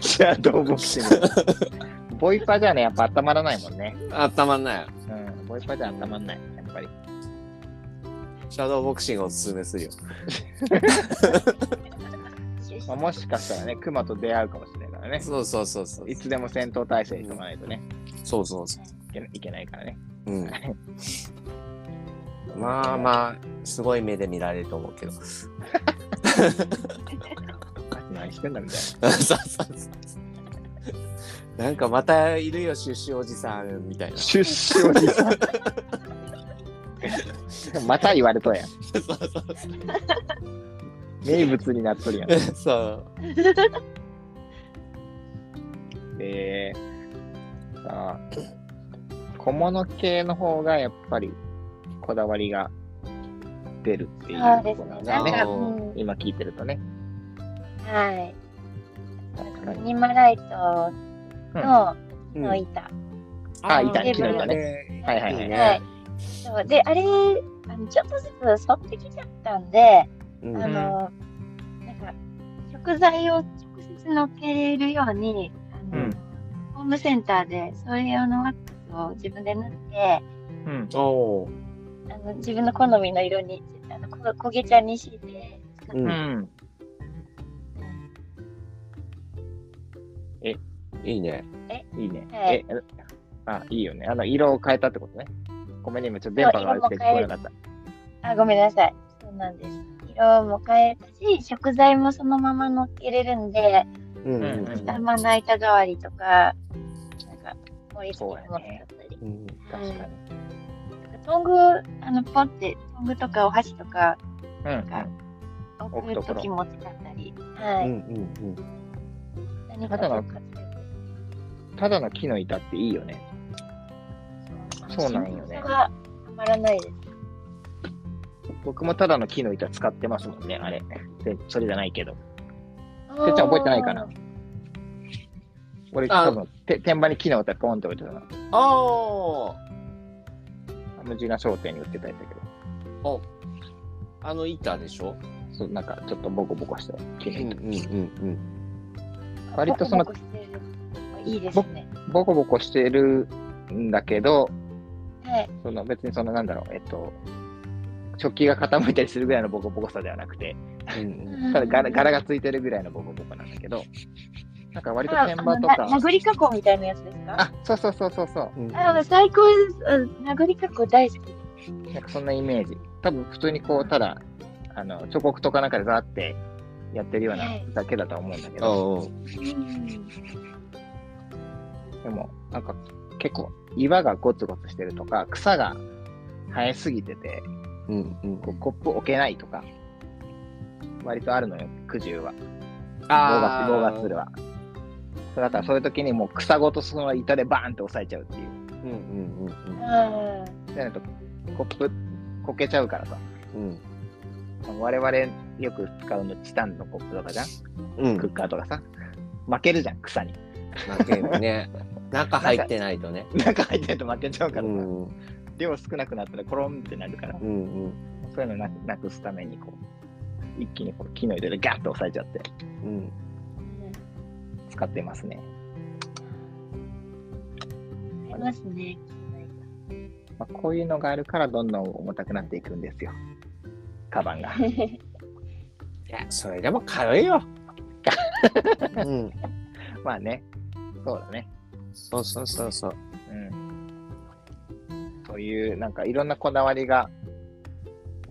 Speaker 3: シャドーボクシング。 [LAUGHS] ボイパじゃね、やっぱ温まらないもんね。
Speaker 2: あたまんない。
Speaker 3: うん、ボイパじゃ温まんない。やっぱり。
Speaker 2: シャドーボクシングおすすめするよ。
Speaker 3: まあ、もしかしたらね、熊と出会うかもしれないからね。
Speaker 2: そうそうそうそう。
Speaker 3: いつでも戦闘態勢にしとかないとね、
Speaker 2: そうそうそ
Speaker 3: いけいけないからね。
Speaker 2: う。
Speaker 3: [LAUGHS]
Speaker 2: うん。まあまあ、すごい目で見られると思うけど。そう
Speaker 3: 何してんだみたい
Speaker 2: そうそうそう。 [LAUGHS] なんかまたいるよ、シュッシュおじさんみたいな
Speaker 3: な。。出資おじさん。 [LAUGHS] また言われとんやん。
Speaker 2: そうそう
Speaker 3: 名物になっとるやん。
Speaker 2: そう。
Speaker 3: えー、さあ、小物系の方がやっぱりこだわりが出るっていう
Speaker 5: そうで
Speaker 3: こ
Speaker 5: す
Speaker 3: とな
Speaker 5: ね。
Speaker 3: ん
Speaker 5: な
Speaker 3: だ
Speaker 5: ん
Speaker 3: ね。
Speaker 5: か、うん、
Speaker 3: 今聞いてるとね。
Speaker 5: はい。
Speaker 3: 確か
Speaker 5: ミ
Speaker 3: に。
Speaker 5: ニマライトの木の板。
Speaker 3: あ、い
Speaker 5: 板
Speaker 3: た、
Speaker 5: ね
Speaker 3: 木の板ね。
Speaker 2: ね。
Speaker 3: はいはいはいい。
Speaker 2: い
Speaker 5: は
Speaker 2: ね
Speaker 5: い。。そうで、あれ、あのちょっとずつ反ってきちゃったんで、
Speaker 2: う
Speaker 5: あ
Speaker 2: ん。
Speaker 5: の、なんか、食材を直接乗っけれるように、あの
Speaker 3: うん
Speaker 5: ホームセンターでそれ用のワックスを自分で塗って、
Speaker 3: うん。
Speaker 2: おお。
Speaker 5: あの自分の好みの色にあのこ焦げ茶にして
Speaker 2: う。
Speaker 3: うんん。
Speaker 2: いいね。
Speaker 3: いいね。
Speaker 5: はい
Speaker 3: え、あ、いいよね。あの、色を変えたってことね。ごめんね、今ちょっと電波が悪くて聞こえなかった。
Speaker 5: あごめんなさいそうなんです色も変えたし食材もそのまま乗っけれるんで、
Speaker 2: うんう
Speaker 3: うん
Speaker 2: ん
Speaker 5: あまな板代わりとかなんか盛り付けも使ったり、
Speaker 2: うん。
Speaker 5: うん
Speaker 3: 確かに。
Speaker 5: トングあのポンってトングとかお箸とか
Speaker 3: うん
Speaker 5: か置
Speaker 3: 置くと
Speaker 5: く
Speaker 3: ころ
Speaker 5: 時も使ったり
Speaker 2: う
Speaker 5: はい、
Speaker 2: んうん
Speaker 5: 何かの活躍
Speaker 3: ん。ただの木の板っていいよね。そうなんよね
Speaker 5: そこがたまらないです
Speaker 3: 僕もただの木の板使ってますもんね、あれ。でそれじゃないけど。てっちゃん覚えてないかな俺、
Speaker 2: あ
Speaker 3: 多分て天板に木の板ポンって置いてたの。
Speaker 2: うん。おお。
Speaker 3: 無地が商店に売ってたやつだけど。
Speaker 2: あの板でしょ
Speaker 3: そう、なんかちょっとボコボコした木
Speaker 2: う
Speaker 3: の板。
Speaker 2: んうん
Speaker 3: 割とその
Speaker 5: ボコボコしてるいいですね
Speaker 3: ボコボコしてるんだけど、
Speaker 5: はい
Speaker 3: その別にそのなんだろう、えっと、食器が傾いたりするぐらいのボコボコさではなくて、
Speaker 2: うん。
Speaker 3: ただ柄柄がついてるぐらいのボコボコなんだけど、なんか割と天板と
Speaker 5: ああのな
Speaker 3: か、
Speaker 5: 殴り加工みたいなやつですか
Speaker 3: あ、そうそうそうそうそう。
Speaker 2: うん。
Speaker 5: あ最高です。あ殴り加工大好きです。
Speaker 3: なんかそんなイメージ。多分普通にこう、ただ、あの、彫刻とかなんかでザーってやってるような
Speaker 5: はい
Speaker 3: だけだとは思うんだけ
Speaker 2: お
Speaker 3: ど、
Speaker 2: お。
Speaker 3: でも、なんか結構岩がゴツゴツしてるとか、草が生えすぎてて、
Speaker 2: うんうん。
Speaker 3: こうコップ置けないとか、割とあるのよ、苦渋は。
Speaker 2: あー
Speaker 3: 動画するは。そうだからそういう時にもう草ごとその板でバーンって押さえちゃうっていう。
Speaker 2: うんうんうん
Speaker 5: う
Speaker 3: じゃないと、コップ、こけちゃうからさ。
Speaker 2: うん
Speaker 3: 我々よく使うのチタンのコップとかじゃん、
Speaker 2: うん
Speaker 3: クッカーとかさ。負けるじゃん、草に。 [LAUGHS]
Speaker 2: 負ける [LAUGHS] ね
Speaker 1: 中入ってないとね。
Speaker 3: 中入ってると負けちゃう
Speaker 2: う
Speaker 3: からさ。
Speaker 2: んうん
Speaker 3: 量少なくなったらコロンってなるから、
Speaker 2: うん
Speaker 3: そういうのなくなくすために、こう、一気にこう木の糸でガッと押さえちゃって
Speaker 2: うん
Speaker 5: ん
Speaker 3: 使ってますね。
Speaker 5: ありますね。
Speaker 3: まあ、こういうのがあるから、どんどん重たくなっていくんですよ。カバンが。
Speaker 2: いやそれでも軽いようん
Speaker 3: まあね、そうだね。
Speaker 2: そうそうそうそう
Speaker 3: うん。そういう、なんかいろんなこだわりが、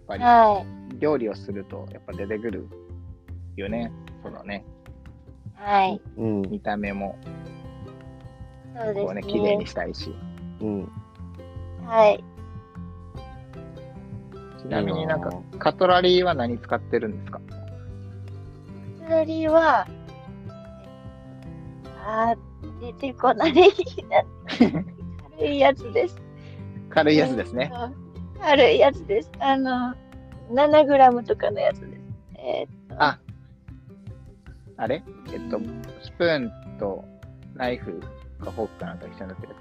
Speaker 3: やっぱ
Speaker 5: は
Speaker 3: り料理をすると、やっぱ出てくるよね。そのね、
Speaker 5: い。はい。
Speaker 2: うん
Speaker 3: 見た目も、
Speaker 5: そう
Speaker 3: こう
Speaker 5: で
Speaker 3: ね、
Speaker 5: す
Speaker 3: 綺麗
Speaker 5: ね
Speaker 3: に。したいし。
Speaker 2: うん
Speaker 5: はい。
Speaker 3: ちなみになんか、カトラリーは何使ってるんですか
Speaker 5: カトラリーは、あー、出てこない。 [LAUGHS] 軽いやつです。
Speaker 3: 軽いやつですね。
Speaker 5: そう軽いやつです。あの、7グラムとかのやつです。え
Speaker 3: あ、あれえっと、スプーンとナイフかフォークかなんか一緒になってる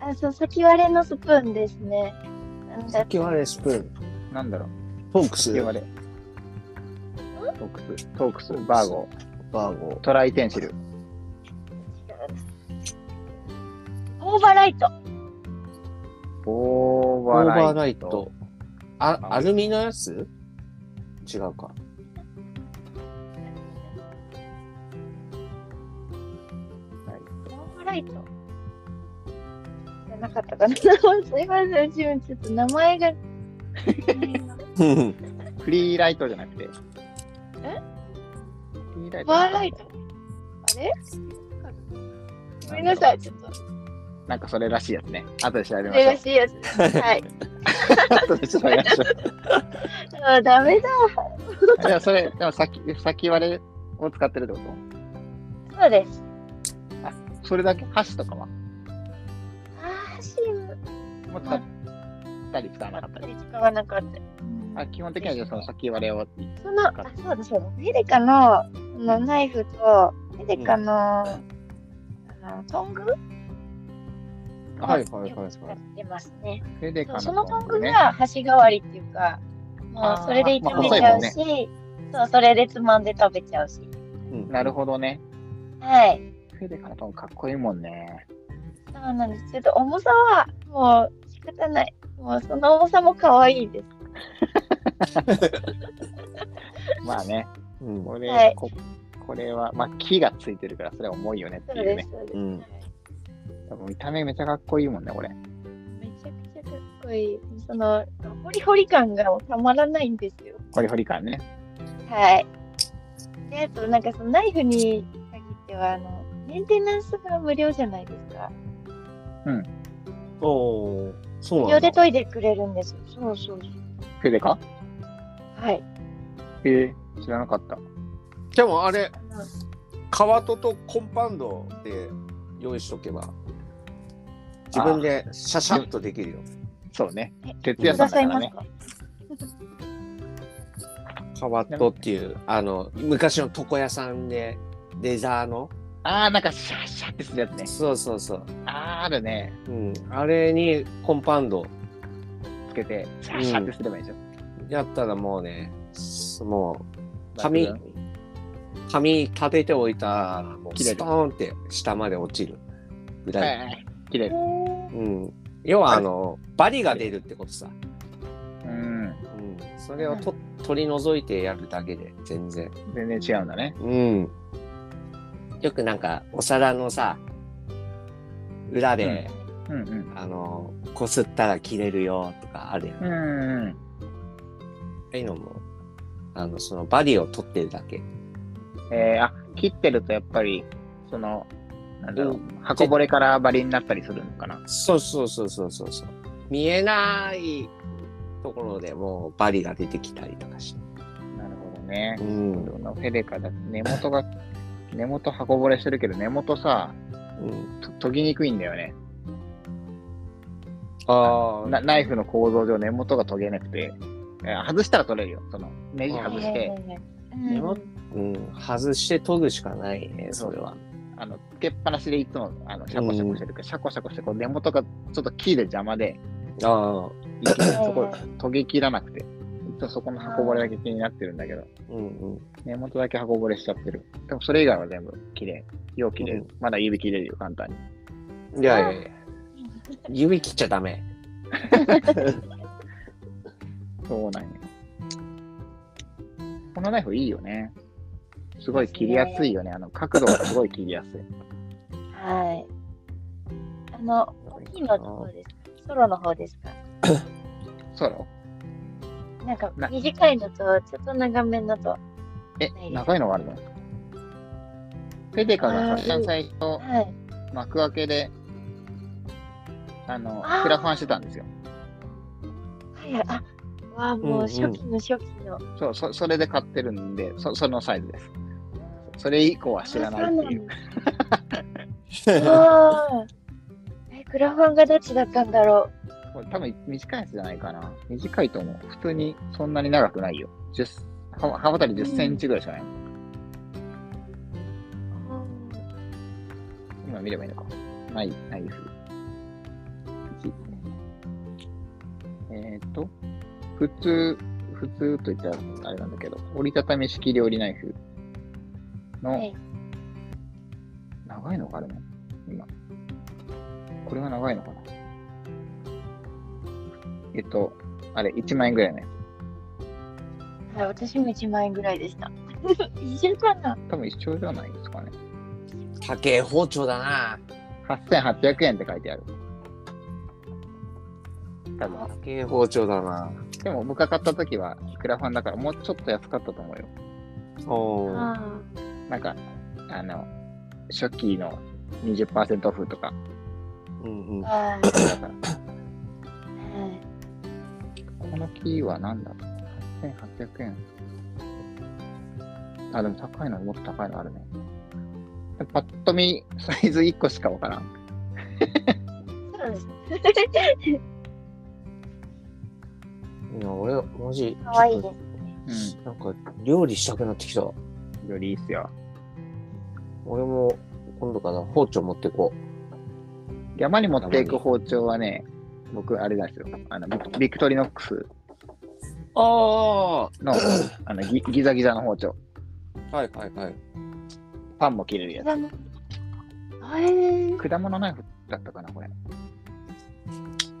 Speaker 3: や
Speaker 5: ーあ、そう、先割れのスプーンですね。なんだ
Speaker 2: 先割れスプーン
Speaker 3: つなんだろう
Speaker 2: フォークス
Speaker 3: 言われ。トークス、トークス、バーゴー、
Speaker 2: バーゴー
Speaker 3: トライテンシル。
Speaker 5: オーバーライト。
Speaker 3: オー
Speaker 2: オー
Speaker 3: バ
Speaker 2: バー
Speaker 3: ーラ
Speaker 2: ライ
Speaker 3: イト。
Speaker 2: トあアルミのやつ違うか
Speaker 5: オーバーライトじゃなかったかな。 [LAUGHS] すいません、自分ちょっと名前が。
Speaker 2: うん
Speaker 3: フリーライトじゃなくて。フリーライ
Speaker 5: オー
Speaker 3: トなん
Speaker 5: バー
Speaker 3: か。
Speaker 5: ライト。あれごめんなさい、ちょっと。
Speaker 3: なんかそれらしいやつね。後で調べましょ
Speaker 5: 珍
Speaker 3: う。
Speaker 5: しいやつです。はい。
Speaker 3: [LAUGHS] 後で調べましょ
Speaker 5: あーダメだ。
Speaker 3: う。でもそれ、でも先、先割れを使ってるってこ
Speaker 5: そうです。
Speaker 3: とそれだけ箸とかは
Speaker 5: ああ、シーム。
Speaker 3: もう使ったり使わなかったり。
Speaker 5: 使わなかった。
Speaker 3: あ基本的にはじゃあその先割れを
Speaker 5: その、あ、そうだそうだ。ヘデカの、そのナイフと、ヘデカの、あの、トング
Speaker 2: はいはいはいは
Speaker 5: よく使ってますね。
Speaker 3: フェデカ
Speaker 5: そう
Speaker 3: の
Speaker 5: そのトング
Speaker 3: ね
Speaker 5: が箸代わりっていうか、もうそれで炒めちゃう
Speaker 3: あーまあ細
Speaker 5: し、そう、それでつまんで食べちゃうし。
Speaker 3: なるほどね。
Speaker 5: はい。
Speaker 3: フェデカのトングかっこいいもんね。
Speaker 5: そうなんです。ちょっと重さは、もう仕方ない。もうその重さも可愛いです。
Speaker 3: まあね、
Speaker 2: うん
Speaker 3: これ、
Speaker 5: はい
Speaker 3: ここれは、まあ木がついてるから、それは重いよねって
Speaker 5: そ
Speaker 3: いうう
Speaker 5: です
Speaker 3: ね。。
Speaker 5: そうです
Speaker 2: うん
Speaker 5: はい
Speaker 3: 多分見た目めちゃかっこいいもんね、これ。
Speaker 5: めちゃくちゃかっこいい。その、ホリホリ感がたまらないんですよ。
Speaker 3: ホリホリ感ね。
Speaker 5: はい。で、あと、なんかそのナイフに限っては、あの、メンテナンスが無料じゃないですか。
Speaker 1: おおー。そう
Speaker 5: 無
Speaker 1: な
Speaker 5: 料
Speaker 1: んだ
Speaker 5: で。研いでくれるんですよ。そうそうそう。
Speaker 3: フェデカ
Speaker 5: はい。
Speaker 3: えー、知らなかった。
Speaker 2: でもあれ
Speaker 5: あの
Speaker 2: カトとコンパウンドで用意しとけば自分でシャシャッとできるよ
Speaker 3: そうね
Speaker 5: え。
Speaker 3: 徹
Speaker 5: く
Speaker 3: 夜さ
Speaker 5: だ
Speaker 3: んだ
Speaker 5: さい
Speaker 3: か
Speaker 5: ま
Speaker 3: ら
Speaker 5: す
Speaker 3: ね。
Speaker 5: か
Speaker 2: カワットっていうあの昔の床屋さんでレザーの
Speaker 3: あー、なんかシャッシャッってするやつね。
Speaker 2: そうそうそう、
Speaker 3: あーあるね。
Speaker 2: うん、あれにコンパウンド
Speaker 3: つけて、シャッシャッってすればいいじゃん。
Speaker 2: やったらもうねすもう紙紙立てておいたらもう
Speaker 3: 切
Speaker 2: ス
Speaker 3: れる
Speaker 2: トーンって下まで落ちるぐ
Speaker 3: はい
Speaker 2: らい、
Speaker 3: はい。綺麗。
Speaker 2: うん、要はあのバリが出るってことさ、
Speaker 3: うん。
Speaker 2: うん、それをと取り除いてやるだけで全然
Speaker 3: 全然違うんだね。
Speaker 2: うん。よくなんか、お皿のさ、裏で、
Speaker 3: うんうん。
Speaker 2: あの、こすったら切れるよとかあるやん。あ
Speaker 3: うんうん。
Speaker 2: あいうのも、あの、そのバリを取ってるだけ。
Speaker 3: えー、あ、切ってるとやっぱり、その、なんだろう、箱ぼれからバリになったりするのかな。
Speaker 2: そうそうそうそうそうそう。見えないところでもうバリが出てきたりとかして。
Speaker 3: なるほどね。
Speaker 2: うん。う
Speaker 3: そのフェデカだ根元が、根元箱ぼれしてるけど、根元さ、
Speaker 2: ん。
Speaker 3: と研ぎにくいんだよね。
Speaker 2: あ
Speaker 3: なナイフの構造上根元が研げなくて、えー外したら取れるよ。その、ネジ外して、
Speaker 5: うん
Speaker 2: もうん、外して研ぐしかないね、それは。
Speaker 3: あの、つけっぱなしでいつも、あの、シャコシャコしてるから、シャコシャコして、こう根元がちょっと木で邪魔 [LAUGHS] で、
Speaker 2: ああ、
Speaker 3: いけないそこ、研ぎ切らなくて、いつもそこの箱ぼれだけ気になってるんだけど、
Speaker 2: うんうん。
Speaker 3: 根元だけ箱ぼれしちゃってる。でもそれ以外は全部綺麗。容器で、
Speaker 2: うん
Speaker 3: まだ指切れるよ、簡単に。
Speaker 2: いやいやいや、指切っちゃダ [LAUGHS] メ。
Speaker 3: そうなんや。このナイフいいよね。すごい切りやすいよね。あの、角度がすごい切りやすい。
Speaker 5: はい。あの、大きいのどこですかソロの方ですか
Speaker 3: ソロ
Speaker 5: なんか
Speaker 3: な
Speaker 5: 短いのと、ちょっと長めのと。
Speaker 3: え、長いのがあるのペデカがさ、一番最初、
Speaker 5: はい。
Speaker 3: 幕開けで、あの
Speaker 5: あー、
Speaker 3: クラファンしてたんですよ。
Speaker 5: はいはい。あ、わあ、もう初期の初期の。
Speaker 3: そう、そそれで買ってるんで、そそのサイズです。それ以降は知らないっていう。
Speaker 5: うわあ。え、クラファンがどっちだったんだろ
Speaker 3: これ多分短いやつじゃないかな。短いと思う。普通にそんなに長くないよ。10は刃渡り10センチぐらいしかない。
Speaker 5: う。
Speaker 3: 今見ればいいのか。ナイナイフ。えっ、と、普通、普通と言ったらあれなんだけど、折りたたみ式料理ナイフの、
Speaker 5: はい
Speaker 3: 長いのかあれも今。これは長いのかなえっと、あれ、1万円ぐらいのや
Speaker 5: はい、私も1万円ぐらいでした。 [LAUGHS] 一緒かな
Speaker 3: つ。多分一緒じゃないですかね。
Speaker 2: 竹え包丁だな。
Speaker 3: 8800円って書いてある。多分。
Speaker 2: 竹え包丁だな。
Speaker 3: でも僕が買った時はクラファンだからもうちょっと安かったと思うよ。
Speaker 2: おー
Speaker 5: あ
Speaker 3: なんか、あの、初期の20%オフとか
Speaker 2: うんうん
Speaker 5: あ。は
Speaker 3: だから。
Speaker 5: い。はい
Speaker 3: この木は何だ ?8800 円。あ、でも高いのもっと高いのあるね。パッと見、サイズ1個しかわからん。
Speaker 5: そうですね。 [LAUGHS]
Speaker 2: いや俺、マジ、
Speaker 5: かわいい
Speaker 2: ち
Speaker 5: で
Speaker 2: ょ
Speaker 5: す
Speaker 3: う
Speaker 2: っとなんか、料理したくなってきた。
Speaker 3: ん。よりいいっすよ。
Speaker 2: 俺も、今度から包丁持ってこ
Speaker 3: 山に持っていく包丁はね、僕、あれなんですよ。あの、ビクビクトリノックス
Speaker 2: う。あ
Speaker 3: の、あのギ、ギザギザの包丁。
Speaker 2: あはいはいはい。
Speaker 3: パンも切れるやつ。
Speaker 5: 枝のあれ
Speaker 3: 果物ナイフだったかな、これ。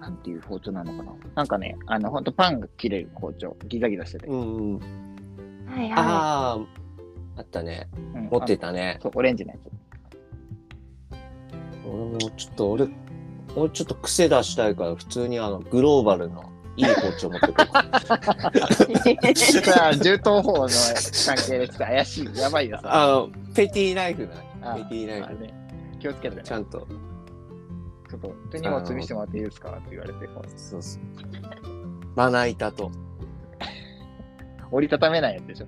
Speaker 3: なんていう包丁なのかな。なんかね、あの、ほんとパンが切れる包丁、ギザギザしてて。
Speaker 2: うんうん。
Speaker 5: はいは
Speaker 2: ああ、あったね。
Speaker 3: うん
Speaker 2: 持って
Speaker 3: あ
Speaker 2: たね。
Speaker 3: そう、オレンジのやつ。
Speaker 2: 俺もちょっと俺、俺ちょっと癖出したいから、普通にあの、グローバルのいい包丁持ってこう。
Speaker 3: さ [LAUGHS] あ、銃刀法の関係でちょっと怪し [LAUGHS] い、やばいよ、
Speaker 2: [LAUGHS]
Speaker 3: さ。
Speaker 2: あの、ペティナイフ
Speaker 3: あ
Speaker 2: だね。ペティナイ
Speaker 3: あれ
Speaker 2: フ。
Speaker 3: ね、気をつけてね。
Speaker 2: ちゃんと。
Speaker 3: ちょっと、手荷物見せてもらっていいですかって言われて、こう
Speaker 2: そうそう。まな板と、
Speaker 3: 折りたためないやつでしょ。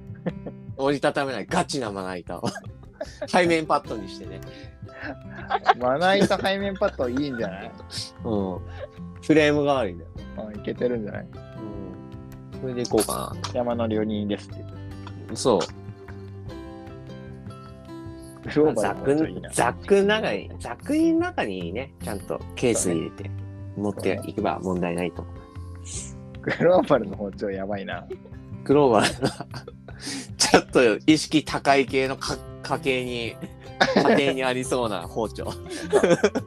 Speaker 2: 折りたためないガチなまな板 [LAUGHS] を。背面パッドにしてね。
Speaker 3: まな板背面パッドいいんじゃない
Speaker 2: うん。フレーム代わりだよ。
Speaker 3: うんいけてるんじゃない
Speaker 2: うん。それでいこうか
Speaker 3: 山の料理人ですって。
Speaker 2: な。そう。
Speaker 3: グローバ
Speaker 2: ザ
Speaker 3: ル
Speaker 2: ッ
Speaker 3: の
Speaker 2: ク
Speaker 3: 包丁いいな。
Speaker 2: ザックの中に、ザックの中にね、ちゃんとケース入れて持っていけば問題ないと思う。
Speaker 3: グローバルの包丁やばいな。
Speaker 2: グローバルな、ちょっと意識高い系のか家系に、家庭にありそうな包丁。
Speaker 3: そうやね。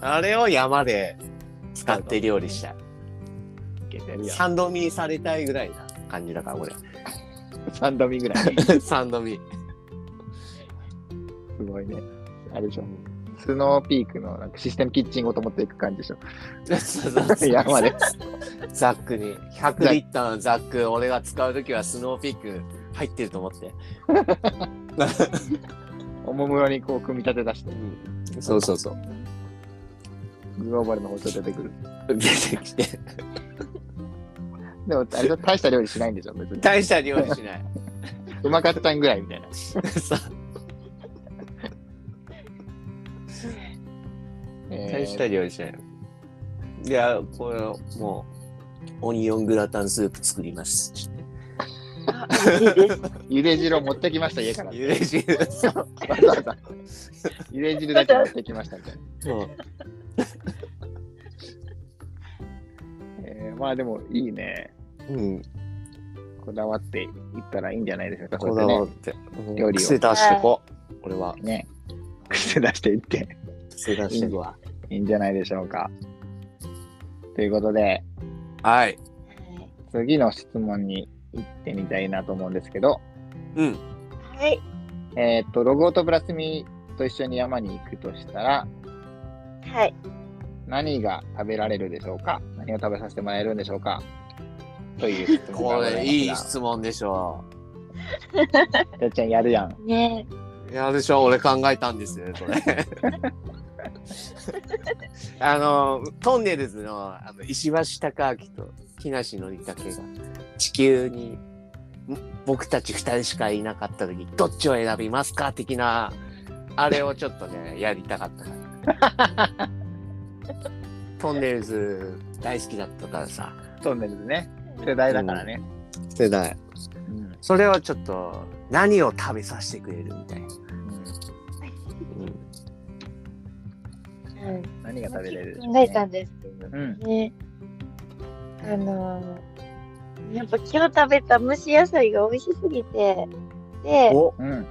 Speaker 2: あれを山で使って料理したい。
Speaker 3: いけてるや
Speaker 2: 三度見されたいぐらいな感じだから、こ
Speaker 3: ん。サンドミぐらい。 [LAUGHS]
Speaker 2: れ。三度見。
Speaker 3: すごいね。あれでしょ。スノーピークのなんかシステムキッチンごと持っていく感じでしょ。山で。
Speaker 2: ザックに。100リッターのザック、俺が使うときはスノーピーク入ってると思って。
Speaker 3: おもむろにこう組み立て出して、
Speaker 2: そうそうそう。
Speaker 3: グローバルの包丁出てくる。
Speaker 2: 出てきて。
Speaker 3: でも、あれ
Speaker 2: [LAUGHS]
Speaker 3: だ大した料理しないんでしょ、別に。
Speaker 2: 大した料理し [LAUGHS] ない。
Speaker 3: うまかったんぐらいみたいな。
Speaker 2: さ
Speaker 3: え
Speaker 2: 大した料理じゃない。いや、これもう、オニオングラタンスープ作ります。
Speaker 5: あいいです。
Speaker 3: ゆで汁を持ってきました、家
Speaker 2: [LAUGHS]
Speaker 3: から。
Speaker 2: ゆで汁。
Speaker 3: わざわざゆで汁だけ持ってきましたみたいな。
Speaker 2: そう
Speaker 3: えーまあでもいいね。
Speaker 2: うん、
Speaker 3: こだわっていったらいいんじゃないですか、
Speaker 2: こだわっ
Speaker 3: こ
Speaker 2: て。
Speaker 3: 料理を
Speaker 2: 癖出してこう。俺は
Speaker 3: うやってね。ね。癖出していって
Speaker 2: 癖出してこ
Speaker 3: いいんじゃないでしょうか。ということで、
Speaker 6: はい。
Speaker 3: 次の質問に行ってみたいなと思うんですけど、
Speaker 6: うん。
Speaker 5: はい。
Speaker 3: えーっと、ロゴとブラスミと一緒に山に行くとしたら、
Speaker 5: はい。
Speaker 3: 何が食べられるでしょうか何を食べさせてもらえるんでしょうかという質問
Speaker 6: こ
Speaker 3: がござ
Speaker 6: れ、
Speaker 3: い
Speaker 6: い
Speaker 3: ま
Speaker 6: い
Speaker 3: す
Speaker 6: 質問でしょ
Speaker 3: が。てっちゃんやるやん。
Speaker 5: ね
Speaker 6: う。いや、でしょ、俺考えたんですよ、これ。
Speaker 2: あの、トンネルズのあの石橋貴明と木梨憲武が地球にん僕たち二人しかいなかった時、どっちを選びますか的な、あれをちょっとね、やりたかったから。トンネルズ大好きだったからさ。
Speaker 3: トンネルズね。世代だからね。
Speaker 2: 世代。
Speaker 3: うん
Speaker 2: それをちょっと、何を食べさせてくれるみたいな。うん
Speaker 5: うん。
Speaker 3: 何が食べれるでしょう
Speaker 5: 考え
Speaker 3: ね
Speaker 5: たんですけど
Speaker 3: うん。
Speaker 5: ね。あのーやっぱ今日食べた蒸し野菜が美味しすぎて、で、
Speaker 2: お
Speaker 3: うん。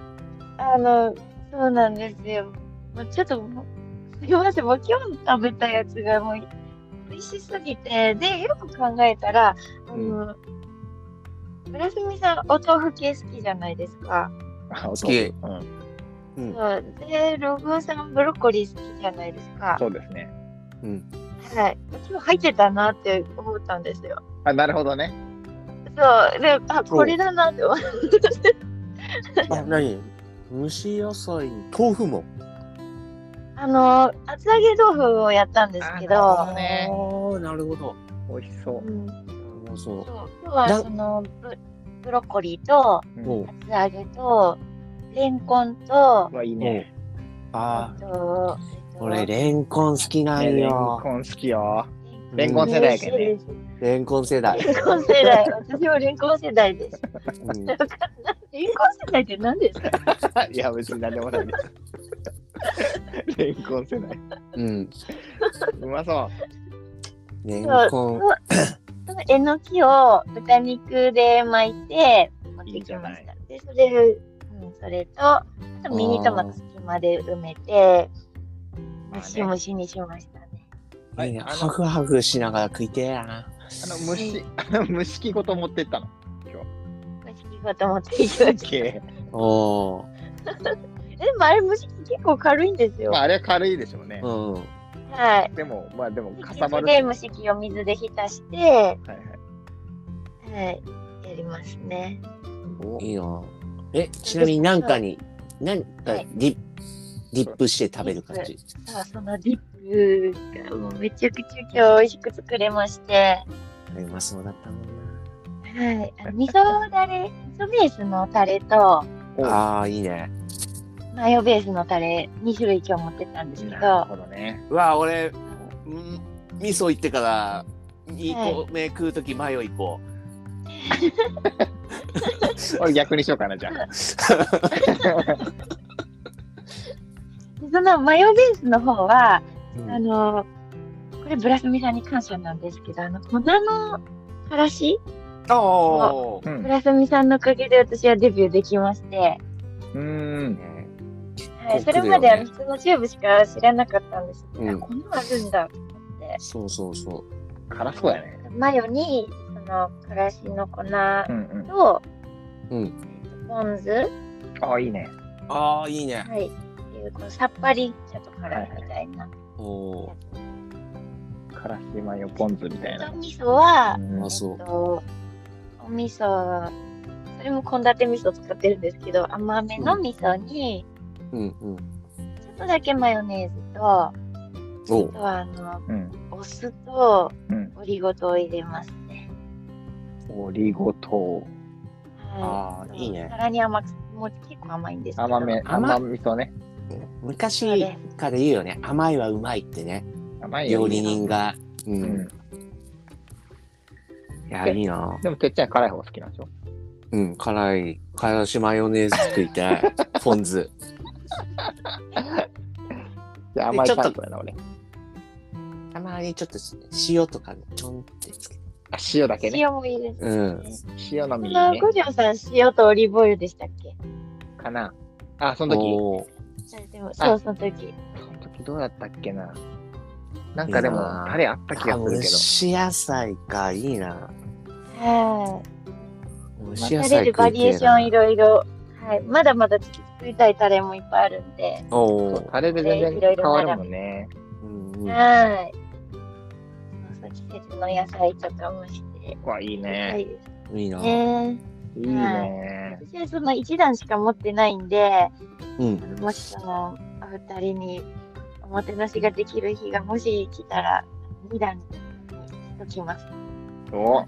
Speaker 5: あの、そうなんですよ。もうちょっともう、すいません、もう今日食べたやつがもう美味しすぎて、で、よく考えたら、あの、村住さん、お豆腐系好きじゃないですか。
Speaker 3: あ、お
Speaker 6: 好き
Speaker 3: 豆腐うん。
Speaker 6: うん
Speaker 5: そうで、ログさん、ブロッコリー好きじゃないですか。
Speaker 3: そうですね。
Speaker 5: はい。今日入ってたなって思ったんですよ。
Speaker 3: あ、なるほどね。
Speaker 5: そう、で、あ、これだなって思っ
Speaker 2: あ、何蒸し野菜に豆腐も。
Speaker 5: あの、厚揚げ豆腐をやったんですけ
Speaker 3: あ
Speaker 5: ど
Speaker 3: ー、ね
Speaker 2: あ、なるほど。
Speaker 3: 美味しそう
Speaker 5: う。ん、
Speaker 2: そう。
Speaker 5: そう今日は
Speaker 2: だ
Speaker 5: そのブブロッコリーと、
Speaker 3: うん
Speaker 2: う
Speaker 5: 厚揚げと、レンコンと、
Speaker 3: わ、いいね。
Speaker 2: あ
Speaker 5: えっと、えっと
Speaker 2: 俺、レンコン好きな
Speaker 3: ね
Speaker 2: ん
Speaker 3: レン
Speaker 2: よ。
Speaker 3: コン好きよ。
Speaker 2: レンコン
Speaker 3: 世代やけんね
Speaker 5: 美味しいです
Speaker 2: レンコン世代。
Speaker 5: レンコン世代、私もレンコン世代です。 [LAUGHS]
Speaker 2: うん
Speaker 5: レンコン世代って何ですか
Speaker 3: いや、別に何でもない [LAUGHS] です。レンコン世代。
Speaker 2: うん。
Speaker 3: うまそ
Speaker 2: レン
Speaker 5: そう
Speaker 2: コン。
Speaker 5: そのえのきを豚肉で巻いて持ってきました。で、それ、うん、それと、あとミニトマト隙間で埋めて、
Speaker 3: う。ま
Speaker 5: 蒸
Speaker 3: あ
Speaker 5: し
Speaker 3: ね、
Speaker 5: 蒸しにしましたね。
Speaker 3: はい
Speaker 2: いね
Speaker 3: あの
Speaker 2: ハフハフしながら食いてえやな。
Speaker 3: あの虫、あの虫器ごと持ってったの。
Speaker 5: 蒸し器ごと持っていきました。
Speaker 3: け
Speaker 2: お
Speaker 5: でもあれ蒸し器結構軽いんですよ。
Speaker 3: まあ、あれは軽いでしょうね。
Speaker 2: お。うん。
Speaker 5: はい。
Speaker 3: でも、まあ、でも、かさば
Speaker 5: そ
Speaker 3: る。
Speaker 5: れで蒸し器を水で浸して、
Speaker 3: はいはい。
Speaker 5: はい、やりますね。
Speaker 2: いいな。え、ちなみになんかに、なんか
Speaker 5: はい
Speaker 2: ディップ、ディップして食べる感じ。
Speaker 5: さあそのディップがもうめちゃくちゃ今日美味しく作れまして、
Speaker 2: うまそうだったもん
Speaker 5: はい、あの味噌だれ、味噌ベースのタレと、
Speaker 3: お
Speaker 2: な。ああ、いいね。
Speaker 5: マヨベースのタレ2種類今日持ってったんですけ
Speaker 3: なる
Speaker 5: ど、
Speaker 3: ほどね。
Speaker 6: うわ、俺、うん、味噌行ってから、2個目食うとき、マヨ行こ
Speaker 3: 俺、逆にしようかな、じゃあ。
Speaker 5: そのマヨベースの方は、
Speaker 2: うん
Speaker 5: あの、これブラスミさんに感謝なんですけど、あの、粉のからし、
Speaker 6: う。お
Speaker 3: う
Speaker 6: ー。
Speaker 3: ん。
Speaker 5: ブラスミさんのおかげで私はデビューできまして、
Speaker 3: うん。
Speaker 2: ね
Speaker 5: はい、そ
Speaker 2: 結構来
Speaker 5: れ
Speaker 2: るよね
Speaker 5: までは普通のチューブしか知らなかったんですけど、
Speaker 2: うん
Speaker 5: こんなのあるんだと思って
Speaker 2: そうそうそう。
Speaker 3: 辛そうやね。
Speaker 5: マヨにそのからしの粉
Speaker 3: う
Speaker 5: と、
Speaker 3: んうん。
Speaker 2: うん
Speaker 5: ポン酢、は
Speaker 3: あ、いいね。
Speaker 6: ああ、いいね。
Speaker 5: い、っていうこうさっぱりちょっと辛いみたいなや
Speaker 2: おお。
Speaker 3: 辛子マヨポン酢みたい
Speaker 5: つ、
Speaker 3: な
Speaker 5: と。味噌は、
Speaker 2: う
Speaker 3: う
Speaker 2: まそう
Speaker 5: えっ。と、お味噌それも献立味噌使ってるんですけど甘めの味噌に
Speaker 2: うんうん。
Speaker 5: ちょっとだけマヨネーズと、
Speaker 2: お
Speaker 5: あ
Speaker 2: う
Speaker 5: とはあの
Speaker 3: うん。
Speaker 5: お酢と
Speaker 3: うん。
Speaker 5: オリゴ糖を入れますね。
Speaker 3: オリゴ糖。
Speaker 5: はい
Speaker 2: あーいいね
Speaker 5: さらに甘く、もう結構甘いんですけど。
Speaker 3: 甘め、
Speaker 2: 甘
Speaker 3: 甘味噌ね。
Speaker 7: ね
Speaker 5: そう
Speaker 2: 昔
Speaker 5: で
Speaker 2: から言うよね甘いはうまいってね
Speaker 3: 甘いよ
Speaker 2: 料理人がう、
Speaker 3: うんん。
Speaker 2: いやいいな
Speaker 3: でも、てっちゃん辛い方好きなんでしょ
Speaker 2: うん辛いからしマヨネーズ食いたい [LAUGHS] ポン酢
Speaker 3: じゃあ甘い
Speaker 2: ちょっと
Speaker 3: 担当やな、俺。
Speaker 2: たまにちょっと塩とかねちょんってつけて
Speaker 3: あ塩だけ
Speaker 5: す。
Speaker 3: ね。
Speaker 5: 塩もいいです。
Speaker 2: うん
Speaker 3: 塩のみ
Speaker 5: あの
Speaker 3: ね。
Speaker 5: 五条さん、塩とオリーブオイルでしたっけ
Speaker 3: かな。あ、その時。
Speaker 2: おー
Speaker 5: それでも、そう、その時。
Speaker 3: その時どうだったっけな。なんかでも
Speaker 2: いいな、
Speaker 3: タレあった気
Speaker 2: あ
Speaker 3: がする
Speaker 2: 蒸
Speaker 3: けど。
Speaker 2: し野菜かいいな
Speaker 5: は
Speaker 2: 蒸
Speaker 5: い。
Speaker 2: し野
Speaker 5: 食べ
Speaker 2: 菜
Speaker 5: る
Speaker 2: 食
Speaker 5: バ
Speaker 2: い
Speaker 5: リエー
Speaker 2: てえ
Speaker 5: ショ
Speaker 2: な
Speaker 5: ンいろいろ。はい。まだまだ作りたいタレもいっぱいあるんで。
Speaker 2: お
Speaker 3: そ
Speaker 2: ー
Speaker 3: うタレで全然変わるもんね。
Speaker 2: うんうん
Speaker 5: はい。そうそう季節の野菜とかもして。
Speaker 3: うわ、いい
Speaker 5: は
Speaker 3: ね。
Speaker 5: いです
Speaker 2: いいな。
Speaker 5: ね。
Speaker 3: いいね。
Speaker 5: 私はその一段しか持ってないんで、
Speaker 2: うん。
Speaker 5: もしそのお二人におもてなしができる日がもし来たら、二段にしときます。
Speaker 3: お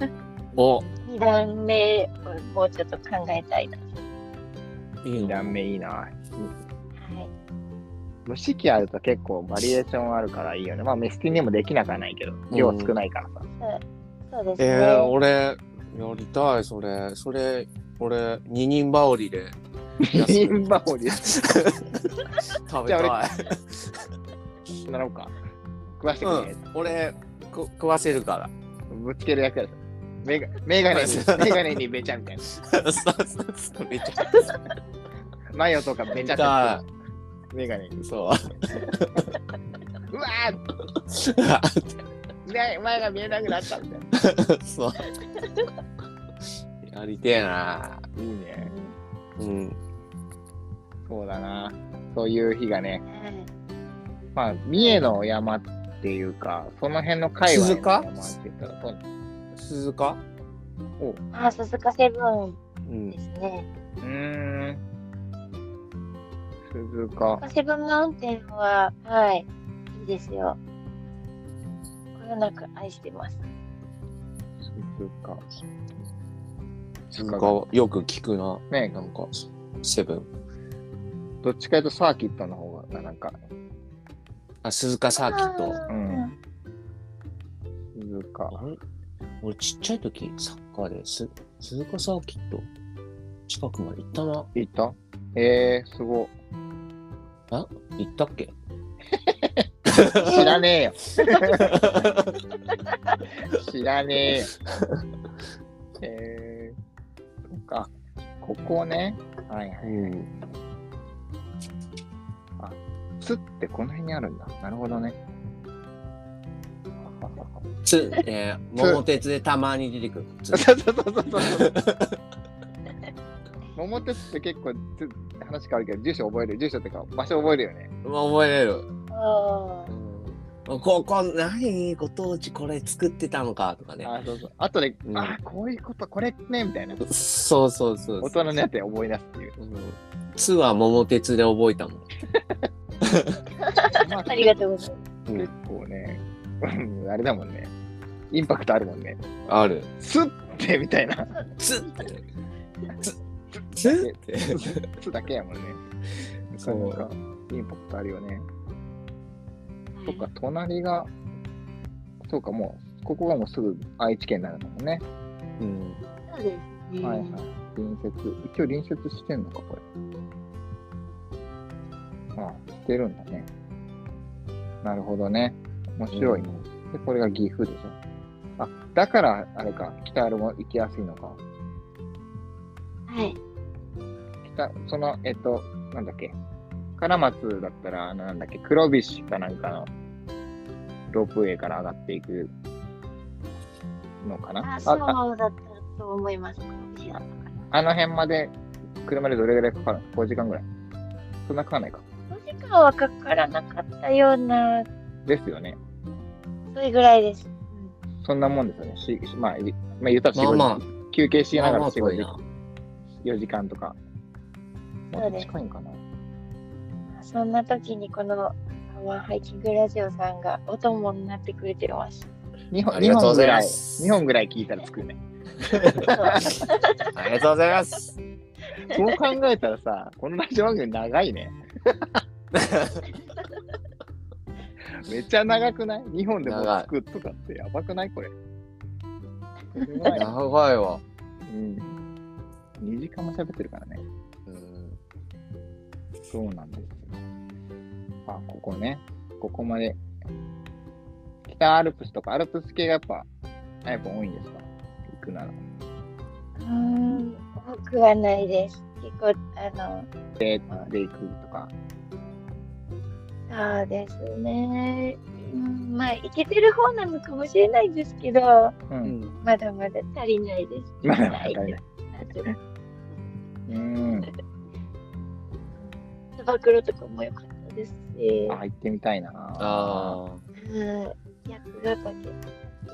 Speaker 2: お、
Speaker 5: 二段目をもうちょっと考えたいな。
Speaker 2: いいな
Speaker 3: 二段。目いいな。
Speaker 5: はい。
Speaker 3: 蒸し器あると結構バリエーションあるからいいよね。まあ、メスティンにもできなくはないけど、量少ないからさ。
Speaker 5: そうですね。
Speaker 2: えー、俺、やりたい、それ。それ、俺、二人羽織で。
Speaker 3: 二人羽織
Speaker 2: 食べたい。
Speaker 3: [LAUGHS] なろうか。食わして
Speaker 2: う
Speaker 3: くれ。
Speaker 2: ん。俺、こ食わせる [LAUGHS] か
Speaker 3: ぶつける役だと。メガメガ
Speaker 2: [LAUGHS]
Speaker 3: ネに、メガネにべちゃみたいな。
Speaker 2: ら。そうそうそう、めちゃ
Speaker 3: マヨとかべちゃ
Speaker 2: くち
Speaker 3: っ
Speaker 2: ゃ
Speaker 3: て。。メガネに。
Speaker 2: そう
Speaker 3: わー。前前が見えなくなったみたいな。
Speaker 2: う。そう。やりてえな。
Speaker 3: いいね。
Speaker 2: うん。
Speaker 3: そうだな。そういう日がね。
Speaker 5: はい
Speaker 3: まあ、三重の山っていうか、その辺の界隈の山って言ったら、そう
Speaker 2: 鈴鹿
Speaker 5: あ、さすがセブン
Speaker 2: うん
Speaker 5: で。すね。
Speaker 3: うーん。鈴鹿。
Speaker 5: セブンマウンテンは、はい、いいですよ。こよなく愛してます。
Speaker 3: 鈴鹿。
Speaker 2: 鈴鹿、よく聞くな。
Speaker 3: ね
Speaker 2: なんか、セブン。
Speaker 3: どっちかというとサーキットの方が、なんか、
Speaker 2: あ、鈴鹿サーキット。
Speaker 5: あー [LAUGHS]
Speaker 3: うん鈴鹿。
Speaker 2: あれ俺ちっちゃい時サッカーです鈴鹿サーキット近くまで行ったな
Speaker 3: 行ったえー、すご。
Speaker 2: 行ったっけ
Speaker 3: 知 [LAUGHS] らねえ
Speaker 5: [LAUGHS]
Speaker 3: よ。知らねえよ。えー、そっか。ここね。はいはい。
Speaker 2: うん
Speaker 3: つってこの辺にあるんだ。なるほ
Speaker 5: [LAUGHS]
Speaker 3: どね。
Speaker 2: [LAUGHS] つえー、
Speaker 3: つ
Speaker 2: 桃鉄でたまに出てくるつ
Speaker 3: そうそうそうそうそう。桃鉄って結構つ話変わるけど、住所覚える。住所ってか、場所覚えるよね。
Speaker 2: まあ覚えれる、
Speaker 5: あー
Speaker 2: うん、ここ何ご当地これ作ってたのかとかね
Speaker 3: あそうそう。あとで、
Speaker 2: うん
Speaker 3: あこういうこと、これね、みたいな。
Speaker 2: そうそうそう
Speaker 3: 大人のやつで思い出すっていう。
Speaker 2: うんつは桃鉄で覚えたもん
Speaker 3: まあ
Speaker 5: [LAUGHS] ありがとうございます。
Speaker 3: 結構ね、うんあれだもんね。インパクトあるもんね。
Speaker 2: ある
Speaker 3: すってみたいな。
Speaker 2: つってつつって
Speaker 3: すだけやもんね。
Speaker 2: そう
Speaker 3: なかなかインパクトあるよね。そっか、隣が、そうか、もう、ここがもうすぐ愛知県になるんだもんね。
Speaker 2: うん
Speaker 5: そうですね。
Speaker 3: はいはい。隣接。一応隣接してんのか、これ。ああ、してるんだね。なるほどね。面白いね。で、これが岐阜でしょ。あ、だから、あれか、北アルも行きやすいのか。
Speaker 5: はい。
Speaker 3: 北、その、えっと、なんだっけ。唐松だったら、あのなんだっけ、黒菱かなんかのロープウェイから上がっていくのかな。
Speaker 5: あ、そうだったと思います。美味しかったかな
Speaker 3: あの辺まで車でどれぐらいかかる ?5 時間ぐらい。そんなかかんないか。
Speaker 5: 5時間はかからなかったような、
Speaker 3: ですよね。
Speaker 5: それぐらいです。うん
Speaker 3: そんなもんですよね。ししまあ、いまあ、言ったら仕
Speaker 2: まあ
Speaker 3: 事、
Speaker 2: ま
Speaker 3: 休憩し
Speaker 2: あま
Speaker 3: な
Speaker 2: あ
Speaker 3: が
Speaker 2: ま
Speaker 3: ら
Speaker 2: あ
Speaker 3: 仕
Speaker 2: 遠
Speaker 3: 事
Speaker 2: い
Speaker 3: で
Speaker 2: な
Speaker 3: 4時間とか。も
Speaker 5: そうです
Speaker 3: 近いんかな。
Speaker 5: そんな時にこのパワーハイキングラジオさんがお供になってくれて
Speaker 3: [LAUGHS]
Speaker 5: ます。
Speaker 3: 2本
Speaker 2: ありがとうございま
Speaker 3: 2本ぐらい聞いたらつくね。
Speaker 2: ありがとうございます
Speaker 3: [LAUGHS] そう考えたらさ、このラジオ番組長いね。めっちゃ長くない ?2 本でもつくとかってやばくないこれ。うまいな
Speaker 1: 長いわ。
Speaker 3: うん。2時間も喋ってるからね。
Speaker 1: うん。
Speaker 3: そうなんですよ。あ、ここね。ここまで。北アルプスとか、アルプス系がやっぱ、やっぱ多いんですか行くなら。
Speaker 5: うん、多くはないです。結構、あの、
Speaker 3: で行くとか。
Speaker 5: そうですね。うん、まあ、いけてる方なのかもしれないんですけど、
Speaker 3: うん。
Speaker 5: まだまだ足りないです。
Speaker 3: まだまだ足りない
Speaker 5: 足りない。
Speaker 3: うん。
Speaker 5: つば九郎とかも良かったですし、
Speaker 3: あ、行ってみたいな。
Speaker 1: あ
Speaker 5: うん、八ヶ岳と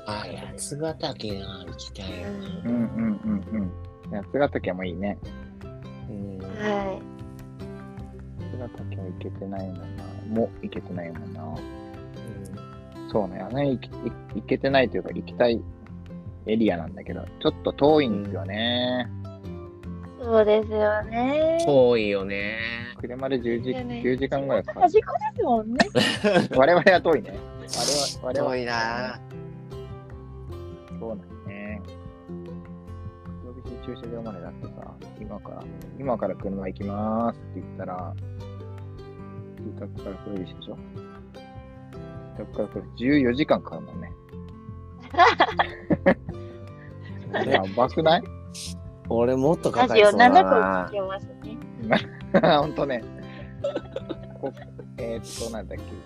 Speaker 1: あ。あ
Speaker 5: か良かったです。
Speaker 1: 八ヶ岳な、行きたいな。
Speaker 3: うんうんうんうん。八ヶ岳もいいね。
Speaker 1: うん。
Speaker 5: うんはい。
Speaker 3: 八ヶ岳は行けてないもんな。もう行けてないもんな。そうね、あの辺行き行行けてないというか、行きたいエリアなんだけど、ちょっと遠いんですよね。
Speaker 5: そうですよね。
Speaker 1: 遠いよね。
Speaker 3: 車で10時
Speaker 5: だよね
Speaker 3: 9時間ぐらいかかる
Speaker 5: 端。っこですもんね。
Speaker 3: 我々は遠いね。我々は
Speaker 1: 遠いな。
Speaker 3: そうなんですね。黒菱駐車場までだってさ、今から、今から車行きますって言ったら、住宅から黒菱でしょ住宅から黒菱14時間かかるもんね。やばくない
Speaker 1: 俺もっとか
Speaker 5: ラ
Speaker 1: か
Speaker 5: ジ
Speaker 1: り
Speaker 5: オ
Speaker 1: そ
Speaker 5: 7
Speaker 1: う
Speaker 5: 個
Speaker 1: だ
Speaker 5: 聞
Speaker 1: な。
Speaker 5: けますね。
Speaker 3: [LAUGHS] ほんとね。こえー、っと、なんだっけ、清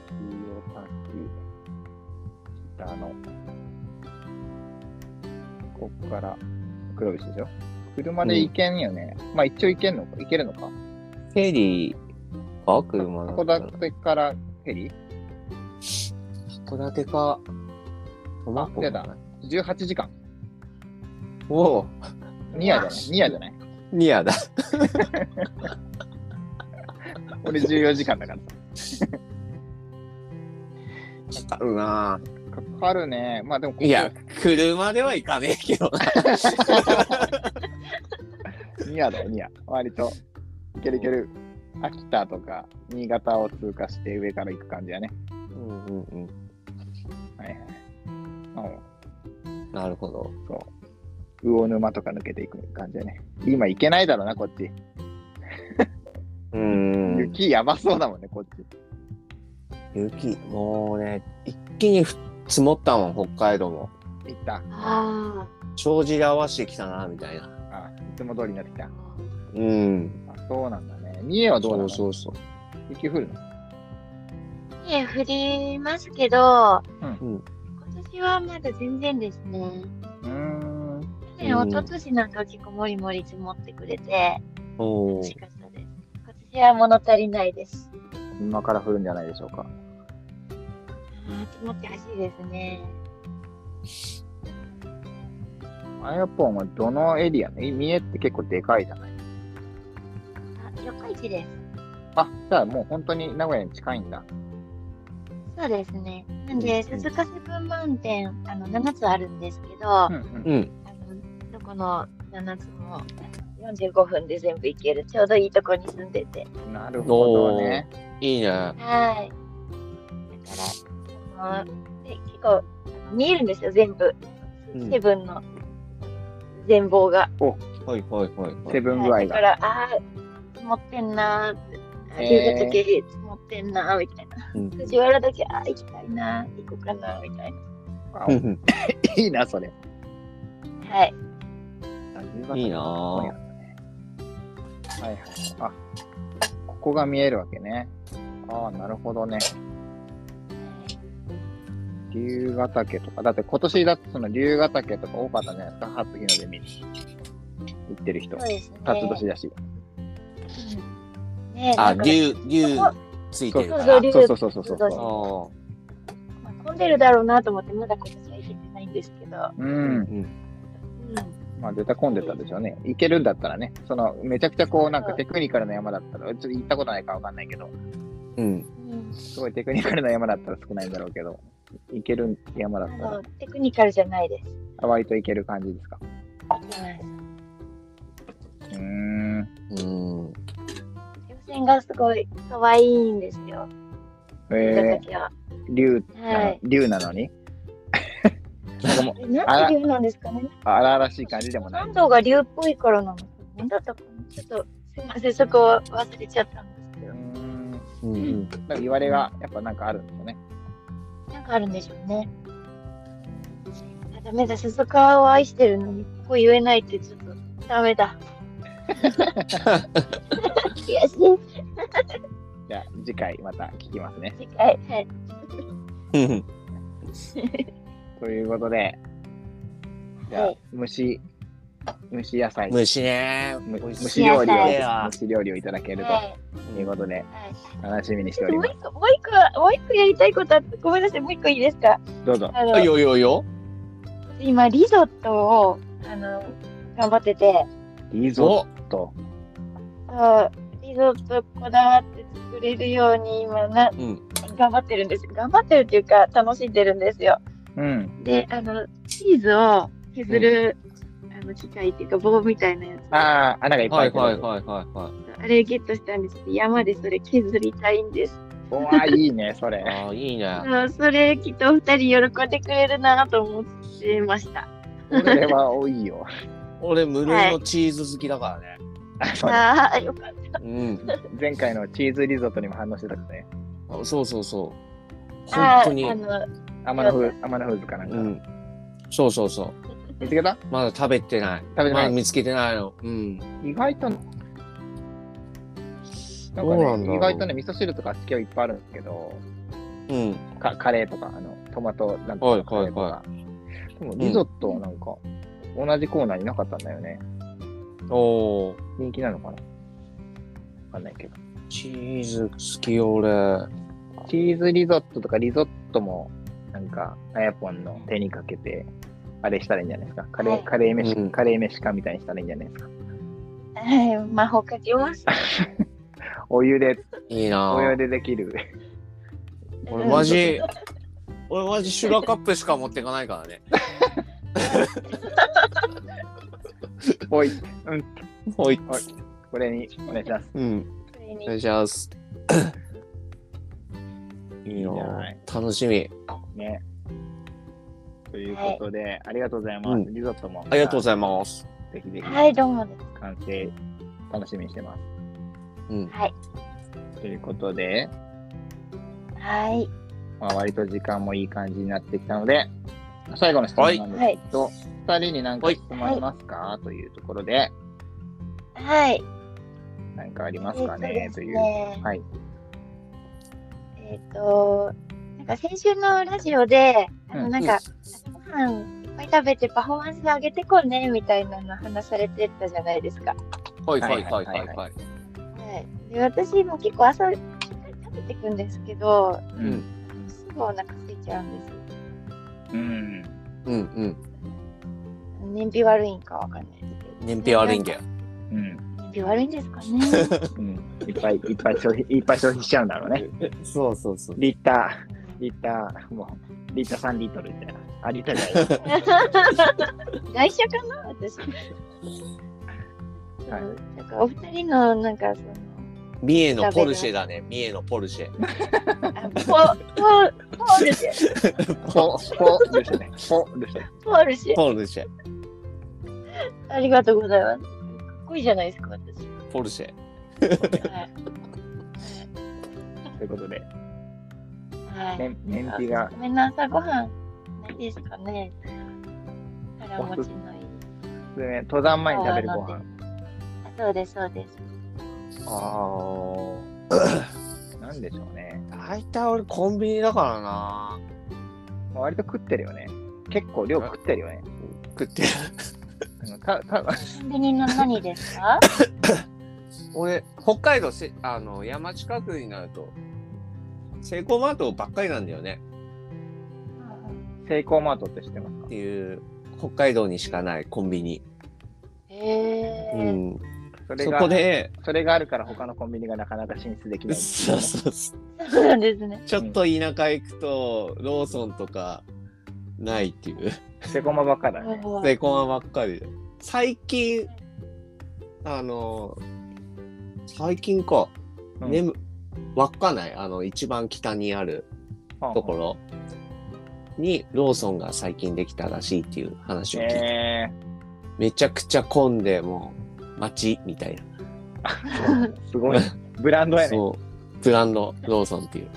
Speaker 3: 滝、北の、ここから黒菱でしょ車で行けんよね。まあ一応行けんのか行けるのか
Speaker 1: フェリーか車だった
Speaker 3: 函
Speaker 1: ら
Speaker 3: 館からフェリー
Speaker 1: 函館か。
Speaker 3: あ出た。18時間。
Speaker 1: おお、
Speaker 3: ニアじゃないニアじゃない
Speaker 1: ニアだ。
Speaker 3: 俺14時間だから
Speaker 1: あるな。
Speaker 3: さ。かかるね。まあでもここ
Speaker 1: いや、車では行かねえけどな。
Speaker 3: ニアだよ、ニア。割と。いけるいける。秋田とか新潟を通過して上から行く感じやね。
Speaker 1: うんうんうん。
Speaker 3: はいはい。まあも
Speaker 1: なるほど
Speaker 3: う。そう。魚沼とか抜けていく感じやね。今行けないだろうな、こっち。
Speaker 1: うん。
Speaker 3: 雪やばそうだもんね、こっち。
Speaker 1: 雪、もうね、一気にふ積もったもん、北海道も。
Speaker 3: 行った。
Speaker 5: あ
Speaker 1: 障子で合わせてきたな、みたいな。
Speaker 3: あ、いつも通りになってきた。あ、
Speaker 1: うん。
Speaker 3: そうなんだね。三重はどうなの
Speaker 1: そうそうそ
Speaker 3: 雪降るの
Speaker 5: あ。ね降りますけど、
Speaker 3: うん
Speaker 1: うん
Speaker 5: 今年はまだ全然ですね。
Speaker 3: うーん。
Speaker 5: 去年、
Speaker 1: うん
Speaker 5: 一昨年なんか結構もりもり積もってくれて、
Speaker 1: う。おお
Speaker 5: 楽。しかったです。今年は物足りないです。
Speaker 3: 今から降るんじゃないでしょうか。
Speaker 5: あー積もってほしいですね。
Speaker 3: あやっぱお前、どのエリアえ三重って結構でかいじゃない
Speaker 5: あ、四日市です。
Speaker 3: あ、じゃあもう本当に名古屋に近いんだ。
Speaker 5: そうですね。なんで、鈴鹿セブンマウンテン、あの、7つあるんですけど、
Speaker 3: うんうん
Speaker 1: うん。
Speaker 5: あのどこの7つも45分で全部行けるちょうどいいとこに住んでて
Speaker 3: なるほどね。
Speaker 1: いいね。
Speaker 5: はいだからあので結構あの見えるんですよ全部、
Speaker 1: うん
Speaker 5: セブンの全貌が、
Speaker 1: はいはいはいは
Speaker 3: セ
Speaker 1: い。
Speaker 3: ブン
Speaker 5: は
Speaker 3: 具合
Speaker 5: いだか
Speaker 3: が。
Speaker 5: らああ積もってんなーってあ
Speaker 3: へー
Speaker 5: 龍ヶ岳積もってんなーみたいな
Speaker 1: うん
Speaker 5: 藤原だけああ行きたいなー行こうかなーみたいな
Speaker 3: あ
Speaker 1: うんうん
Speaker 3: いいな、それ。
Speaker 5: はい
Speaker 1: いいなぁ。
Speaker 3: はいはいはい。あ、ここが見えるわけね。ああ、なるほどね。龍ヶ岳とか。だって今年だってその龍ヶ岳とか多かったね。初日の出見に行ってる人
Speaker 5: そう。ですね
Speaker 3: 辰年だし。
Speaker 5: うんねえな
Speaker 1: あ、
Speaker 5: んか
Speaker 1: 竜、竜
Speaker 5: そこ
Speaker 1: ついてるか
Speaker 5: そ
Speaker 1: ら
Speaker 5: う。竜
Speaker 3: そうそうそうそうそう
Speaker 1: あ
Speaker 3: そ
Speaker 1: ー
Speaker 5: まあ混んでるだろうなと思ってまだ今年は行けてないんですけど、
Speaker 3: う。う。
Speaker 1: うんん。
Speaker 5: う
Speaker 3: まあ、絶対混んでたでしょうね。行けるんだったらね。その、めちゃくちゃこう、なんかテクニカルな山だったら、ちょっと行ったことないからわかんないけど、
Speaker 1: うん。
Speaker 5: んうん、
Speaker 3: すごいテクニカルな山だったら少ないんだろうけど、行ける山だ
Speaker 5: あ
Speaker 3: ったら
Speaker 5: の、テクニカルじゃないです。
Speaker 3: あ割と行ける感じですか。
Speaker 5: はい
Speaker 3: うん。
Speaker 1: うん。
Speaker 5: 稜線辺がすごい可愛いんですよ、人
Speaker 3: え
Speaker 5: たちは。
Speaker 3: ー、竜、
Speaker 5: はい
Speaker 3: 竜なの
Speaker 5: [LAUGHS]
Speaker 3: になんかもう
Speaker 5: えなんで竜なんですかね
Speaker 3: 荒々しい感じでもない
Speaker 5: 三。道が竜っぽいからなのかな。だったかなちょっとすいません、そこは忘れちゃったんですけ
Speaker 3: う
Speaker 5: ど
Speaker 3: ー。んなん
Speaker 2: うんうん
Speaker 3: か言われがやっぱなんかあるんですよね。
Speaker 5: なんかあるんでしょうね。あダメだ、鈴鹿を愛してるのに、ここ言えないってちょっとダメだ。 [LAUGHS] 悔しい。
Speaker 3: じゃあ次回また聞きますね。
Speaker 5: 次回、はい。
Speaker 2: うん
Speaker 3: ということで、じゃあ、
Speaker 5: はい
Speaker 3: 虫、虫野菜、む
Speaker 2: 虫ね
Speaker 3: 虫料理を
Speaker 5: 虫野
Speaker 2: 菜は
Speaker 3: 虫料理をいただける
Speaker 5: は
Speaker 3: と
Speaker 5: い
Speaker 3: いうことで、
Speaker 5: はい
Speaker 3: 楽しみにし
Speaker 5: ち
Speaker 3: て
Speaker 5: ょ
Speaker 3: お
Speaker 5: っと
Speaker 3: りま
Speaker 5: もう
Speaker 3: す。
Speaker 5: 一個、もう一個、もう一個やりたいことあって、ごめんなさい、もう一個いいですか。
Speaker 3: どうぞ。
Speaker 5: あ
Speaker 2: あ
Speaker 5: の、
Speaker 2: よよよ
Speaker 5: 今リゾットを、あの、頑張ってて。
Speaker 3: リゾ
Speaker 2: お
Speaker 3: ット。
Speaker 5: そうリゾットこだわって作れるように今な、
Speaker 2: ん
Speaker 5: 頑張ってるんです頑張ってるっていうか楽しんでるんですよ
Speaker 3: うん。
Speaker 5: であのチーズを削る、あの機械っていうか棒みたいなやつあ
Speaker 3: ああ、穴がいっぱ
Speaker 2: はい
Speaker 3: 開
Speaker 2: い
Speaker 3: いてる。
Speaker 2: はいはいはいは
Speaker 5: れゲットしたんですけど山でそれ削りたいんです
Speaker 3: うわいいね、それ
Speaker 2: い。 [LAUGHS] ああいいね
Speaker 5: そうそれきっとお二人喜んでくれるなと思ってました
Speaker 3: これは多いよ。
Speaker 2: 俺無類のチーズ好きだからね、
Speaker 3: あそうね
Speaker 5: ああよかっ
Speaker 2: うん
Speaker 3: 前回のチーズリゾットにも反応してたからね。
Speaker 2: あそうそうそう本
Speaker 5: たあ
Speaker 2: 当
Speaker 5: ー
Speaker 2: に
Speaker 5: あの
Speaker 3: 天野フー天野フーズかなんか。
Speaker 2: うんそうそうそう
Speaker 3: 見つけた
Speaker 2: まだ食べてない
Speaker 3: 食べてない
Speaker 2: まだ見つけてないのうん
Speaker 3: 意外と、なんか
Speaker 2: どうなんだ
Speaker 3: ね、
Speaker 2: ろう
Speaker 3: 意外とね、味噌汁とか好きはいっぱいあるんですけど、
Speaker 2: うん
Speaker 3: かカレーとか、あの、トマトなんと
Speaker 2: はい
Speaker 3: かカレーとか。
Speaker 2: は
Speaker 3: でも、リゾットはなんか、同じコーナーになかったんだよね。
Speaker 2: おお
Speaker 3: 人気なのかなわかんないけど。
Speaker 2: チーズ好きよ俺
Speaker 3: チーズリゾットとかリゾットも、なんか、あやぽんの手にかけて、あれしたらいいんじゃないですか。カレー、カレー飯、
Speaker 2: うん
Speaker 3: カレー飯かみたいにしたらいいんじゃないですか。
Speaker 5: はい魔法かけます
Speaker 3: お湯で、
Speaker 2: いい
Speaker 3: お湯
Speaker 2: な
Speaker 3: でできる。
Speaker 2: 俺マジ俺マジシュガーカップしか持ってかないからね
Speaker 3: おい、
Speaker 2: はい
Speaker 3: はいこれにお願いします。
Speaker 2: [LAUGHS] うん
Speaker 5: 普通に
Speaker 2: お願いします [COUGHS] いいな
Speaker 3: じゃない
Speaker 2: 楽しみ
Speaker 3: ね。ということで、ありがとうございます。
Speaker 2: うん
Speaker 3: リゾットも、
Speaker 2: ありがとうございます
Speaker 3: す。ぜひぜひ、
Speaker 5: はいどうもです
Speaker 3: 完成、楽しみにしてま
Speaker 2: うん
Speaker 5: はい
Speaker 3: す。ということで、
Speaker 5: はい
Speaker 3: まあ、割と時間もいい感じになってきたので、最後の質問なんですけど、二人に何か質問ありますか、というところで、
Speaker 5: はい
Speaker 3: 何かありますか
Speaker 5: え
Speaker 3: ね
Speaker 5: っ
Speaker 3: と
Speaker 5: とです
Speaker 3: いう。
Speaker 5: ね
Speaker 3: はい。
Speaker 5: えっ、と、なんか先週のラジオで、あ
Speaker 3: う
Speaker 5: の
Speaker 3: ん
Speaker 5: なんか、ご飯いっぱい食べてパフォーマンス上げてこうねみたいなの話されてたじゃないですか。
Speaker 2: はいはいはいはいはい
Speaker 5: はい、で私も結構朝食べてくんですけど、
Speaker 3: うん。
Speaker 5: すぐお腹空いちゃうんです。
Speaker 3: うん。
Speaker 2: うんうん
Speaker 5: 燃費悪いんかわかんないですけど。
Speaker 2: 燃費悪いんだよ
Speaker 3: うん。
Speaker 5: 燃費悪いんですかね。
Speaker 3: うん。いっぱいいっぱい消費、いっぱい消費しちゃうんだろうね。
Speaker 2: そうそうそう
Speaker 3: リッター、リッター、もう、リッター3リットルみたいな。あ、リッターじゃない。
Speaker 5: [LAUGHS] 外車かな私。
Speaker 3: はい
Speaker 5: なんかお二人のなんかその
Speaker 2: 三重のポルシェだね三重のポルシェ
Speaker 5: あポポポルシェ
Speaker 3: ポ、ポですね。ポですね。
Speaker 5: ポルシェ
Speaker 2: ポルシェ
Speaker 5: ありがとうございます。かっこいいじゃないですか、私。
Speaker 2: ポルシェ
Speaker 5: はい。
Speaker 3: ということで、
Speaker 5: はい。
Speaker 3: ね燃費が
Speaker 5: お、めんなさい、ご飯ないですかね。腹持ちのいい。
Speaker 3: ね登山前に食べるご
Speaker 5: そうな
Speaker 3: 飯。
Speaker 5: あそうです、そうです。
Speaker 2: ああ
Speaker 3: なんでしょうね。
Speaker 2: 大体俺コンビニだからな
Speaker 3: まあ割と食ってるよね。結構量食ってるよね。
Speaker 2: 食って
Speaker 3: あのたた
Speaker 5: コンビニの何ですか
Speaker 2: 俺北海道せあの山近くになるとセイコーマートばっかりなんだよね
Speaker 3: セイコーマートって知ってますか
Speaker 2: っていう北海道にしかないコンビニ、
Speaker 5: へえ
Speaker 2: う
Speaker 5: ー。
Speaker 2: ん、
Speaker 3: それ
Speaker 2: そ
Speaker 3: が
Speaker 2: こで
Speaker 3: それがあるから他のコンビニがなかなか進出できない。
Speaker 2: そうそうそう
Speaker 5: そうなんですね。
Speaker 2: ちょっと田舎行くとローソンとかないっていう
Speaker 3: セイコーマばっかだね。
Speaker 5: は
Speaker 2: セ
Speaker 5: い
Speaker 2: イコーマートばっかりで最近あの最近か
Speaker 3: うん
Speaker 2: ねむ稚内、あの、一番北にあるところにローソンが最近できたらしいっていう話を聞いて、
Speaker 3: えー
Speaker 2: めちゃくちゃ混んで、もう、街みたい
Speaker 3: すごい。ブランド
Speaker 2: な。
Speaker 3: やね。
Speaker 2: そう。ブランド、ローソンっていう。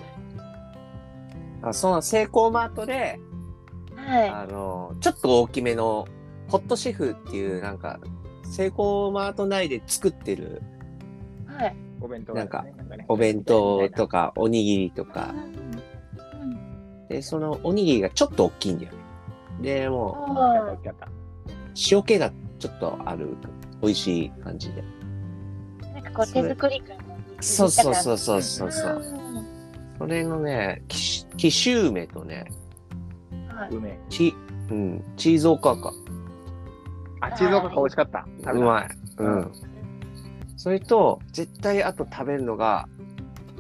Speaker 2: あそのセイコーマートで、
Speaker 5: は
Speaker 2: あの、ちょっと大きめの、ホットシェフっていう、なんか、セイコーマート内で作ってる
Speaker 5: い。はい。
Speaker 3: お弁当
Speaker 2: な
Speaker 3: が
Speaker 2: んか
Speaker 3: ね。なんかね
Speaker 2: お弁当とか、おにぎりとか
Speaker 5: う、ん。
Speaker 2: で、そのおにぎりがちょっと大きいんだよね。で、もう、
Speaker 3: や
Speaker 5: お
Speaker 3: った
Speaker 5: ー
Speaker 3: やった
Speaker 2: 塩気がちょっとある、美味しい感じで。
Speaker 5: なんかこう手作り感も。。
Speaker 2: そうそうそううそうそうそう。
Speaker 5: ん
Speaker 2: それのね、きし紀州梅とね、
Speaker 5: はいう
Speaker 3: めえ。
Speaker 2: チ、うん、チーズおかか。
Speaker 3: あ、チーズおかか美味しかった。食べた
Speaker 2: うまい。うん。それと、絶対あと食べるのが、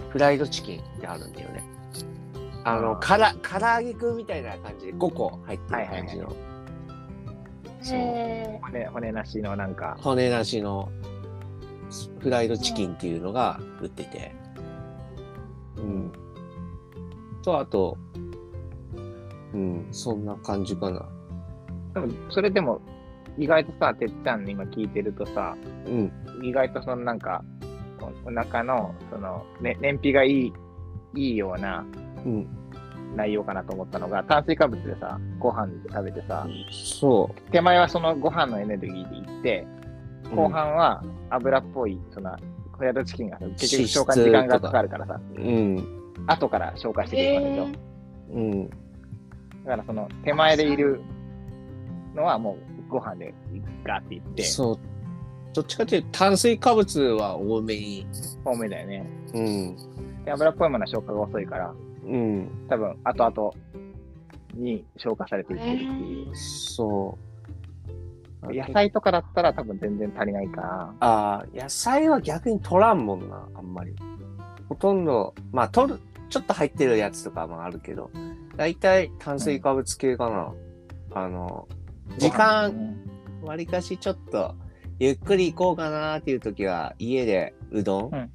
Speaker 2: フライドチキンってあるんだよね。あの、
Speaker 3: あー
Speaker 2: から、唐揚げくんみたいな感じで5個入ってる感じの、そう
Speaker 5: へ
Speaker 3: 骨骨なしのなんか、
Speaker 2: 骨なしのフライドチキンっていうのが売ってて。うん。と、あと、うん、そんな感じかな。
Speaker 3: でもそれでも意外とさ、てっちゃんの今聞いてるとさ、
Speaker 2: うん。
Speaker 3: 意外とそのなんか、おお腹の、その、ね、燃費がいい、いいような
Speaker 2: うん。
Speaker 3: 内容かなと思ったのが、炭水化物でさ、ご飯食べてさ、
Speaker 2: そ
Speaker 3: 手前はそのご飯のエネルギーでいって、
Speaker 2: う。
Speaker 3: 後半は油っぽい、その、フライドチキンがさ、結
Speaker 2: 脂質
Speaker 3: 局消化に時間がかかるからさ、
Speaker 2: うん。
Speaker 3: 後から消化していくわけでしょ。
Speaker 2: うん。
Speaker 3: だからその手前でいるのはもうご飯でガーっていって、
Speaker 2: そう。どっちかというと炭水化物は多めに。
Speaker 3: 多めだよね。
Speaker 2: うん。
Speaker 3: で油っぽいものは消化が遅いから、
Speaker 2: うん。
Speaker 3: 多分後々に消化されていってるっていう。
Speaker 2: そう。
Speaker 3: 野菜とかだったら多分全然足りないから、
Speaker 2: ああ、野菜は逆に取らんもんな、あんまり。ほとんど、まあ、取る、ちょっと入ってるやつとかもあるけど、だいたい炭水化物系かな。あの、時間、わりかしちょっと、ゆっくり行こうかなっていう時は、家でうどん、
Speaker 3: うん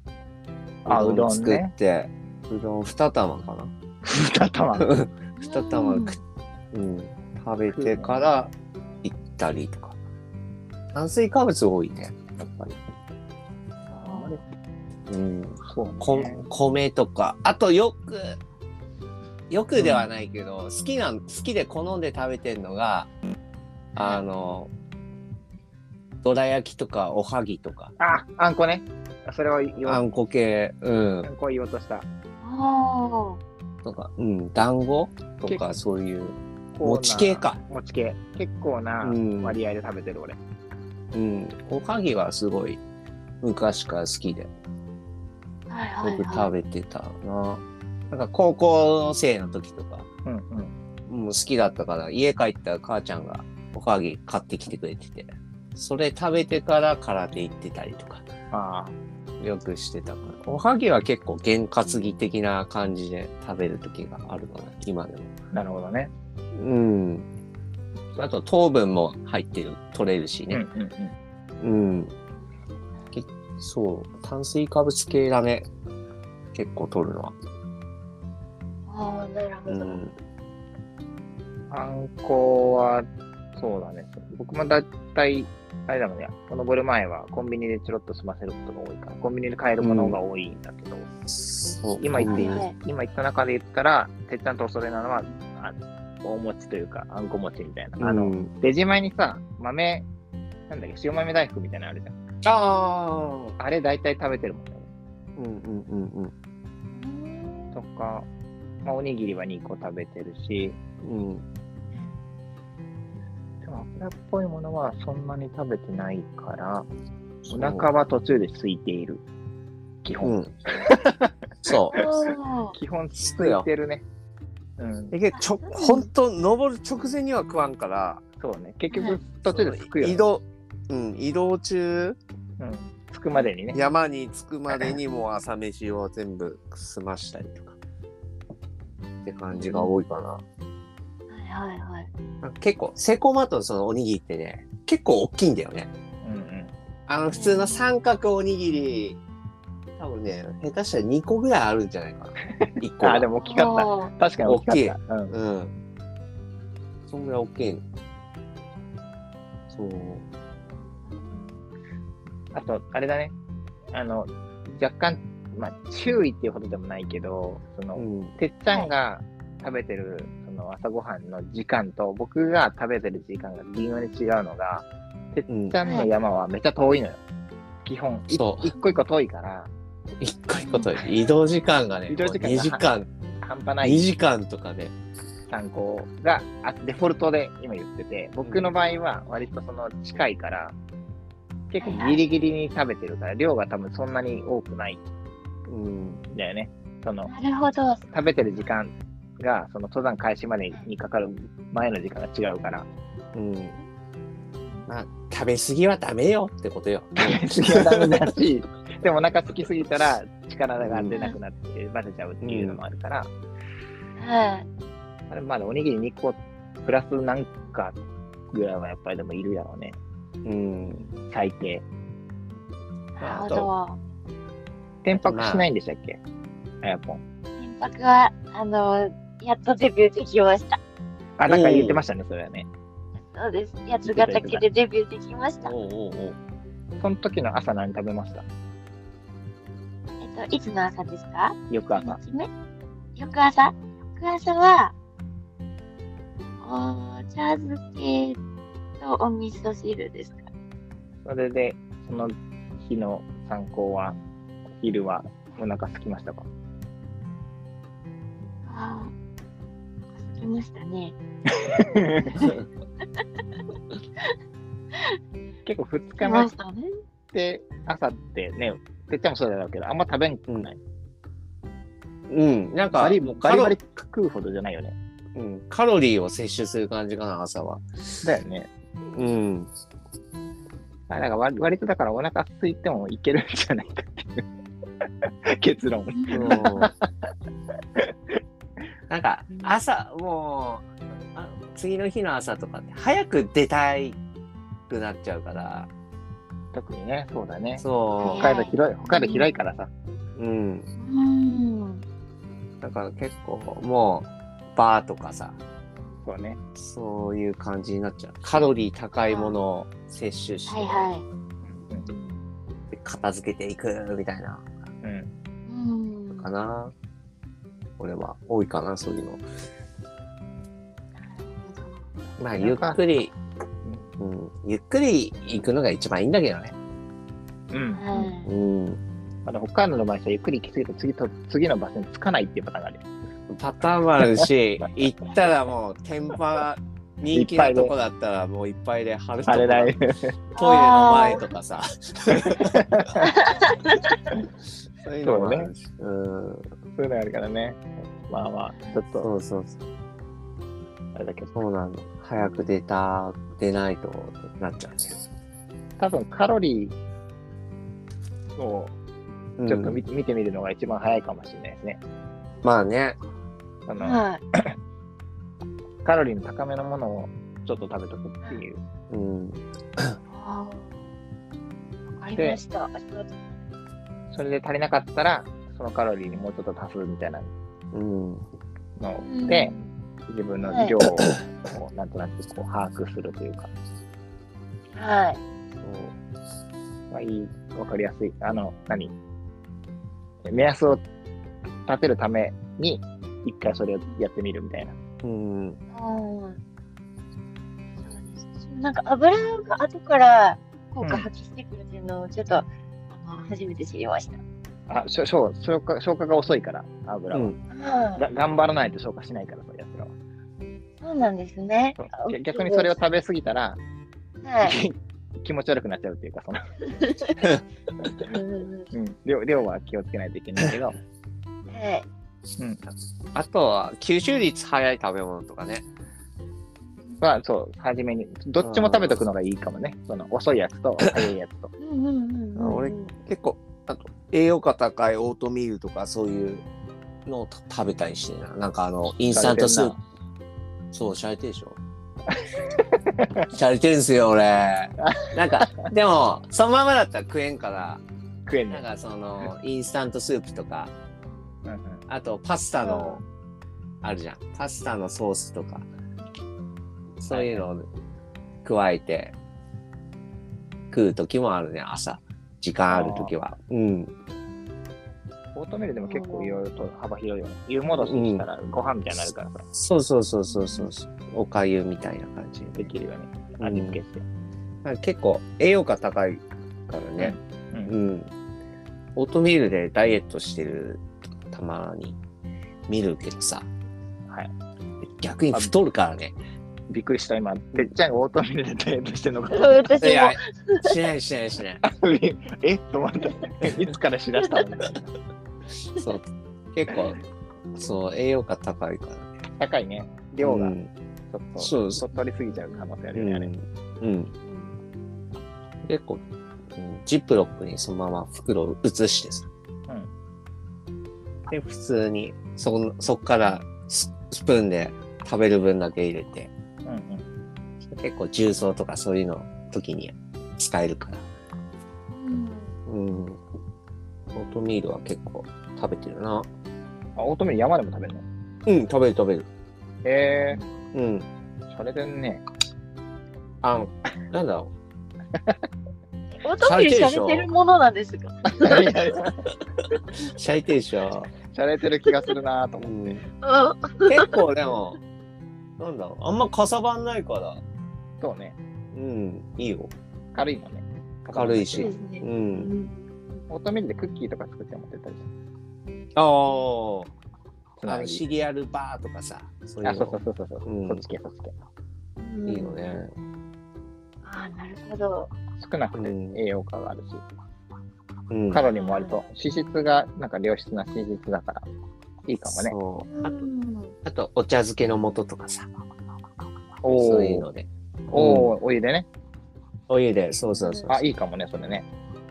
Speaker 3: あうどんね
Speaker 2: 作って、うどん2玉かな。
Speaker 3: 2玉。 [LAUGHS]
Speaker 2: 2玉く、うん、食べてから行ったりとか。炭水化物多いね、やっぱり。うん。
Speaker 3: そう
Speaker 2: こ
Speaker 3: ね。
Speaker 2: 米とかあとよくよくではないけど、好きな好きで好んで食べてるのがあのどら焼きとかおはぎとか
Speaker 3: あ、あんこね。それは言
Speaker 2: あ
Speaker 3: わ
Speaker 2: んこ系うん
Speaker 3: あんこは言おうとした。
Speaker 5: おー
Speaker 2: とかうん団子と
Speaker 3: 結
Speaker 2: か
Speaker 3: 構
Speaker 2: そういう餅系か。
Speaker 3: 餅系。結構な
Speaker 2: うん
Speaker 3: 割合で食べてる俺。
Speaker 2: うんおはぎはすごい昔から好きでよ
Speaker 5: はいはい
Speaker 2: く
Speaker 5: は
Speaker 2: 食べてたななんか高校生の時とか
Speaker 3: うんうん。
Speaker 2: もう好きだったから、家帰ったら母ちゃんがおはぎ買ってきてくれてて、それ食べてから空手行ってたりとか、
Speaker 3: ああ。
Speaker 2: よくしてたから。おはぎは結構験担ぎ的な感じで食べる時があるのね、今でも。
Speaker 3: なるほどね。
Speaker 2: うん。あと糖分も入ってる、取れるし
Speaker 3: うんう
Speaker 2: ね。
Speaker 3: んう
Speaker 2: う
Speaker 3: ん。
Speaker 2: ん。けそう、炭水化物系だね。結構取るのは。
Speaker 5: い。ああ、なるほ
Speaker 2: う
Speaker 5: ど。
Speaker 2: ん。
Speaker 3: あんこは、そうだね。僕もだいたい、あれだもんね、このボル前はコンビニでちょろっと済ませることが多いから、コンビニで買えるものが多いんだけど、
Speaker 2: そう。
Speaker 3: 今言っていい、
Speaker 5: はいはい
Speaker 3: 今言った中で言ったら、てっちゃんと恐れなのは、あ大餅というか、あんこ餅みたいな。あ
Speaker 2: あ
Speaker 3: の、
Speaker 2: の、
Speaker 3: 出島にさ、豆、なんだっけ、塩豆大福みたいなのあるじゃん。
Speaker 2: ああ、
Speaker 3: あれ大体食べてるもんね。
Speaker 2: うんうんうんうん。
Speaker 3: とか、まあ、おにぎりは2個食べてるし、
Speaker 2: うん、
Speaker 3: でも油っぽいものはそんなに食べてないから、お腹は途中で空いている。基
Speaker 2: う
Speaker 3: 本。
Speaker 2: ん。そう。
Speaker 5: おー
Speaker 3: 基本
Speaker 2: つく
Speaker 3: 空い
Speaker 2: よ。
Speaker 3: てるね。うん。
Speaker 2: でけちょ、ほんと、登る直前には食わんから、
Speaker 3: そうね。結局、途中でつくよ、ね。
Speaker 2: 移動、うん、移動中、
Speaker 3: うん。つくまでにね。
Speaker 2: 山に着くまでにもう朝飯を全部済ましたりとか、って感じが多いかな。
Speaker 5: はいはいはい。
Speaker 2: なんか結構、セイコーマートのそのおにぎりってね、結構大きいんだよね。
Speaker 3: うんうん。
Speaker 2: あの、普通の三角おにぎり多分ね、下手したら2個ぐらいあるんじゃないかな。1個
Speaker 3: [LAUGHS] あ
Speaker 2: が。
Speaker 3: あ、でも大きかった。
Speaker 5: おー
Speaker 3: 確かに大きかった。うん
Speaker 2: うん。そんぐらい大きいの。そう。
Speaker 3: あと、あれだね。あの、若干、まあ、注意っていうほどでもないけど、その、
Speaker 2: うん。
Speaker 3: てっちゃんが食べてる、その朝ごはんの時間と、僕が食べてる時間が微妙に違うのが、てっちゃんの山はめっちゃ遠いのよ。基本。い
Speaker 2: そう
Speaker 3: 一個一個遠いから、
Speaker 2: 一回こと移動時間がね、
Speaker 3: 移動時間
Speaker 2: 2
Speaker 3: が
Speaker 2: 時間、
Speaker 3: 半端な
Speaker 2: 2
Speaker 3: い
Speaker 2: 時間とかね。
Speaker 3: 参考があデフォルトで今言ってて、僕の場合は割とその近いから、結構ギリギリに食べてるから、量が多分そんなに多くない
Speaker 2: うん。
Speaker 3: んだよね。その、
Speaker 5: なるほど。
Speaker 3: 食べてる時間が、その登山開始までにかかる前の時間が違う [LAUGHS] から、
Speaker 2: うん。まあ、食べ過ぎはダメよってことよ。
Speaker 3: 次はダメだし、でもお腹空きすぎたら力が出なくなってバテちゃうっていうのもあるから、
Speaker 5: はい。
Speaker 3: あれまだおにぎり2個プラスなんかぐらいはやっぱりでもいるやろうね、
Speaker 2: うん。
Speaker 3: 最低。
Speaker 5: なるほど。
Speaker 3: 転泊しないんでしたっけあやぽん。
Speaker 5: 連泊は、あの、やっとデビューできました。
Speaker 3: あ、なんか言ってましたね、それはね。
Speaker 5: そうです。八ヶ岳でデビューできました。
Speaker 2: おうおうおう。
Speaker 3: その時の朝何食べました
Speaker 5: えっと、いつの朝ですか
Speaker 3: 翌朝。
Speaker 5: 一日目翌朝翌朝は、お茶漬けとお味噌汁ですか
Speaker 3: それで、その日の参考は、お昼はお腹空きましたか
Speaker 5: ああ、着きましたね。
Speaker 3: 結構2
Speaker 5: 着き
Speaker 3: 日前
Speaker 5: ま
Speaker 3: っ
Speaker 5: したね。
Speaker 3: て朝ってね、てっちゃんもそうだろうけど、あんま食べんくない。
Speaker 2: うん。なんか、
Speaker 3: バリもうバリ
Speaker 2: カロ
Speaker 3: バリ食うほどじゃないよね。
Speaker 2: うん、カロリーを摂取する感じかな、朝は。
Speaker 3: だよね。
Speaker 2: うん。
Speaker 3: あだから割割とだからお腹空いてもいけるんじゃないかっていう結論。
Speaker 2: なんか朝もうあ次の日の朝とかって早く出たいくなっちゃうから
Speaker 3: 特にね、そうだね。
Speaker 2: そ
Speaker 3: 北海道広い、北海道広いからさ。
Speaker 2: ううん
Speaker 5: うん。
Speaker 2: だから結構もうバーとかさ
Speaker 3: そうね。。
Speaker 2: そういう感じになっちゃうカロリー高いものを摂取して、
Speaker 5: はいは
Speaker 2: 片付けていくみたいない
Speaker 3: うん。
Speaker 5: い。うん。
Speaker 2: かな俺は多いかなそういうのまあゆっくり、うん、ゆっくり行くのが一番いいんだけどね
Speaker 3: うん。
Speaker 5: はい
Speaker 2: うん
Speaker 3: あの北海道の場合さ、ゆっくり行きすぎると次と次の場所に着かないっていうパターンがあるよ。
Speaker 2: パターンもあるし行ったらもう天パ人気なとこだったらもういっぱいで貼ると
Speaker 3: あ
Speaker 2: か
Speaker 3: れだよ。
Speaker 2: トイレの前とか [LAUGHS] さそういうのもあるしうん
Speaker 3: そういうのあるからね。まあまあ、ちょっと、
Speaker 2: そうそうそう
Speaker 3: あれだけど、
Speaker 2: そうなの早く出た出ないとなっちゃうんだよ
Speaker 3: 多分カロリーを
Speaker 2: うん
Speaker 3: ちょっと見,、見てみるのが一番早いかもしれないですね。
Speaker 2: まあね
Speaker 3: あの
Speaker 5: はい。
Speaker 3: カロリーの高めのものをちょっと食べとくっていう。
Speaker 2: うん
Speaker 5: あーわかりました。ありがとう
Speaker 3: それで足りなかったら、そのカロリーにもうちょっと足すみたいな
Speaker 2: うん
Speaker 3: ので、自分の量をこうなんとなくこう把握するというか、
Speaker 5: はい。
Speaker 3: まあ、いい、わかりやすい。あの、何目安を立てるために、一回それをやってみるみたいな。
Speaker 2: うん
Speaker 5: うんそうですなんか油が後から効果発揮してくるっていうのをちょっと、あの初めて知りました。
Speaker 3: あ、しょしょ消化消化が遅いから、油は。
Speaker 2: うん
Speaker 5: はい
Speaker 3: が頑張らないと消化しないから、そういうやつらは
Speaker 5: そうなんですね
Speaker 3: そう。逆。逆にそれを食べ過ぎたら、
Speaker 5: はい。
Speaker 3: [LAUGHS] 気持ち悪くなっちゃうっていうか、その、
Speaker 5: うん
Speaker 3: うん、量量は気をつけないといけないけど、
Speaker 5: はい。
Speaker 3: うん、
Speaker 2: あとは吸収率早い食べ物とかね
Speaker 3: まあそう、初めに、どっちも食べとくのがいいかもね。その遅いやつと早いやつと。
Speaker 5: うんうんうんうん
Speaker 2: あ俺結構あと栄養価高いオートミールとかそういうのをた食べたりしてななんかあのインスタントスープそうしゃれてるで [LAUGHS] しょ [LAUGHS] しゃれてるんすよ俺なんかでもそのままだったら食えんから
Speaker 3: 食えん
Speaker 2: な
Speaker 3: ね
Speaker 2: んかそのインスタントスープとか
Speaker 3: うんうん
Speaker 2: あとパスタのあるじゃんパスタのソースとかそういうのを加えて食う時もあるね朝時間ある時はうん
Speaker 3: オートミールでも結構いろいろと幅広いよね。湯戻ししたらご飯みたいになるからさ、
Speaker 2: そうそうそうそうそうそうおかゆみたいな感じ
Speaker 3: できるよね。味付けして。
Speaker 2: なんか結構栄養価高いからね
Speaker 3: うん
Speaker 2: うん、オートミールでダイエットしてるたまに見るけどさ
Speaker 3: はい
Speaker 2: 逆に太るからね
Speaker 3: びっくりした、今。てっちゃんがオートミールでダイエットしてんのか
Speaker 5: そ
Speaker 3: と
Speaker 5: う私
Speaker 2: いや
Speaker 5: も、
Speaker 2: しないしないしない
Speaker 3: 思
Speaker 2: [LAUGHS]
Speaker 3: って。えっと思った。いつから知らしたの
Speaker 2: そう結構そう栄養価高いからね
Speaker 3: 高いね。量が
Speaker 2: う
Speaker 3: ち
Speaker 2: ん
Speaker 3: ょっと、
Speaker 2: そうそ
Speaker 3: 取りすぎちゃう可能性あるよねあれ。
Speaker 2: うんうん結構、うんジップロックにそのまま袋を移してさ、で普通にそこそっからススプーンで食べる分だけ入れて
Speaker 3: うんうん
Speaker 2: 結構重曹とかそういうの時に使えるからうんオートミールは結構食べてるな
Speaker 3: あオートミール山でも食べるの
Speaker 2: うん食べる食べる
Speaker 3: え
Speaker 2: うん
Speaker 3: ー、それ
Speaker 2: [LAUGHS]
Speaker 3: でね、
Speaker 2: あのなんだろう
Speaker 5: オートミールされてるものなんですか
Speaker 2: シャイテーショ
Speaker 3: しゃれてる気がするなぁと
Speaker 2: う
Speaker 3: 思っ
Speaker 2: ん、
Speaker 5: うん
Speaker 2: 結構でも、なんだろう、あんまかさばんないから、
Speaker 3: て。そうね。
Speaker 2: うん、いいよ。
Speaker 3: 軽いもんね。
Speaker 2: 軽い
Speaker 5: そう
Speaker 2: し
Speaker 5: で。すね
Speaker 2: う。
Speaker 5: うんん
Speaker 3: オートミールでクッキーとか作って持ってったりする
Speaker 2: あー
Speaker 3: つ
Speaker 2: あ
Speaker 3: な
Speaker 2: の、
Speaker 3: ぎ
Speaker 2: シリアルバーとかさ、そうい
Speaker 3: あ、
Speaker 2: う
Speaker 3: そうそ
Speaker 2: の
Speaker 3: うそうそうそう。
Speaker 2: うん
Speaker 3: そっち系そっち系。
Speaker 2: いいよね。
Speaker 5: あーなるほど
Speaker 3: 少なくて
Speaker 2: うん
Speaker 3: 栄養価があるし、
Speaker 2: うん。
Speaker 3: カロリーも割と脂質がなんか良質な脂質だからいいかもね。
Speaker 2: そう
Speaker 5: う
Speaker 2: あと、
Speaker 5: ん
Speaker 2: あとお茶漬けの素とかさ、
Speaker 3: お
Speaker 2: そういう
Speaker 3: ー
Speaker 2: ので。
Speaker 3: おーお湯でね。
Speaker 2: お湯で、そうそうそう。
Speaker 3: あ、いいかもね、それね。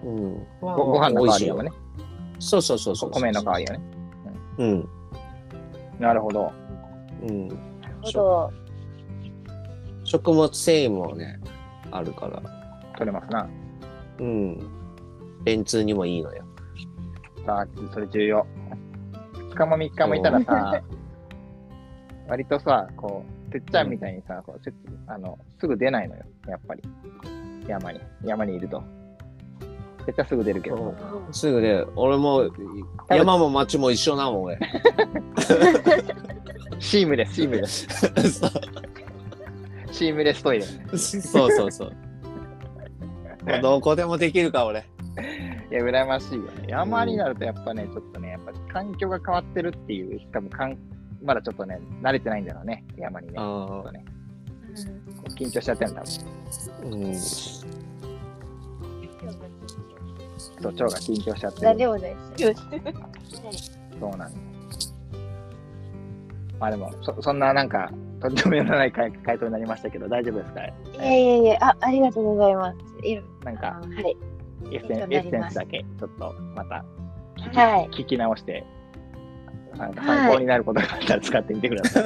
Speaker 2: うん。
Speaker 3: ごご飯の代わりにもね。
Speaker 2: そうそうそうそう。
Speaker 3: 米の代わりよね。
Speaker 2: うん。
Speaker 3: なるほど。
Speaker 2: うん。
Speaker 5: なるほど
Speaker 2: 食物繊維もね、あるから。
Speaker 3: 取れますな。
Speaker 2: うん。便通にもいいのよ。
Speaker 3: さあ、それ重要。2日も3日もいたら
Speaker 2: [LAUGHS]
Speaker 3: さ、割とさ、こう、てっちゃんみたいにさ、こうせあのすぐ出ないのよ、やっぱり。山に、山にいると。てっちゃんすぐ出るけど、
Speaker 2: すぐね、俺も山も町も一緒なもん、
Speaker 3: [LAUGHS]
Speaker 2: 俺。
Speaker 3: シームレス、シームレス、シームレストイレ。
Speaker 2: そうそうそう。どこでもできるか、俺。
Speaker 3: いや、羨ましいよね。山になるとやっぱね、ちょっとね、やっぱ環境が変わってるっていう、多分かんまだちょっとね、慣れてないんだろうね、山にね。
Speaker 2: あ
Speaker 3: そうね
Speaker 5: うん
Speaker 3: こう緊張しちゃってるんだもん。
Speaker 2: うん。
Speaker 3: そう、腸が緊張しちゃって
Speaker 5: 何
Speaker 3: る。
Speaker 5: でもない
Speaker 2: [LAUGHS]
Speaker 5: です
Speaker 3: そうなんだ。まあでも、そそんななんか、とんでもない回回答になりましたけど、大丈夫ですか
Speaker 5: いやいやいやあありがとうございますいろ
Speaker 3: なん
Speaker 5: あ
Speaker 3: か、
Speaker 5: はい
Speaker 3: エッセン
Speaker 5: 勉強に
Speaker 3: エッセ
Speaker 5: なり
Speaker 3: ン
Speaker 5: ま
Speaker 3: ス
Speaker 5: す
Speaker 3: だけ、ちょっとまた聞き,、
Speaker 5: はい
Speaker 3: 聞き直して、なんか
Speaker 5: はい
Speaker 3: 参考になることがあったら使ってみてくださ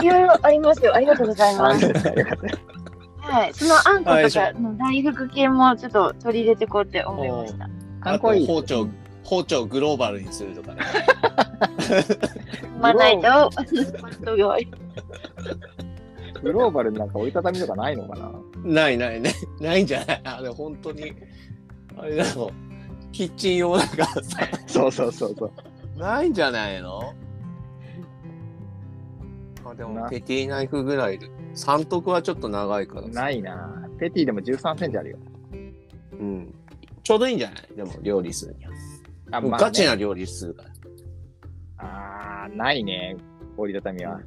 Speaker 3: い。
Speaker 5: いやいろいろありますよありがとうございま
Speaker 3: あ
Speaker 5: す
Speaker 3: よかったよかった
Speaker 5: はい、そのあんこ
Speaker 2: はい
Speaker 5: と
Speaker 2: じゃあ
Speaker 5: かの大福系もちょっと取り入れてこうって思いました。
Speaker 3: かっこいい
Speaker 2: あと包丁、包丁グローバルにするとかね。
Speaker 5: まな板を、マットが
Speaker 3: グローバルになんか折りたたみとかないのかな
Speaker 2: ないないない。ないんじゃないあれ、本当に。あれだろ。キッチン用だからさ。
Speaker 3: [LAUGHS] そうそうそうそう。
Speaker 2: ないんじゃないのあでも
Speaker 3: な
Speaker 2: ペティナイフぐらいで三徳はちょっと長いからさ
Speaker 3: ないなぁペティでも13センチあるよ。
Speaker 2: うん、ちょうどいいんじゃないでも料理するには、
Speaker 3: あ、
Speaker 2: もう
Speaker 3: まあね
Speaker 2: ガチな料理するから
Speaker 3: あーないね、折りたたみは。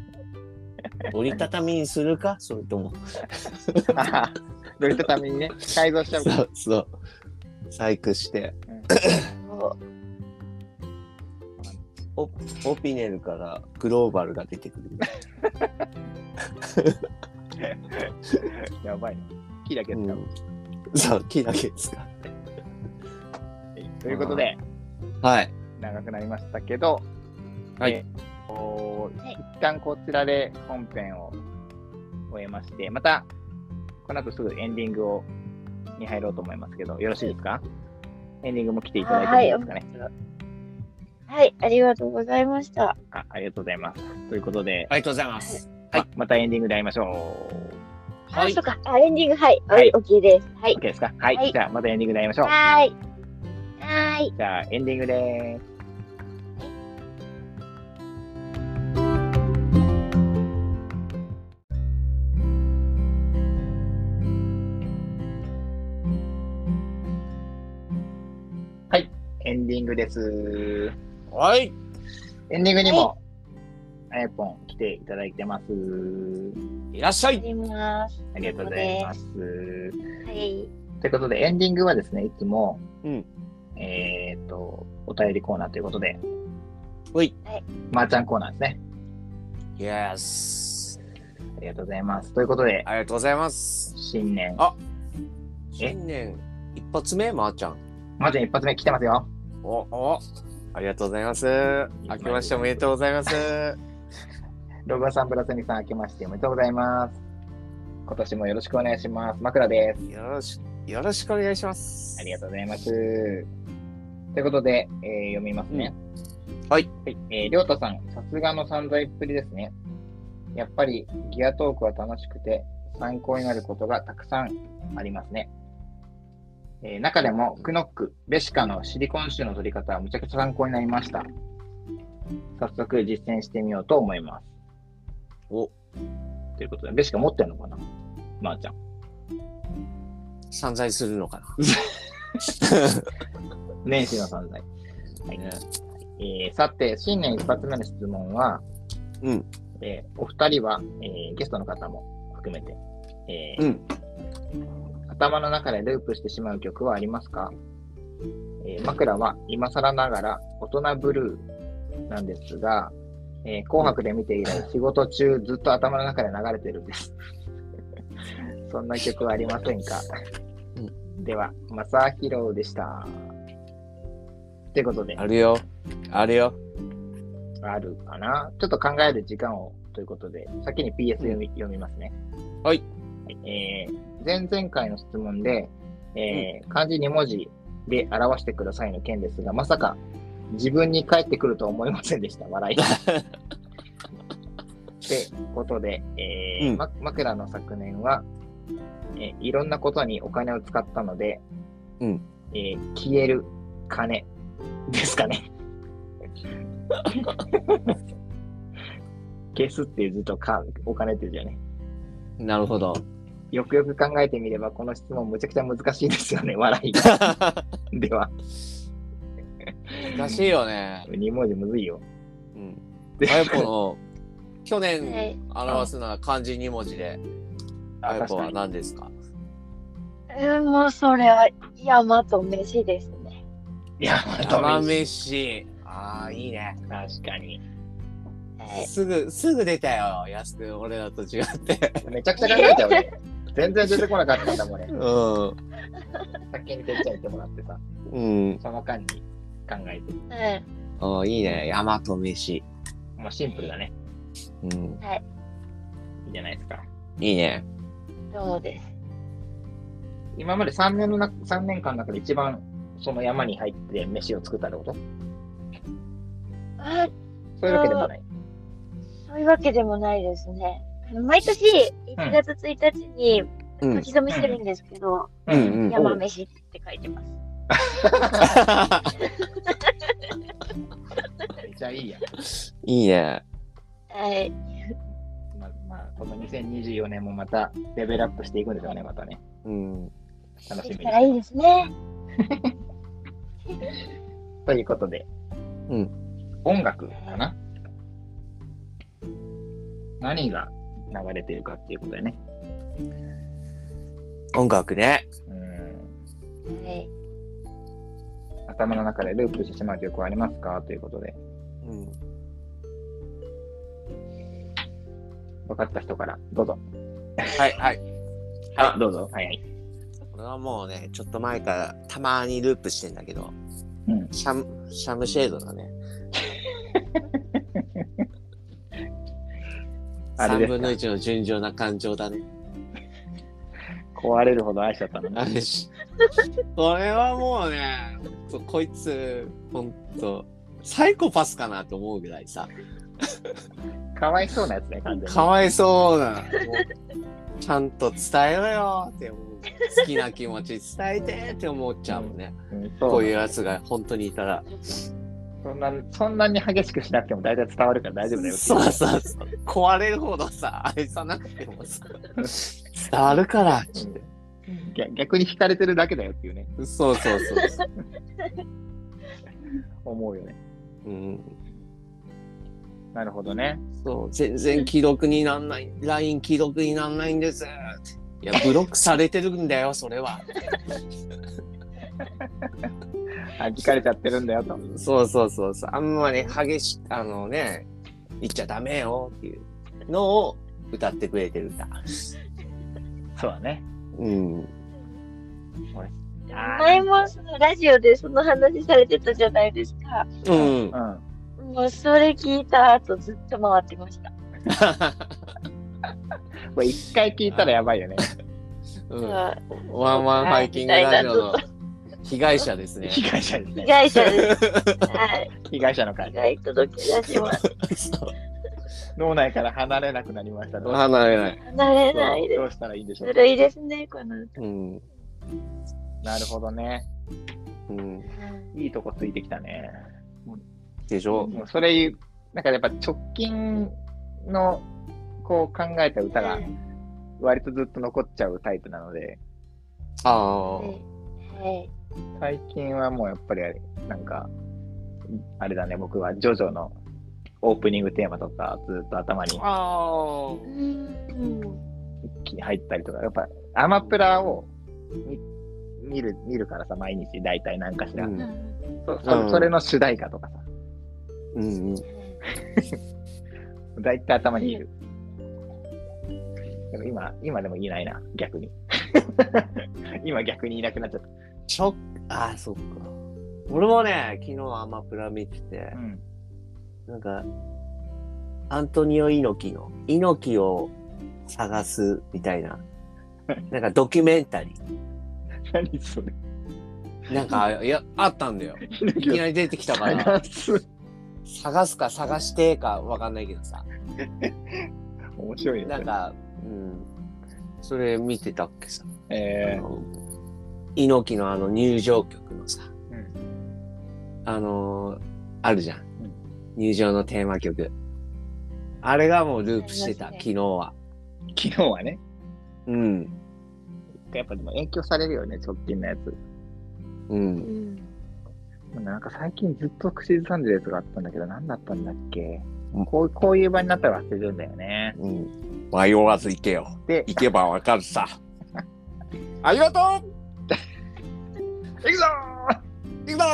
Speaker 3: [LAUGHS]
Speaker 2: 折りたたみにするかそれとも
Speaker 3: あー折りたたみにね、改造しちゃう
Speaker 2: そ
Speaker 3: から。
Speaker 2: うそう細工してオピネルからグローバルが出てくる
Speaker 3: やばいな。木だけ使う。
Speaker 2: うんそう木だけですか
Speaker 3: ということで、
Speaker 2: はい
Speaker 3: 長くなりましたけど、
Speaker 2: はい
Speaker 3: えーおー
Speaker 5: はい
Speaker 3: 一旦こちらで本編を終えまして、また、この後すぐエンディングをに入ろうと思いますけど、よろしいですかエンディングも来ていただいてもいいですかね。
Speaker 5: [LAUGHS] はい、ありがとうございました。
Speaker 3: あありがとうございます。ということで、
Speaker 2: ありがとうございます。
Speaker 3: ままたエンディングで会いましょ
Speaker 5: あ、そうか。あ、エンディング、はい。
Speaker 3: はい
Speaker 5: オッケーです。は
Speaker 3: う。
Speaker 5: い
Speaker 3: OK。ですかはい、
Speaker 5: はい
Speaker 3: じゃあまたエンディングで会いましょう。
Speaker 5: はーい。はーい。
Speaker 3: じゃあエンディングでーす。はい、エンディングです。
Speaker 2: はい。
Speaker 3: エンディングにも、あやぽん来ていただいてます。
Speaker 2: いらっしゃ
Speaker 5: あ
Speaker 2: い。
Speaker 5: ります。
Speaker 3: ありがとうございます。
Speaker 5: はい。
Speaker 3: ということで、エンディングはですね、いつも、
Speaker 2: うん
Speaker 3: えーっと、お便りコーナーということで、
Speaker 2: ほい
Speaker 5: はい。
Speaker 3: まー、ちゃんコーナーですね。
Speaker 2: Yes。
Speaker 3: ありがとうございます。ということで、
Speaker 2: ありがとうございます。
Speaker 3: 新年、
Speaker 2: あ
Speaker 3: え
Speaker 2: 新年一発目、まー、ちゃん。
Speaker 3: まー、ちゃん一発目来てますよ。
Speaker 2: お、お。ありがとうございます。明けましておめでとうございます。
Speaker 3: ロバさん、ブラセミさん、明けましておめでとうございます。今年もよろしくお願いします。枕です。
Speaker 2: よろし、よろしくお願いします。
Speaker 3: ありがとうございます。ということで、えー読みますね。
Speaker 2: はい。
Speaker 3: はい。えー、りょうたさん、さすがの散財っぷりですね。やっぱりギアトークは楽しくて、参考になることがたくさんありますね。えー中でも、クノック、ベシカのシリコン臭の取り方はむちゃくちゃ参考になりました。早速実践してみようと思います。
Speaker 2: お
Speaker 3: ということで、ベシカ持ってんのかなまー、ちゃん。
Speaker 2: 散財するのか
Speaker 3: 年始の存在。はい
Speaker 2: ね
Speaker 3: えーさて、新年一発目の質問は、
Speaker 2: うん
Speaker 3: えーお二人は、えーゲストの方も含めて、えー
Speaker 2: うん
Speaker 3: 頭の中でループしてしまう曲はありますか、えー枕は今更ながら大人ブルーなんですが、えー紅白で見て以来仕事中ずっと頭の中で流れてるんです。 [LAUGHS] そんな曲はありませんか、では、マサヒロでした。ということで
Speaker 2: な。、あるよ。あるよ。
Speaker 3: あるかな。ちょっと考える時間をということで、先に PS 読み,、読みますね。
Speaker 2: はい
Speaker 3: はい。えー、前々回の質問で、えー漢字2文字で表してくださいの件ですが、まさか自分に返ってくるとは思いませんでした。笑
Speaker 2: [LAUGHS]
Speaker 3: い。ってことで、えー
Speaker 2: うん
Speaker 3: ま枕の昨年は、えーいろんなことにお金を使ったので、
Speaker 2: うん
Speaker 3: えー消える金ですかね。消すっていうずっとかお金っていうじゃね。
Speaker 2: なるほど。
Speaker 3: よくよく考えてみれば、この質問むちゃくちゃ難しいですよね。 [LAUGHS] 笑い。では、
Speaker 2: 難しいよね。
Speaker 3: 2文字むずいよ。
Speaker 2: うん。
Speaker 3: で
Speaker 2: あやぽの、去
Speaker 5: は
Speaker 2: 年
Speaker 5: い。
Speaker 2: 表すのは漢字2文字で、あやぽは何ですか
Speaker 5: えー、もうそれは山と飯ですね。
Speaker 3: いや、
Speaker 2: 山飯。ああ、いいね。
Speaker 3: 確かに。
Speaker 5: はい。
Speaker 2: すぐ、すぐ出たよ。安くん、俺らと違って。
Speaker 3: めちゃくちゃ考えちゃうね。 [LAUGHS] 全然出てこなかったんだもんね。
Speaker 2: う
Speaker 3: 先に出ちゃいてもらってさ、
Speaker 2: ん。うん。
Speaker 3: その間に考えて。
Speaker 5: うん。
Speaker 2: ああ、いいね。山と飯。
Speaker 3: まあ、シンプルだね。
Speaker 2: うん。
Speaker 3: いいじゃないですか。
Speaker 2: いいね。
Speaker 5: そうです。
Speaker 3: 今まで3年のな三年間の中で一番その山に入って飯を作ったってこと
Speaker 5: あ
Speaker 3: そういうわけでもない。
Speaker 5: そういうわけでもないですね。あの毎年1月1日に
Speaker 2: うん
Speaker 5: 書き初めしてるんですけど、
Speaker 2: うんうん
Speaker 5: 山飯って書いてます。
Speaker 3: めっちゃいいやん。
Speaker 2: いいね。
Speaker 5: はい。
Speaker 3: まあ、まあ、この2024年もまたレベルアップしていくんでしょうね、またね。
Speaker 2: うん。
Speaker 3: 楽し
Speaker 5: で
Speaker 3: み
Speaker 5: き
Speaker 3: に
Speaker 5: たらいいですね。
Speaker 3: ということで、
Speaker 2: うん
Speaker 3: 音楽かな何が流れてるかっていうことだよね。
Speaker 2: 音楽ね。
Speaker 3: うん
Speaker 5: はい。
Speaker 3: 頭の中でループしてしまう曲はありますかということで、
Speaker 2: うん。
Speaker 3: 分かった人からどうぞ。
Speaker 2: はい、はい。
Speaker 3: あ、どうぞ。はいはい。
Speaker 2: これはもうね、ちょっと前からたまにループしてんだけど、
Speaker 3: うん
Speaker 2: シャム、シャムシェードだね。
Speaker 3: あれ
Speaker 2: 3
Speaker 3: ですか
Speaker 2: 分の1の純情な感情だね。
Speaker 3: 壊れるほど愛しちゃったのね。
Speaker 2: [LAUGHS] あれし。これはもうね、ほんとこいつ、ほんと、サイコパスかなと思うぐらいさ、
Speaker 3: かわいそうなやつね、完全に。
Speaker 2: かわいそうな、もうちゃんと伝えろよって思う。好きな気持ち伝えてって思っちゃうもんね。
Speaker 3: うん
Speaker 2: こ
Speaker 3: そう
Speaker 2: いう
Speaker 3: う
Speaker 2: やつが本当にいたら。
Speaker 3: そんなそんなに激しくしなくても大体伝わるから大丈夫だよ。
Speaker 2: そうそうそう。壊れるほどさ、愛さなくてもさ、伝わるからっつって。
Speaker 3: 逆逆に惹かれてるだけだよっていうね、
Speaker 2: そうそうそうそう。
Speaker 3: 思うよね。
Speaker 2: うん。
Speaker 3: なるほどね。
Speaker 2: そう、全然既読になんない、LINE 既読になんないんですって。いや、ブロックされてるんだよ、それは。
Speaker 3: あ、聞かれちゃってるんだよと。
Speaker 2: そうそうそうそう。あんまり激し、あのね、言っちゃダメよっていうのを歌ってくれてる歌。
Speaker 3: そうだね。
Speaker 2: うん。
Speaker 5: 前もそのラジオでその話されてたじゃないですか。
Speaker 3: [LAUGHS]
Speaker 2: うん。
Speaker 3: うん。
Speaker 5: もうそれ聞いた後ずっと回ってました。
Speaker 3: これ一回聞いたらやばいよね。
Speaker 2: うん、
Speaker 5: は
Speaker 2: ワンワンハイキングラジオの被害者です
Speaker 3: [LAUGHS]
Speaker 2: ね。
Speaker 3: [LAUGHS] 被害者です
Speaker 5: い被
Speaker 3: ね。
Speaker 5: 害者です。はい。
Speaker 3: 被害者の
Speaker 5: 被
Speaker 3: 会。
Speaker 5: 害届け出します。
Speaker 3: 脳内から離れなくなりましたね。
Speaker 2: 離れない。
Speaker 5: なれ
Speaker 3: どう
Speaker 5: ないで
Speaker 3: どうしたらいいんでし
Speaker 5: す。
Speaker 3: ょう
Speaker 5: ず
Speaker 3: か。
Speaker 5: るいですね、この歌。
Speaker 2: うん。
Speaker 3: なるほどね。
Speaker 2: うん。
Speaker 3: いいとこついてきたね。
Speaker 2: でしょ
Speaker 3: もうそれ言う、なんかやっぱ直近のこう考えた歌が
Speaker 5: うん
Speaker 3: 割とずっと残っちゃうタイプなので、
Speaker 2: あ
Speaker 5: はいはい。
Speaker 3: 最近はもうやっぱりなんか、あれだね、僕はジョジョのオープニングテーマとかずっと頭に
Speaker 2: あ。ああ。
Speaker 5: うん。
Speaker 3: 入ったりとか、やっぱアマプラを見見る見るからさ、毎日大体何かしら、
Speaker 2: うん
Speaker 3: そそ
Speaker 2: うん
Speaker 3: それの主題歌とかさ、
Speaker 2: うんうん。
Speaker 3: 大体頭にいる。でも今、今でも言えないな、
Speaker 2: [LAUGHS]
Speaker 3: 逆に。今逆にいなくなっちゃっ
Speaker 2: ちょああ、そっか。俺もね、昨日アマプラ見てて
Speaker 3: た。う、ん。
Speaker 2: なんか、アントニオ猪木の、猪木を探すみたいな、なんかドキュメンタリ
Speaker 3: 何それ。
Speaker 2: ー。なんか、いや、あったんだよ。いきなり出てきたから、
Speaker 3: 話す
Speaker 2: 探すか探してかわかんないけどさ。
Speaker 3: 面白いよね。
Speaker 2: なんか、うん、それ見てたっけさ、
Speaker 3: え
Speaker 2: あの猪木のあの入場曲のさ、
Speaker 3: うん
Speaker 2: あのーあるじゃん、
Speaker 3: うん
Speaker 2: 入場のテーマ曲あれがもうループしてた
Speaker 5: ありま
Speaker 2: 昨
Speaker 5: すね
Speaker 2: 日は
Speaker 3: ー、昨日はね、
Speaker 2: うん
Speaker 3: やっぱでも影響されるよね、直近のやつ。
Speaker 2: うん
Speaker 3: なんか最近ずっと口ずさんでるやつがあったんだけど、何だったんだっけ、こうこういう場になったら忘れるんだよね。
Speaker 2: うん迷わず行けよ
Speaker 3: で、
Speaker 2: 行けばわかるさありがとう
Speaker 3: 行くぞー
Speaker 2: 行くぞ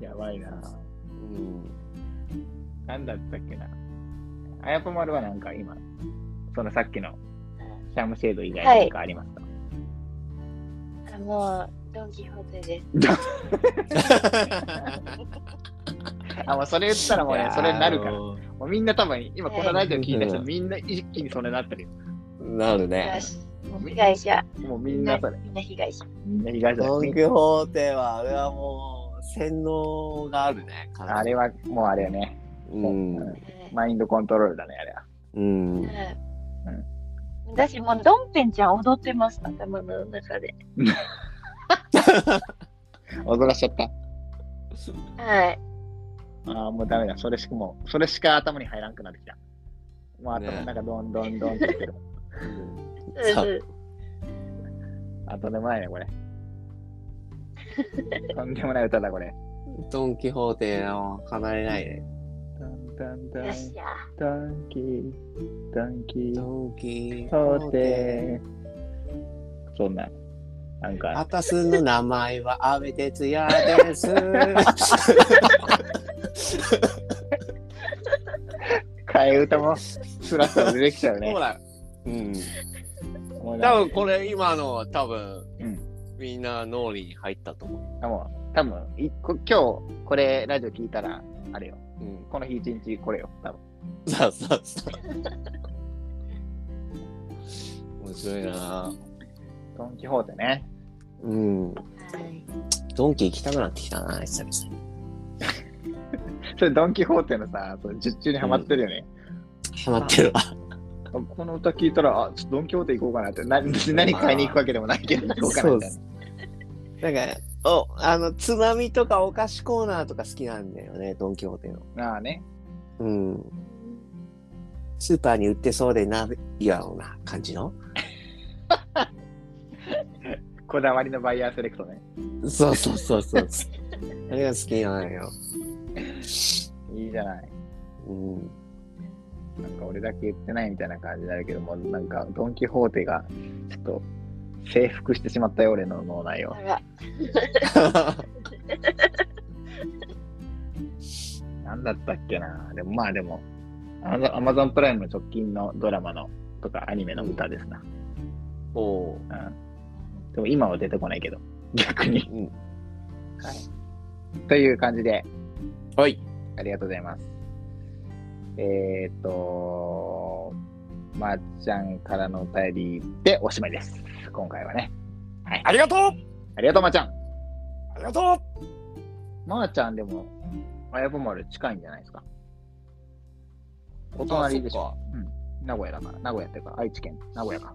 Speaker 3: やばいな。 [LAUGHS]
Speaker 2: うん
Speaker 3: なんだったっけな。あやぽまるはなんか今、そのさっきのシャムシェード以外に何かありますか、
Speaker 5: あもう、ドン・キホーテです。
Speaker 3: あ、もうそれ言ったらもうね、それになるから。も
Speaker 2: ら
Speaker 3: うみんな多分、今このラジオ聞いた人、
Speaker 2: うん
Speaker 3: みんな一気にそれになってるよ。
Speaker 2: なるね
Speaker 5: よし被害者。
Speaker 3: もうみんなそれ。
Speaker 5: みんな被害者。
Speaker 3: みんな東
Speaker 2: ロン
Speaker 3: だ。
Speaker 2: グ法廷は、あれはもう、洗脳があるね。かな
Speaker 3: あ
Speaker 2: り
Speaker 3: れはもうあれよね。
Speaker 2: うん。
Speaker 3: マインドコントロールだね、あれは。
Speaker 2: うん。
Speaker 5: 私もうドンペンちゃん踊ってます頭の中で
Speaker 3: 踊らしちゃった。
Speaker 5: はい
Speaker 3: ああ、もうダメだ。それしかもう、それしか頭に入らんくなってきた。もう頭の中どんどんどんって言って [LAUGHS] る。
Speaker 5: そうです
Speaker 3: 後でもないね、これ。とんでもない歌だ、これ。
Speaker 2: ドン・キホーテは離れないね。
Speaker 3: ダンダンダ
Speaker 5: よっし
Speaker 3: ン、
Speaker 5: ゃ
Speaker 3: ダンキー、ダンキ
Speaker 2: ド
Speaker 3: ー、
Speaker 2: ン・キホ
Speaker 3: そう
Speaker 2: ーテ。
Speaker 3: でそんな、なんか、
Speaker 2: 私の名前は安部哲也です。
Speaker 3: 替え歌もスラッと出てきちゃうね
Speaker 2: ほ。ら。うん。
Speaker 3: も
Speaker 2: 多
Speaker 3: うなん
Speaker 2: 分これ、今の、多分、
Speaker 3: うん
Speaker 2: みんな脳裏に入ったと思
Speaker 3: かもう、多分いこ今日、これ、ラジオ聞いたら、あれよ。
Speaker 2: う。うん。
Speaker 3: この日一日、これよ。多分
Speaker 2: そうそうそう。面白いな
Speaker 3: ドン・キホーテね。 [LAUGHS]
Speaker 2: うん。
Speaker 5: はい。
Speaker 2: ドンキ行きたくなってきたな、久々に。
Speaker 3: それドン・キホーテのさ、その術中にはまってるよね。
Speaker 2: ハマってるわ。
Speaker 3: この歌聞いたら、あ、ちょっとドン・キホーテ行こうかなって、な別に何買いに行くわけでもないけど、行こうかなみたい
Speaker 1: な
Speaker 3: な。
Speaker 1: んか、お、あの、つまみとかお菓子コーナーとか好きなんだよね、ドン・キホーテの。
Speaker 3: なあね。
Speaker 1: うん。スーパーに売ってそうでないやろうな感じの。
Speaker 3: こだわりのバイヤーセレクトね。
Speaker 1: そうそうそう [LAUGHS] そう。あれが好きなんよ。
Speaker 3: いいじゃない。
Speaker 1: うん。
Speaker 3: なんか俺だけ言ってないみたいな感じになるけども、なんかドン・キホーテがちょっと征服してしまったよ、俺の脳内を
Speaker 5: あ。ら、
Speaker 3: なんだったっけな。でもまあでも、アマゾンアマゾンプライムの直近のドラマのとかアニメの歌ですな。
Speaker 1: おう
Speaker 3: うん。でも今は出てこないけど、逆に。
Speaker 1: うん
Speaker 3: はい。という感じで、
Speaker 1: はい。
Speaker 3: ありがとうございます。えっ、ー、と、まー、ちゃんからのお便りでおしまいです。今回はね。
Speaker 4: ありがとう
Speaker 3: ありがとう、まー、ちゃん。
Speaker 4: ありがと
Speaker 3: まー、ちゃんでも、あやぶ丸近いんじゃないですか。お隣でしょ。うん。名古屋だから。名古屋っていうか、愛知県。名古屋か。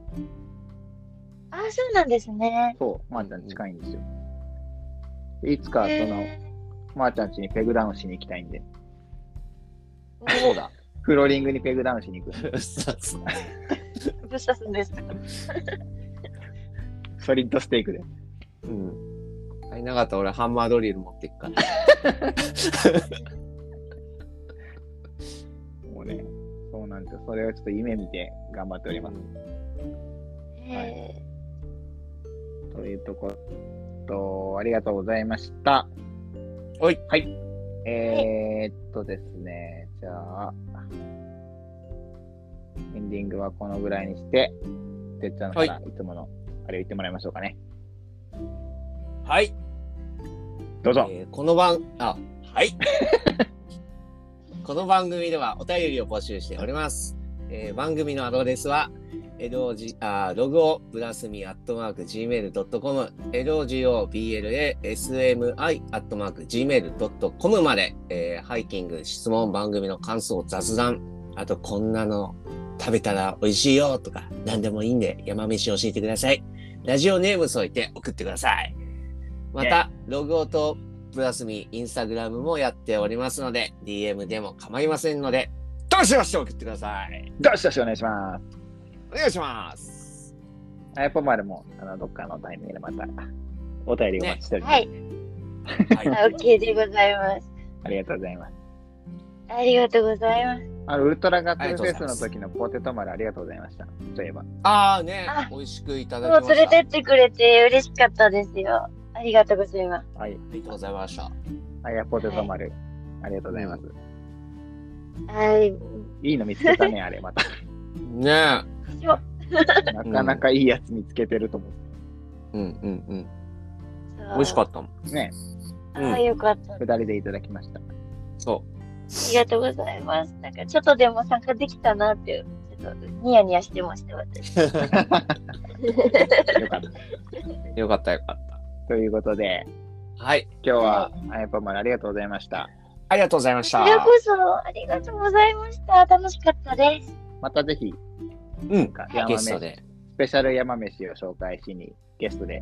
Speaker 5: あー、そうなんですね。
Speaker 3: そう、まー、ちゃん近いんですよ。でいつか、その、
Speaker 5: へ
Speaker 3: まー、ちゃん家にペグダウンしに行きたいんで、
Speaker 5: ー
Speaker 4: そうだ。
Speaker 3: フローリングにペグダウンしに行く。
Speaker 5: どうしたんですか。
Speaker 3: ソリッドステークで。
Speaker 2: うん。あれなかったら俺ハンマードリル持っていくから。
Speaker 3: もうね、そうなんですよ。それをちょっと夢見て頑張っております。
Speaker 5: え
Speaker 3: というとこと、ありがとうございました。
Speaker 2: はい。
Speaker 3: はい。えー、っとですね、じゃあ、エンディングはこのぐらいにして、てっちゃんからいつもの、あれを言ってもらいましょうかね。
Speaker 4: はい。
Speaker 3: どうぞ。
Speaker 2: えーこの番、あ、はい。この番組ではお便りを募集しております。えー番組のアドレスは、LOG、あー、ログをブラスミアットマーク Gmail.com、LOGOBLASMI アットマーク Gmail.com まで、えーハイキング、質問、番組の感想、雑談、あとこんなの食べたら美味しいよとか、何でもいいんで山飯教えてください。ラジオネーム添えて送ってください。また、ログオとプラスミ、インスタグラムもやっておりますので、DM でも構いませんので、どしどし送ってください。
Speaker 3: どしどしお願いします。
Speaker 2: お願いします。
Speaker 3: あやっぱまでも、あの、どっかのタイミングでまた、お便りお待ちしてお
Speaker 5: ー、
Speaker 3: ります。
Speaker 5: はい、
Speaker 2: は
Speaker 5: オッケーでございます。
Speaker 3: ありがとうございます。
Speaker 5: ありがとうございます。
Speaker 3: あの、ウルトラガッ
Speaker 2: あり
Speaker 3: ツ
Speaker 2: がと
Speaker 3: フ
Speaker 2: うござ
Speaker 3: ェ
Speaker 2: い
Speaker 3: ス
Speaker 2: ます
Speaker 3: の時のポテトまでありがとうございました。そういえば。
Speaker 2: ああね
Speaker 5: あ、
Speaker 2: 美味しくいただき
Speaker 5: も
Speaker 2: ま
Speaker 5: う
Speaker 2: した。
Speaker 5: 連れてってくれて嬉しかったですよ。ありがとうございます。
Speaker 3: はい。
Speaker 2: ありがとうございました。
Speaker 3: あやポテトまで、ありがとうございます。
Speaker 5: はい、
Speaker 3: いいの見つけた [LAUGHS] ね、あれ、また。
Speaker 2: ね
Speaker 3: なかなかいいやつ見つけてると思う。
Speaker 2: え。うんうんうん。
Speaker 5: 美
Speaker 2: 美味しか
Speaker 5: っ
Speaker 2: ったもん。
Speaker 3: ね、
Speaker 5: たああ、よかった。あ
Speaker 3: 二人でいただきま [LAUGHS] した。
Speaker 2: そ
Speaker 5: りがとうございます。なんかちょっとでも参加できたなって、ちょっとニヤニヤしてました私。
Speaker 3: よかった。
Speaker 2: う。よかったよかっ
Speaker 3: ということで、
Speaker 2: た。はい。
Speaker 3: 今日は、あやぱまでありがとうございました。
Speaker 2: ありがとうございま
Speaker 5: こ
Speaker 2: し
Speaker 5: ち
Speaker 2: た。
Speaker 5: らこそありがとうございました。楽しかったです。
Speaker 3: またぜひ、
Speaker 2: うん。
Speaker 3: なんか山
Speaker 2: ゲ
Speaker 3: 飯
Speaker 2: スト
Speaker 3: ス
Speaker 2: で。
Speaker 3: ペシャル山飯を紹介しに、ゲストで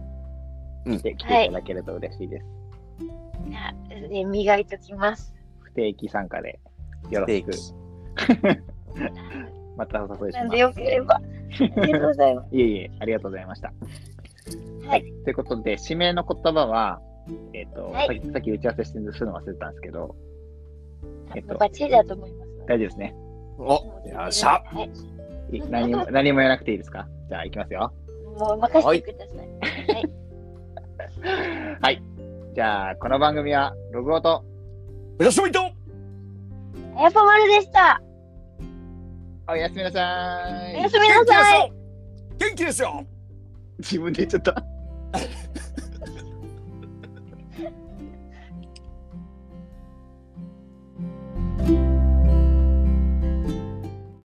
Speaker 3: 来て,、来ていただけると嬉しいです。
Speaker 5: じゃあね磨いときます。
Speaker 3: 不定期参加で、よろしく。 [LAUGHS] またお誘いし
Speaker 5: なん
Speaker 3: ます
Speaker 5: で。よければ。ありがとうございます。
Speaker 3: いえいえ、ありがとうございました。
Speaker 5: はい。
Speaker 3: ということで、指名の言葉は、えっ、と、
Speaker 5: はい
Speaker 3: さっきさっき打ち合わせしてするの忘れてたんですけど、えっと
Speaker 5: バッチリだと思います。
Speaker 3: 大丈夫ですね。
Speaker 2: お、
Speaker 5: よ
Speaker 2: っしゃ。
Speaker 5: はい、
Speaker 3: い何
Speaker 5: [LAUGHS]
Speaker 3: も何もやらなくていいですかじゃあ、いきますよ。
Speaker 5: もう任せてください。はい、
Speaker 3: はい。じゃあ、この番組は、ログオと、
Speaker 4: ういらっしゃいと
Speaker 5: あやぱまるでした。
Speaker 3: おやすみなさー
Speaker 5: おや
Speaker 3: い。
Speaker 5: すみなさい。
Speaker 4: 元気ですよ
Speaker 3: 自分で言っちゃった。